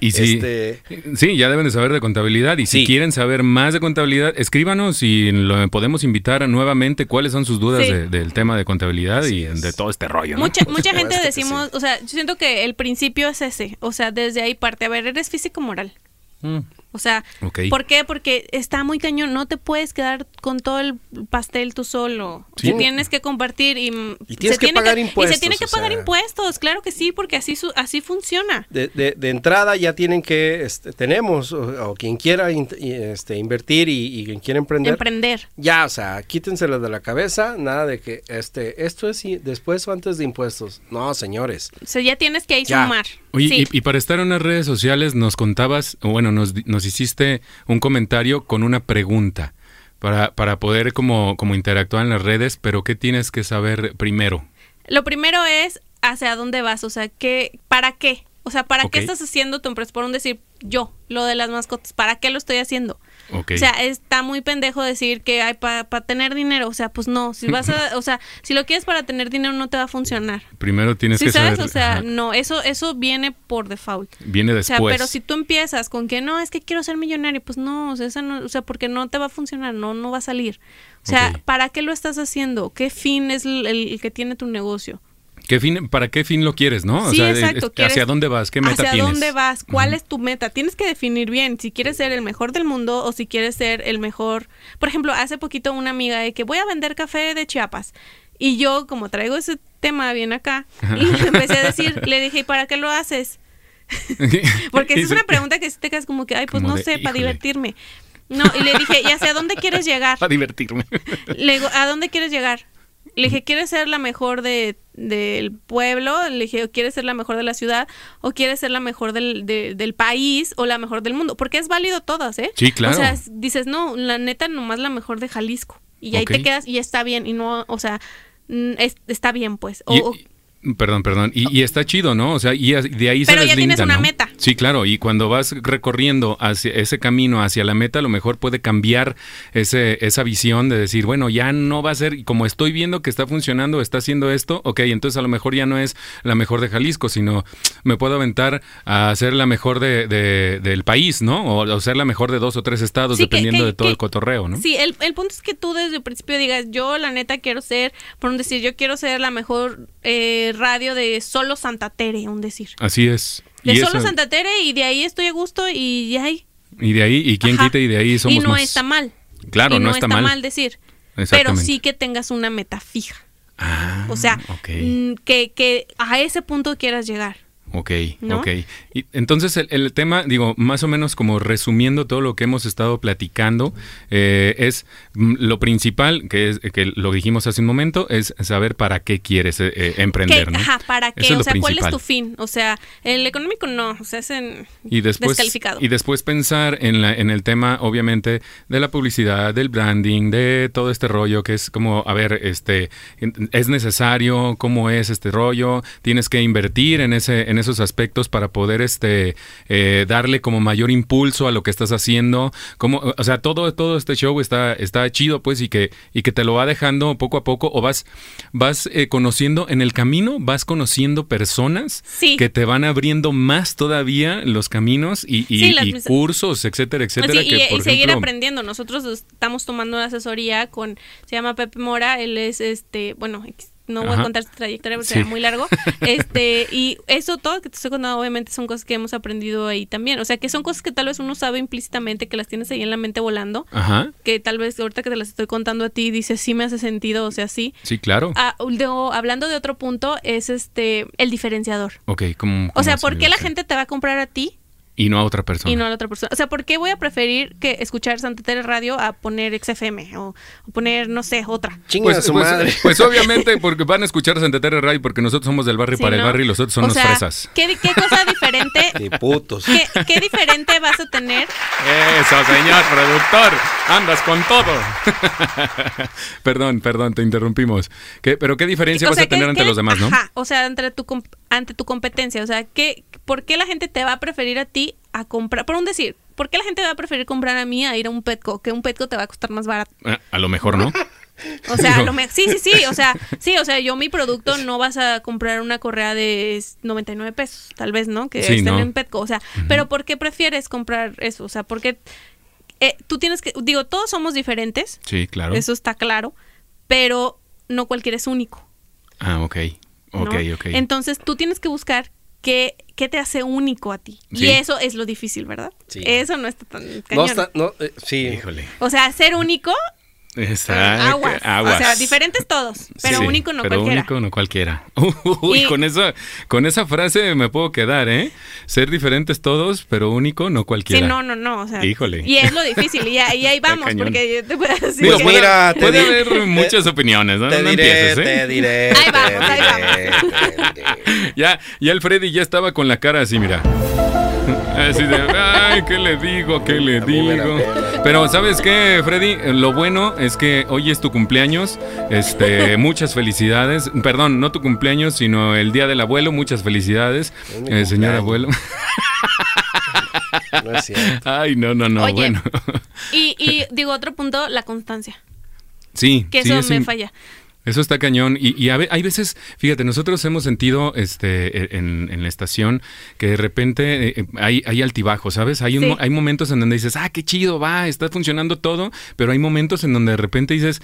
[SPEAKER 1] Y sí,
[SPEAKER 2] Este-
[SPEAKER 1] sí, ya deben de saber de contabilidad. Y si
[SPEAKER 2] Sí.
[SPEAKER 1] quieren saber más de contabilidad, escríbanos y lo podemos invitar nuevamente cuáles son sus dudas
[SPEAKER 3] Sí.
[SPEAKER 1] de- del tema de contabilidad y
[SPEAKER 2] Así es.
[SPEAKER 1] de todo este rollo. ¿no?
[SPEAKER 3] Mucha, mucha
[SPEAKER 2] Por
[SPEAKER 3] gente
[SPEAKER 2] supuesto que
[SPEAKER 3] decimos, o sea, yo siento que el principio es ese. O sea, desde ahí parte, a ver, eres físico o moral.
[SPEAKER 1] Mm.
[SPEAKER 3] O sea,
[SPEAKER 1] Ok.
[SPEAKER 3] ¿por qué? Porque está muy cañón, no te puedes quedar con todo el pastel tú solo.
[SPEAKER 1] Sí.
[SPEAKER 3] Tú Tienes que compartir y,
[SPEAKER 2] Y tienes que
[SPEAKER 3] tiene
[SPEAKER 2] pagar
[SPEAKER 3] Y
[SPEAKER 2] impuestos,
[SPEAKER 3] se tiene que
[SPEAKER 2] o
[SPEAKER 3] pagar
[SPEAKER 2] sea.
[SPEAKER 3] impuestos, claro que sí, porque así su- así funciona.
[SPEAKER 2] De, de- de entrada ya tienen que, este, tenemos, o, o quien quiera in- y, este, invertir y, y quien quiera emprender.
[SPEAKER 3] Emprender.
[SPEAKER 2] ya, o sea, quítenselo de la cabeza, nada de que este, esto es i- después o antes de impuestos. No, señores.
[SPEAKER 3] O sea, ya tienes que ahí
[SPEAKER 2] Ya.
[SPEAKER 3] sumar.
[SPEAKER 1] Oye,
[SPEAKER 3] Sí.
[SPEAKER 1] y, y para estar en las redes sociales nos contabas, o bueno, nos, di- nos hiciste un comentario con una pregunta para, para poder como, como interactuar en las redes, pero ¿qué tienes que saber primero?
[SPEAKER 3] Lo primero es hacia dónde vas, o sea, ¿qué, ¿para qué? O sea, ¿para
[SPEAKER 1] Ok.
[SPEAKER 3] qué estás haciendo tu empresa? Por un decir yo, lo de las mascotas, ¿para qué lo estoy haciendo?
[SPEAKER 1] Ok.
[SPEAKER 3] O sea, está muy pendejo decir que hay para tener dinero, o sea, pues no, si vas a, o sea, si lo quieres para tener dinero no te va a funcionar.
[SPEAKER 1] primero tienes
[SPEAKER 3] Sí,
[SPEAKER 1] que
[SPEAKER 3] sabes,
[SPEAKER 1] saber.
[SPEAKER 3] o sea,
[SPEAKER 1] ajá,
[SPEAKER 3] no, eso eso viene por default.
[SPEAKER 1] viene
[SPEAKER 3] O sea,
[SPEAKER 1] después.
[SPEAKER 3] pero si tú empiezas con que no, es que quiero ser millonario, pues no, o sea, esa no- o sea, porque no te va a funcionar, no no va a salir. O sea,
[SPEAKER 1] Ok.
[SPEAKER 3] ¿para qué lo estás haciendo? ¿Qué fin es el, el que tiene tu negocio?
[SPEAKER 1] ¿Qué fin, ¿Para qué fin lo quieres, no?
[SPEAKER 3] Sí,
[SPEAKER 1] o sea,
[SPEAKER 3] exacto,
[SPEAKER 1] es-
[SPEAKER 3] quieres-
[SPEAKER 1] ¿hacia dónde vas? ¿Qué meta
[SPEAKER 3] ¿Hacia
[SPEAKER 1] tienes?
[SPEAKER 3] dónde vas? ¿Cuál es tu meta? Tienes que definir bien si quieres ser el mejor del mundo o si quieres ser el mejor. Por ejemplo, hace poquito una amiga de que voy a vender café de Chiapas. Y yo, como traigo ese tema bien acá, y le empecé a decir, le dije, ¿y para qué lo haces? Porque esa es una pregunta que si te quedas como que, ay, pues
[SPEAKER 1] Como
[SPEAKER 3] no
[SPEAKER 1] de,
[SPEAKER 3] sé, para
[SPEAKER 1] híjole.
[SPEAKER 3] divertirme. No, y le dije, ¿y hacia dónde quieres llegar?
[SPEAKER 1] Para divertirme.
[SPEAKER 3] Le digo, ¿a dónde quieres llegar? Le dije, ¿quieres ser la mejor de, del pueblo? Le dije, ¿o ¿quieres ser la mejor de la ciudad? ¿O quieres ser la mejor del, de- del país? ¿O la mejor del mundo? Porque es válido todas, ¿eh?
[SPEAKER 1] Sí, claro.
[SPEAKER 3] O sea, s- dices, no, la neta, nomás la mejor de Jalisco. Y ahí
[SPEAKER 1] Ok.
[SPEAKER 3] te quedas y está bien. Y no, o sea, mm, es- está bien, pues. O-
[SPEAKER 1] Y-
[SPEAKER 3] o-
[SPEAKER 1] y- perdón, perdón. Y, y está chido, ¿no? O sea, y as- de ahí
[SPEAKER 3] Pero
[SPEAKER 1] se
[SPEAKER 3] ya
[SPEAKER 1] deslinda,
[SPEAKER 3] tienes una
[SPEAKER 1] ¿no?
[SPEAKER 3] meta.
[SPEAKER 1] Sí, claro. Y cuando vas recorriendo hacia ese camino hacia la meta, a lo mejor puede cambiar ese, esa visión de decir, bueno, ya no va a ser, como estoy viendo que está funcionando, está haciendo esto, ok, entonces a lo mejor ya no es la mejor de Jalisco, sino me puedo aventar a ser la mejor de, de- del país, ¿no? O, o ser la mejor de dos o tres estados,
[SPEAKER 3] Sí, que-
[SPEAKER 1] dependiendo
[SPEAKER 3] que-
[SPEAKER 1] de todo
[SPEAKER 3] que-
[SPEAKER 1] el cotorreo, ¿no?
[SPEAKER 3] Sí, el, el punto es que tú desde el principio digas, yo la neta quiero ser, por un decir, yo quiero ser la mejor eh, radio de solo Santa Tere, un decir.
[SPEAKER 1] Así es.
[SPEAKER 3] De
[SPEAKER 1] y,
[SPEAKER 3] solo
[SPEAKER 1] eso-
[SPEAKER 3] Santa Tere y de ahí estoy a gusto y ya ahí.
[SPEAKER 1] y de ahí, y quién
[SPEAKER 3] Ajá.
[SPEAKER 1] quita, y de ahí somos
[SPEAKER 3] Y no
[SPEAKER 1] más.
[SPEAKER 3] está mal.
[SPEAKER 1] Claro,
[SPEAKER 3] Y
[SPEAKER 1] no está mal.
[SPEAKER 3] decir. Pero
[SPEAKER 1] Exactamente.
[SPEAKER 3] sí que tengas una meta fija.
[SPEAKER 1] Ah,
[SPEAKER 3] O sea,
[SPEAKER 1] ok,
[SPEAKER 3] mm, que, que a ese punto quieras llegar.
[SPEAKER 1] ok,
[SPEAKER 3] ¿no?
[SPEAKER 1] ok. Y entonces el, el tema, digo, más o menos como resumiendo todo lo que hemos estado platicando, eh, es mm, lo principal, que es que lo dijimos hace un momento, es saber para qué quieres eh, eh, emprender,
[SPEAKER 3] Que-
[SPEAKER 1] ¿no?
[SPEAKER 3] Ajá, ¿para qué?
[SPEAKER 1] Eso es
[SPEAKER 3] o
[SPEAKER 1] lo
[SPEAKER 3] sea, ¿cuál es
[SPEAKER 1] principal.
[SPEAKER 3] tu fin? O sea, el económico no. O sea, es en-
[SPEAKER 1] y después
[SPEAKER 3] descalificado.
[SPEAKER 1] y después pensar en la en el tema obviamente de la publicidad del branding de todo este rollo que es como a ver este en- es necesario cómo es este rollo tienes que invertir en ese en esos aspectos para poder este eh, darle como mayor impulso a lo que estás haciendo como o sea todo todo este show está está chido pues y que y que te lo va dejando poco a poco o vas vas eh, conociendo en el camino vas conociendo personas
[SPEAKER 3] Sí.
[SPEAKER 1] que te van abriendo más todavía los caminos y, y-
[SPEAKER 3] Sí, las
[SPEAKER 1] y
[SPEAKER 3] mis- Pues
[SPEAKER 1] cursos, etcétera, etcétera.
[SPEAKER 3] Sí,
[SPEAKER 1] que,
[SPEAKER 3] y, y
[SPEAKER 1] por
[SPEAKER 3] seguir
[SPEAKER 1] ejemplo,
[SPEAKER 3] aprendiendo. Nosotros estamos tomando una asesoría con, se llama Pepe Mora, él es este, bueno, ex- no voy
[SPEAKER 1] Ajá.
[SPEAKER 3] a contar su trayectoria porque
[SPEAKER 1] Sí.
[SPEAKER 3] será muy largo. Este, y eso todo que te estoy contando, obviamente, son cosas que hemos aprendido ahí también. O sea que son cosas que tal vez uno sabe implícitamente que las tienes ahí en la mente volando,
[SPEAKER 1] Ajá,
[SPEAKER 3] que tal vez ahorita que te las estoy contando a ti, dices sí me hace sentido, o sea, sí.
[SPEAKER 1] sí, claro.
[SPEAKER 3] Ah, de- hablando de otro punto, es este el diferenciador.
[SPEAKER 1] ok, como...
[SPEAKER 3] O sea, ¿por qué la gente te va a comprar a ti
[SPEAKER 1] Y no a otra persona.
[SPEAKER 3] y no a la otra persona. O sea, ¿por qué voy a preferir que escuchar Santa Tere Radio a poner XFM o, o poner, no sé, otra?
[SPEAKER 2] Chinga
[SPEAKER 1] pues,
[SPEAKER 2] a su
[SPEAKER 1] pues-
[SPEAKER 2] madre.
[SPEAKER 1] pues obviamente porque van a escuchar Santa Teresa Radio porque nosotros somos del barrio
[SPEAKER 3] Sí,
[SPEAKER 1] para el
[SPEAKER 3] ¿no?
[SPEAKER 1] barrio y los otros son
[SPEAKER 3] o
[SPEAKER 1] los
[SPEAKER 3] sea,
[SPEAKER 1] fresas.
[SPEAKER 3] ¿qué, qué cosa diferente?
[SPEAKER 2] Ni putos.
[SPEAKER 3] ¿Qué, qué diferente vas a tener?
[SPEAKER 1] Eso, señor productor, andas con todo. perdón, perdón, te interrumpimos. ¿Qué- pero qué diferencia
[SPEAKER 3] O
[SPEAKER 1] vas
[SPEAKER 3] sea,
[SPEAKER 1] a tener
[SPEAKER 3] ¿qué-
[SPEAKER 1] ante
[SPEAKER 3] qué-
[SPEAKER 1] los demás, ¿no?
[SPEAKER 3] Ajá, o sea, entre tu comp- ante tu competencia. O sea, ¿qué, ¿por qué la gente te va a preferir a ti a comprar? Por un decir, ¿por qué la gente va a preferir comprar a mí a ir a un Petco? Que un Petco te va a costar más barato.
[SPEAKER 1] Ah, A lo mejor no.
[SPEAKER 3] O sea,
[SPEAKER 1] No.
[SPEAKER 3] lo me- sí, sí, sí, o sea, sí, o sea, yo mi producto no vas a comprar una correa de s- 99 pesos, tal vez, ¿no? Que
[SPEAKER 1] Sí,
[SPEAKER 3] estén
[SPEAKER 1] ¿no?
[SPEAKER 3] en Petco, o sea, pero ¿por qué prefieres comprar eso? O sea, porque eh, tú tienes que, digo, todos somos diferentes,
[SPEAKER 1] Sí, claro.
[SPEAKER 3] eso está claro, pero no cualquiera es único.
[SPEAKER 1] Ah, ok.
[SPEAKER 3] ¿no?
[SPEAKER 1] Ok, ok.
[SPEAKER 3] Entonces tú tienes que buscar qué, qué te hace único a ti.
[SPEAKER 1] Sí.
[SPEAKER 3] Y eso es lo difícil, ¿verdad?
[SPEAKER 2] Sí.
[SPEAKER 3] Eso no está tan
[SPEAKER 2] No
[SPEAKER 3] cañón.
[SPEAKER 2] está, no, eh, sí.
[SPEAKER 1] Híjole.
[SPEAKER 3] O sea, ser único, eh,
[SPEAKER 1] Está
[SPEAKER 3] aguas. O sea, diferentes todos, pero único no
[SPEAKER 1] pero
[SPEAKER 3] cualquiera.
[SPEAKER 1] único no cualquiera. Uy,
[SPEAKER 3] Y-
[SPEAKER 1] con esa, con esa frase me puedo quedar, ¿eh? Ser diferentes todos, pero único no
[SPEAKER 3] Sí,
[SPEAKER 1] cualquiera.
[SPEAKER 3] no, no, no. O sea,
[SPEAKER 1] Híjole.
[SPEAKER 3] Y es lo difícil. Y, ahí- y ahí vamos,
[SPEAKER 1] cañón.
[SPEAKER 3] porque yo te puedo decir.
[SPEAKER 2] Pues
[SPEAKER 3] que-
[SPEAKER 2] mira, te
[SPEAKER 1] puede
[SPEAKER 2] di-
[SPEAKER 1] haber muchas opiniones, ¿no?
[SPEAKER 2] Te
[SPEAKER 1] No
[SPEAKER 2] diré,
[SPEAKER 1] empieces, ¿eh?
[SPEAKER 2] te diré.
[SPEAKER 3] Ahí
[SPEAKER 2] te
[SPEAKER 3] vamos, ahí
[SPEAKER 2] diré, te diré.
[SPEAKER 1] Ya, ya el Freddy ya estaba con la cara así, mira. Así de, ay, ¿qué le digo? ¿Qué le
[SPEAKER 2] mí me la
[SPEAKER 1] digo?
[SPEAKER 2] pela.
[SPEAKER 1] Pero ¿sabes qué, Freddy? Lo bueno es que hoy es tu cumpleaños. Este, muchas felicidades. Perdón, no tu cumpleaños, sino el día del abuelo. Muchas felicidades,
[SPEAKER 2] Es mi
[SPEAKER 1] eh, señor
[SPEAKER 2] cumpleaños.
[SPEAKER 1] abuelo.
[SPEAKER 2] No es cierto.
[SPEAKER 1] Ay, no, no, no,
[SPEAKER 3] Oye.
[SPEAKER 1] bueno.
[SPEAKER 3] Y, y digo, otro punto, la constancia.
[SPEAKER 1] Sí,
[SPEAKER 3] Que
[SPEAKER 1] sí,
[SPEAKER 3] eso
[SPEAKER 1] es
[SPEAKER 3] me
[SPEAKER 1] im-
[SPEAKER 3] falla.
[SPEAKER 1] Eso está cañón. Y, y a ve- hay veces, fíjate, nosotros hemos sentido este, en, en la estación que de repente eh, eh, hay, hay altibajos, ¿sabes? Hay, un
[SPEAKER 3] Sí.
[SPEAKER 1] mo- hay momentos en donde dices, ah, qué chido, va, está funcionando todo, pero hay momentos en donde de repente dices,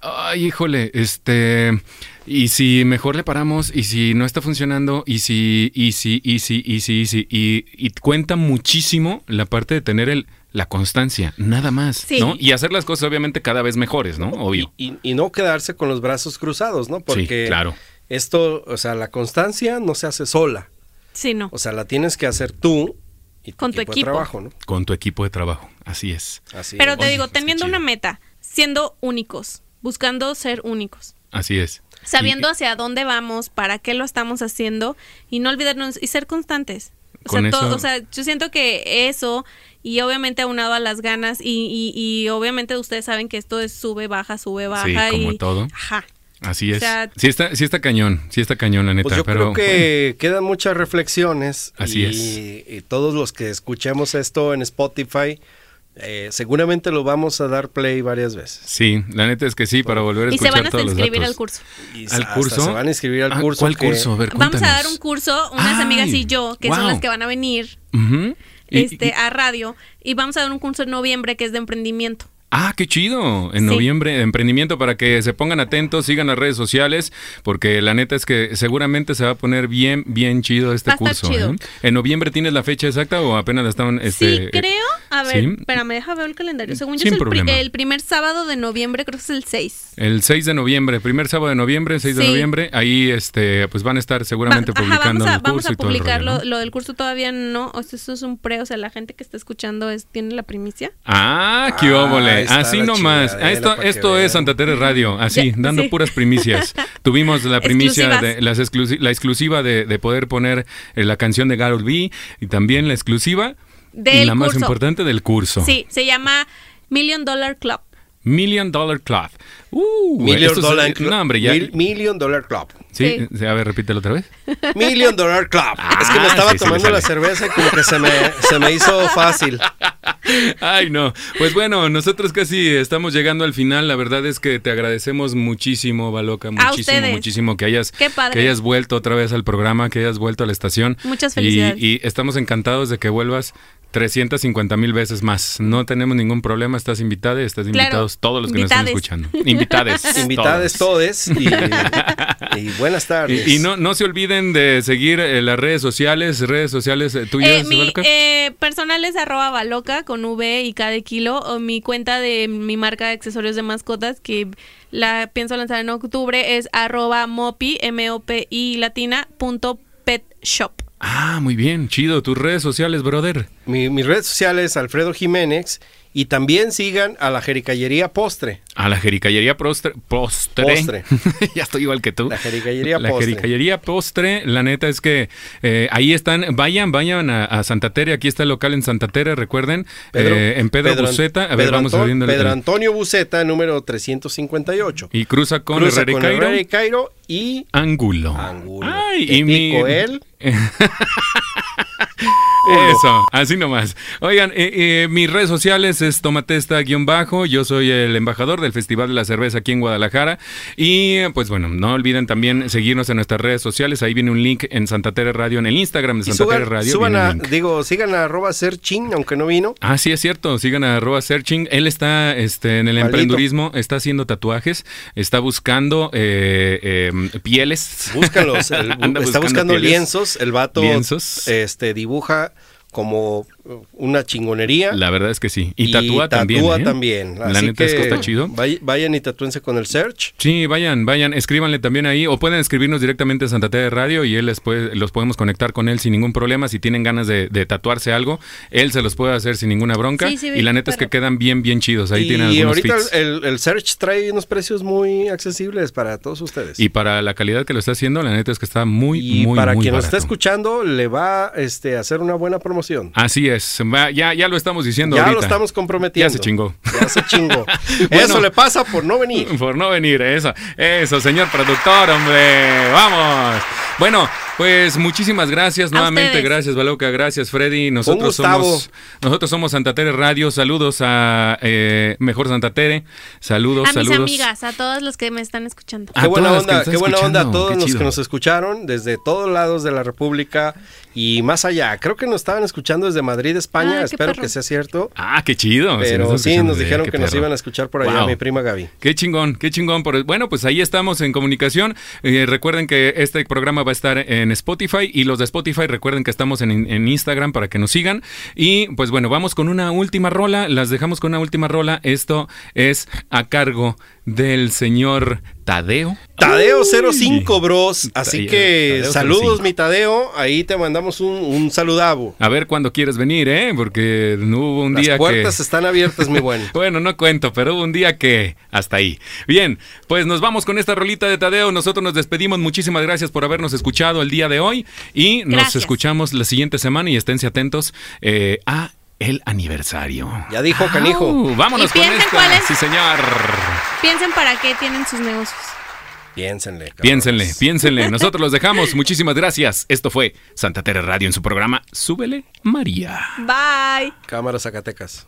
[SPEAKER 1] ay, híjole, este, y si mejor le paramos, y si no está funcionando, y si, y si, y si, y si, y si, y, y cuenta muchísimo la parte de tener el... La constancia, nada más,
[SPEAKER 3] Sí.
[SPEAKER 1] ¿no? Y hacer las cosas obviamente cada vez mejores, ¿no? Obvio.
[SPEAKER 2] Y, y no quedarse con los brazos cruzados, ¿no? Porque
[SPEAKER 1] Sí, claro.
[SPEAKER 2] esto, o sea, la constancia no se hace sola.
[SPEAKER 3] Sí, no.
[SPEAKER 2] O sea, la tienes que hacer tú y
[SPEAKER 3] Con tu
[SPEAKER 2] de
[SPEAKER 3] equipo.
[SPEAKER 2] trabajo, ¿no?
[SPEAKER 1] Con tu equipo de trabajo, así es.
[SPEAKER 2] Así
[SPEAKER 3] Pero
[SPEAKER 2] es.
[SPEAKER 3] te
[SPEAKER 1] Oye,
[SPEAKER 3] digo,
[SPEAKER 1] pues, qué
[SPEAKER 3] teniendo
[SPEAKER 1] chido.
[SPEAKER 3] una meta, siendo únicos, buscando ser únicos,
[SPEAKER 1] Así es.
[SPEAKER 3] sabiendo hacia dónde vamos, para qué lo estamos haciendo y no olvidarnos y ser constantes. O
[SPEAKER 1] Con
[SPEAKER 3] sea, to-
[SPEAKER 1] eso-
[SPEAKER 3] o sea, yo siento que eso y obviamente aunado a las ganas y, y- y obviamente ustedes saben que esto es sube, baja, sube, baja.
[SPEAKER 1] como
[SPEAKER 3] y,
[SPEAKER 1] todo.
[SPEAKER 3] Ajá.
[SPEAKER 1] Y así es.
[SPEAKER 3] O sea-
[SPEAKER 1] sí, está, sí está cañón, sí está cañón, la neta.
[SPEAKER 2] Pues yo
[SPEAKER 1] pero
[SPEAKER 2] creo que quedan muchas reflexiones.
[SPEAKER 1] Así
[SPEAKER 2] y,
[SPEAKER 1] es.
[SPEAKER 2] y todos los que escuchemos esto en Spotify, eh, seguramente lo vamos a dar play varias veces.
[SPEAKER 1] Sí, la neta es que sí, para volver a
[SPEAKER 3] Y se
[SPEAKER 1] escuchar
[SPEAKER 3] van a
[SPEAKER 1] todos los
[SPEAKER 3] inscribir
[SPEAKER 1] datos.
[SPEAKER 3] al curso.
[SPEAKER 2] Y
[SPEAKER 1] ¿Al
[SPEAKER 2] hasta
[SPEAKER 1] curso?
[SPEAKER 2] Se van a inscribir al
[SPEAKER 1] Ah,
[SPEAKER 2] curso.
[SPEAKER 1] ¿Cuál
[SPEAKER 2] que-
[SPEAKER 1] curso? A ver,
[SPEAKER 3] Vamos a dar
[SPEAKER 1] cuéntanos.
[SPEAKER 3] un curso, unas
[SPEAKER 1] Ay,
[SPEAKER 3] amigas y yo, que son
[SPEAKER 1] guau.
[SPEAKER 3] las que van a venir
[SPEAKER 1] Ujú. Y- y-
[SPEAKER 3] este, a radio, y vamos a dar un curso en noviembre que es de emprendimiento.
[SPEAKER 1] Ah, qué chido. En
[SPEAKER 3] Sí.
[SPEAKER 1] noviembre, de emprendimiento, para que se pongan atentos, sigan las redes sociales, porque la neta es que seguramente se va a poner bien, bien chido este
[SPEAKER 3] Va a estar
[SPEAKER 1] curso.
[SPEAKER 3] chido.
[SPEAKER 1] ¿eh? ¿En noviembre tienes la fecha exacta o apenas la estaban... Este,
[SPEAKER 3] sí, creo. A ver,
[SPEAKER 1] sí.
[SPEAKER 3] espérame, deja ver el calendario. Según yo,
[SPEAKER 1] Sin
[SPEAKER 3] es el, pri-
[SPEAKER 1] problema.
[SPEAKER 3] el primer sábado de noviembre, creo que es el 6.
[SPEAKER 1] El 6 de noviembre, primer sábado de noviembre, 6 de
[SPEAKER 3] Sí.
[SPEAKER 1] noviembre, ahí este pues van a estar seguramente
[SPEAKER 3] Va- ajá,
[SPEAKER 1] publicando
[SPEAKER 3] vamos a,
[SPEAKER 1] el curso
[SPEAKER 3] vamos a
[SPEAKER 1] y todo el
[SPEAKER 3] publicar
[SPEAKER 1] rollo, ¿no?
[SPEAKER 3] lo, lo del curso todavía no. O sea, esto es un pre, o sea, la gente que está escuchando es, tiene la primicia.
[SPEAKER 1] Ah, qué
[SPEAKER 2] Ah, ahí
[SPEAKER 1] óvole.
[SPEAKER 2] está
[SPEAKER 1] Así
[SPEAKER 2] la
[SPEAKER 1] nomás.
[SPEAKER 2] chingadera,
[SPEAKER 1] Esto,
[SPEAKER 2] pa' que
[SPEAKER 1] esto
[SPEAKER 2] vean.
[SPEAKER 1] es Santa Tere Radio, así,
[SPEAKER 3] Ya,
[SPEAKER 1] dando
[SPEAKER 3] sí.
[SPEAKER 1] puras primicias. Tuvimos la primicia,
[SPEAKER 3] Exclusivas.
[SPEAKER 1] de, las exclusi- la exclusiva de, de poder poner eh, la canción de Garol B y también la exclusiva y
[SPEAKER 3] Del
[SPEAKER 1] la más
[SPEAKER 3] curso.
[SPEAKER 1] importante del curso.
[SPEAKER 3] Sí, se llama Million Dollar Club.
[SPEAKER 1] Million Dollar Club. Uh,
[SPEAKER 2] Million
[SPEAKER 1] esto es-
[SPEAKER 2] Dollar Club.
[SPEAKER 1] no, hombre, ya-
[SPEAKER 2] Mil- Million Dollar Club.
[SPEAKER 1] sí, a ver, repítelo otra vez.
[SPEAKER 2] Million Dollar Club. es que me
[SPEAKER 1] Ah,
[SPEAKER 2] estaba
[SPEAKER 1] sí, sí,
[SPEAKER 2] tomando
[SPEAKER 1] le
[SPEAKER 2] la
[SPEAKER 1] sale.
[SPEAKER 2] cerveza y como que se me, se me hizo fácil.
[SPEAKER 1] Ay, no. Pues bueno, nosotros casi estamos llegando al final. La verdad es que te agradecemos muchísimo, Baloca, muchísimo,
[SPEAKER 3] ustedes.
[SPEAKER 1] muchísimo que hayas,
[SPEAKER 3] Qué padre.
[SPEAKER 1] que hayas vuelto otra vez al programa, que hayas vuelto a la estación.
[SPEAKER 3] Muchas
[SPEAKER 1] Y-
[SPEAKER 3] felicidades.
[SPEAKER 1] Y, estamos encantados de que vuelvas 350 mil veces más. No tenemos ningún problema. Estás invitada, y estás
[SPEAKER 3] Claro.
[SPEAKER 1] invitados todos los que
[SPEAKER 3] Invitades.
[SPEAKER 1] nos están escuchando. Invitades.
[SPEAKER 2] Invitades
[SPEAKER 1] todos.
[SPEAKER 2] todes y, y buenas tardes.
[SPEAKER 1] Y, y no, no se olviden de seguir eh, las redes sociales, redes sociales eh, tuyas,
[SPEAKER 3] Eh, mi
[SPEAKER 1] Baloca.
[SPEAKER 3] eh, personal es arroba baloca con V y K de kilo. O mi cuenta de mi marca de accesorios de mascotas que la pienso lanzar en octubre es arroba mopi, M-O-P-I latina, punto pet shop.
[SPEAKER 1] Ah, muy bien, chido. Tus redes sociales, brother.
[SPEAKER 2] Mi, mis redes sociales, Alfredo Jiménez, y también sigan a la Jericallería Postre.
[SPEAKER 1] A la jericallería postre. Postre.
[SPEAKER 2] Postre.
[SPEAKER 1] ya estoy igual que tú.
[SPEAKER 2] La jericallería
[SPEAKER 1] La
[SPEAKER 2] postre.
[SPEAKER 1] jericallería postre. La neta es que eh, ahí están. Vayan, vayan a, a Santa Tere. Aquí está el local en Santa Tere, recuerden. eh, en Pedro,
[SPEAKER 2] Pedro An-
[SPEAKER 1] Buceta. A ver,
[SPEAKER 2] Pedro
[SPEAKER 1] vamos
[SPEAKER 2] Anton-
[SPEAKER 1] abriendo el.
[SPEAKER 2] Pedro Antonio Buceta, número 358.
[SPEAKER 1] y cruza con
[SPEAKER 2] Cruza
[SPEAKER 1] Herrera y
[SPEAKER 2] con
[SPEAKER 1] Cairo.
[SPEAKER 2] Herrera y Cairo y
[SPEAKER 1] Ángulo.
[SPEAKER 2] Ángulo.
[SPEAKER 1] Ay,
[SPEAKER 2] Te
[SPEAKER 1] y mi.
[SPEAKER 2] pico él.
[SPEAKER 1] Eso, así nomás. Oigan, eh, eh, mis redes sociales es tomatesta-bajo. Yo soy el embajador del Festival de la Cerveza aquí en Guadalajara. Y eh, pues bueno, no olviden también seguirnos en nuestras redes sociales. Ahí viene un link en Santa Tere Radio, en el Instagram de
[SPEAKER 2] Y
[SPEAKER 1] Santa Tere
[SPEAKER 2] suban,
[SPEAKER 1] Radio.
[SPEAKER 2] suban
[SPEAKER 1] viene
[SPEAKER 2] a,
[SPEAKER 1] el link.
[SPEAKER 2] digo, sigan a arroba serchin, aunque no vino.
[SPEAKER 1] Ah, sí, es cierto. Sigan a arroba searching. Él está este, en el
[SPEAKER 2] Maldito.
[SPEAKER 1] emprendurismo, está haciendo tatuajes, está buscando eh, eh, pieles.
[SPEAKER 2] Búscalos. el-
[SPEAKER 1] Anda
[SPEAKER 2] está buscando
[SPEAKER 1] pieles.
[SPEAKER 2] lienzos. El vato
[SPEAKER 1] Lienzos.
[SPEAKER 2] Este, dibuja como una chingonería.
[SPEAKER 1] La verdad es que sí. Y, tatúa, también. ¿eh?
[SPEAKER 2] también.
[SPEAKER 1] la
[SPEAKER 2] Así
[SPEAKER 1] neta es que está chido.
[SPEAKER 2] vay- Vayan y tatúense con el search.
[SPEAKER 1] Sí, vayan, vayan, escríbanle también ahí o pueden escribirnos directamente a Santa Tere Radio y él les puede- los podemos conectar con él sin ningún problema. Si tienen ganas de, de tatuarse algo, él se los puede hacer sin ninguna bronca.
[SPEAKER 3] Sí, sí,
[SPEAKER 1] y la neta es que
[SPEAKER 3] perro.
[SPEAKER 1] quedan bien, bien chidos. Pues Ahí tienen
[SPEAKER 2] y
[SPEAKER 1] algunos
[SPEAKER 2] ahorita
[SPEAKER 1] fits.
[SPEAKER 2] el, el search trae unos precios muy accesibles para todos ustedes.
[SPEAKER 1] Y para la calidad que lo está haciendo, la neta es que está muy,
[SPEAKER 2] Y
[SPEAKER 1] muy,
[SPEAKER 2] para
[SPEAKER 1] muy
[SPEAKER 2] quien nos
[SPEAKER 1] barato.
[SPEAKER 2] está escuchando, le va este, a hacer una buena promoción.
[SPEAKER 1] Así es, va- ya, ya lo estamos diciendo
[SPEAKER 2] ya lo
[SPEAKER 1] ahorita.
[SPEAKER 2] estamos
[SPEAKER 1] Ya
[SPEAKER 2] comprometiendo.
[SPEAKER 1] se chingó.
[SPEAKER 2] Ya se chingó.
[SPEAKER 1] Bueno.
[SPEAKER 2] Eso le pasa por no venir.
[SPEAKER 1] Por no venir, eso, eso, señor productor, hombre, vamos. Bueno, Pues muchísimas gracias
[SPEAKER 3] A
[SPEAKER 1] nuevamente,
[SPEAKER 3] ustedes.
[SPEAKER 1] gracias Valoca, gracias Freddy. Nosotros
[SPEAKER 2] Gustavo.
[SPEAKER 1] somos nosotros somos Santa Tere Radio. Saludos a eh, Mejor Santa Tere. Saludos,
[SPEAKER 3] a mis
[SPEAKER 1] saludos.
[SPEAKER 3] amigas, a todos los que me están escuchando.
[SPEAKER 1] Ah,
[SPEAKER 2] Qué buena
[SPEAKER 1] todas las que
[SPEAKER 2] onda,
[SPEAKER 1] nos están
[SPEAKER 2] qué buena onda a
[SPEAKER 1] escuchando,
[SPEAKER 2] todos
[SPEAKER 1] qué
[SPEAKER 2] los que
[SPEAKER 1] chido.
[SPEAKER 2] nos escucharon desde todos lados de la República y más allá. Creo que nos estaban escuchando desde Madrid,
[SPEAKER 3] Ah,
[SPEAKER 2] España.
[SPEAKER 3] qué
[SPEAKER 2] Espero
[SPEAKER 3] perro.
[SPEAKER 2] que sea cierto.
[SPEAKER 1] Ah, qué chido. Si
[SPEAKER 2] Pero
[SPEAKER 1] están
[SPEAKER 2] sí, nos
[SPEAKER 1] escuchando,
[SPEAKER 2] dijeron
[SPEAKER 1] eh,
[SPEAKER 2] que
[SPEAKER 1] qué
[SPEAKER 2] nos
[SPEAKER 1] perro.
[SPEAKER 2] iban a escuchar por allá,
[SPEAKER 1] Wow.
[SPEAKER 2] mi prima Gaby.
[SPEAKER 1] Qué chingón, qué chingón. Por- bueno, pues ahí estamos en comunicación. Eh, recuerden que este programa va a estar en Spotify y los de Spotify recuerden que estamos en, en Instagram para que nos sigan. Y pues bueno, vamos con una última rola. Las dejamos con una última rola. Esto es a cargo del señor Tadeo.
[SPEAKER 2] Tadeo 05 Bros, así
[SPEAKER 1] Tadeo-
[SPEAKER 2] que
[SPEAKER 1] Tadeo
[SPEAKER 2] saludos
[SPEAKER 1] 05.
[SPEAKER 2] mi Tadeo, ahí te mandamos un, un saludabo.
[SPEAKER 1] A ver cuándo quieres venir, ¿eh? Porque no hubo un día
[SPEAKER 2] Las puertas
[SPEAKER 1] que...
[SPEAKER 2] están abiertas, mi buen.
[SPEAKER 1] Bueno, no cuento, pero hubo un día que hasta ahí. Bien, pues nos vamos con esta rolita de Tadeo. Nosotros nos despedimos. Muchísimas gracias por habernos escuchado el día de hoy y nos
[SPEAKER 3] Gracias.
[SPEAKER 1] escuchamos la siguiente semana y esténse atentos eh, a el aniversario.
[SPEAKER 2] Ya dijo, canijo.
[SPEAKER 1] Au, vámonos
[SPEAKER 3] Y
[SPEAKER 1] con
[SPEAKER 3] piensen
[SPEAKER 1] esta.
[SPEAKER 3] cuál es-
[SPEAKER 1] Sí, señor.
[SPEAKER 3] Piensen para qué tienen sus negocios.
[SPEAKER 2] Piénsenle. cabrones.
[SPEAKER 1] Piénsenle, piénsenle. Nosotros los dejamos. Muchísimas gracias. Esto fue Santa Tere Radio en su programa Súbele María.
[SPEAKER 3] Bye.
[SPEAKER 2] Cámara Zacatecas.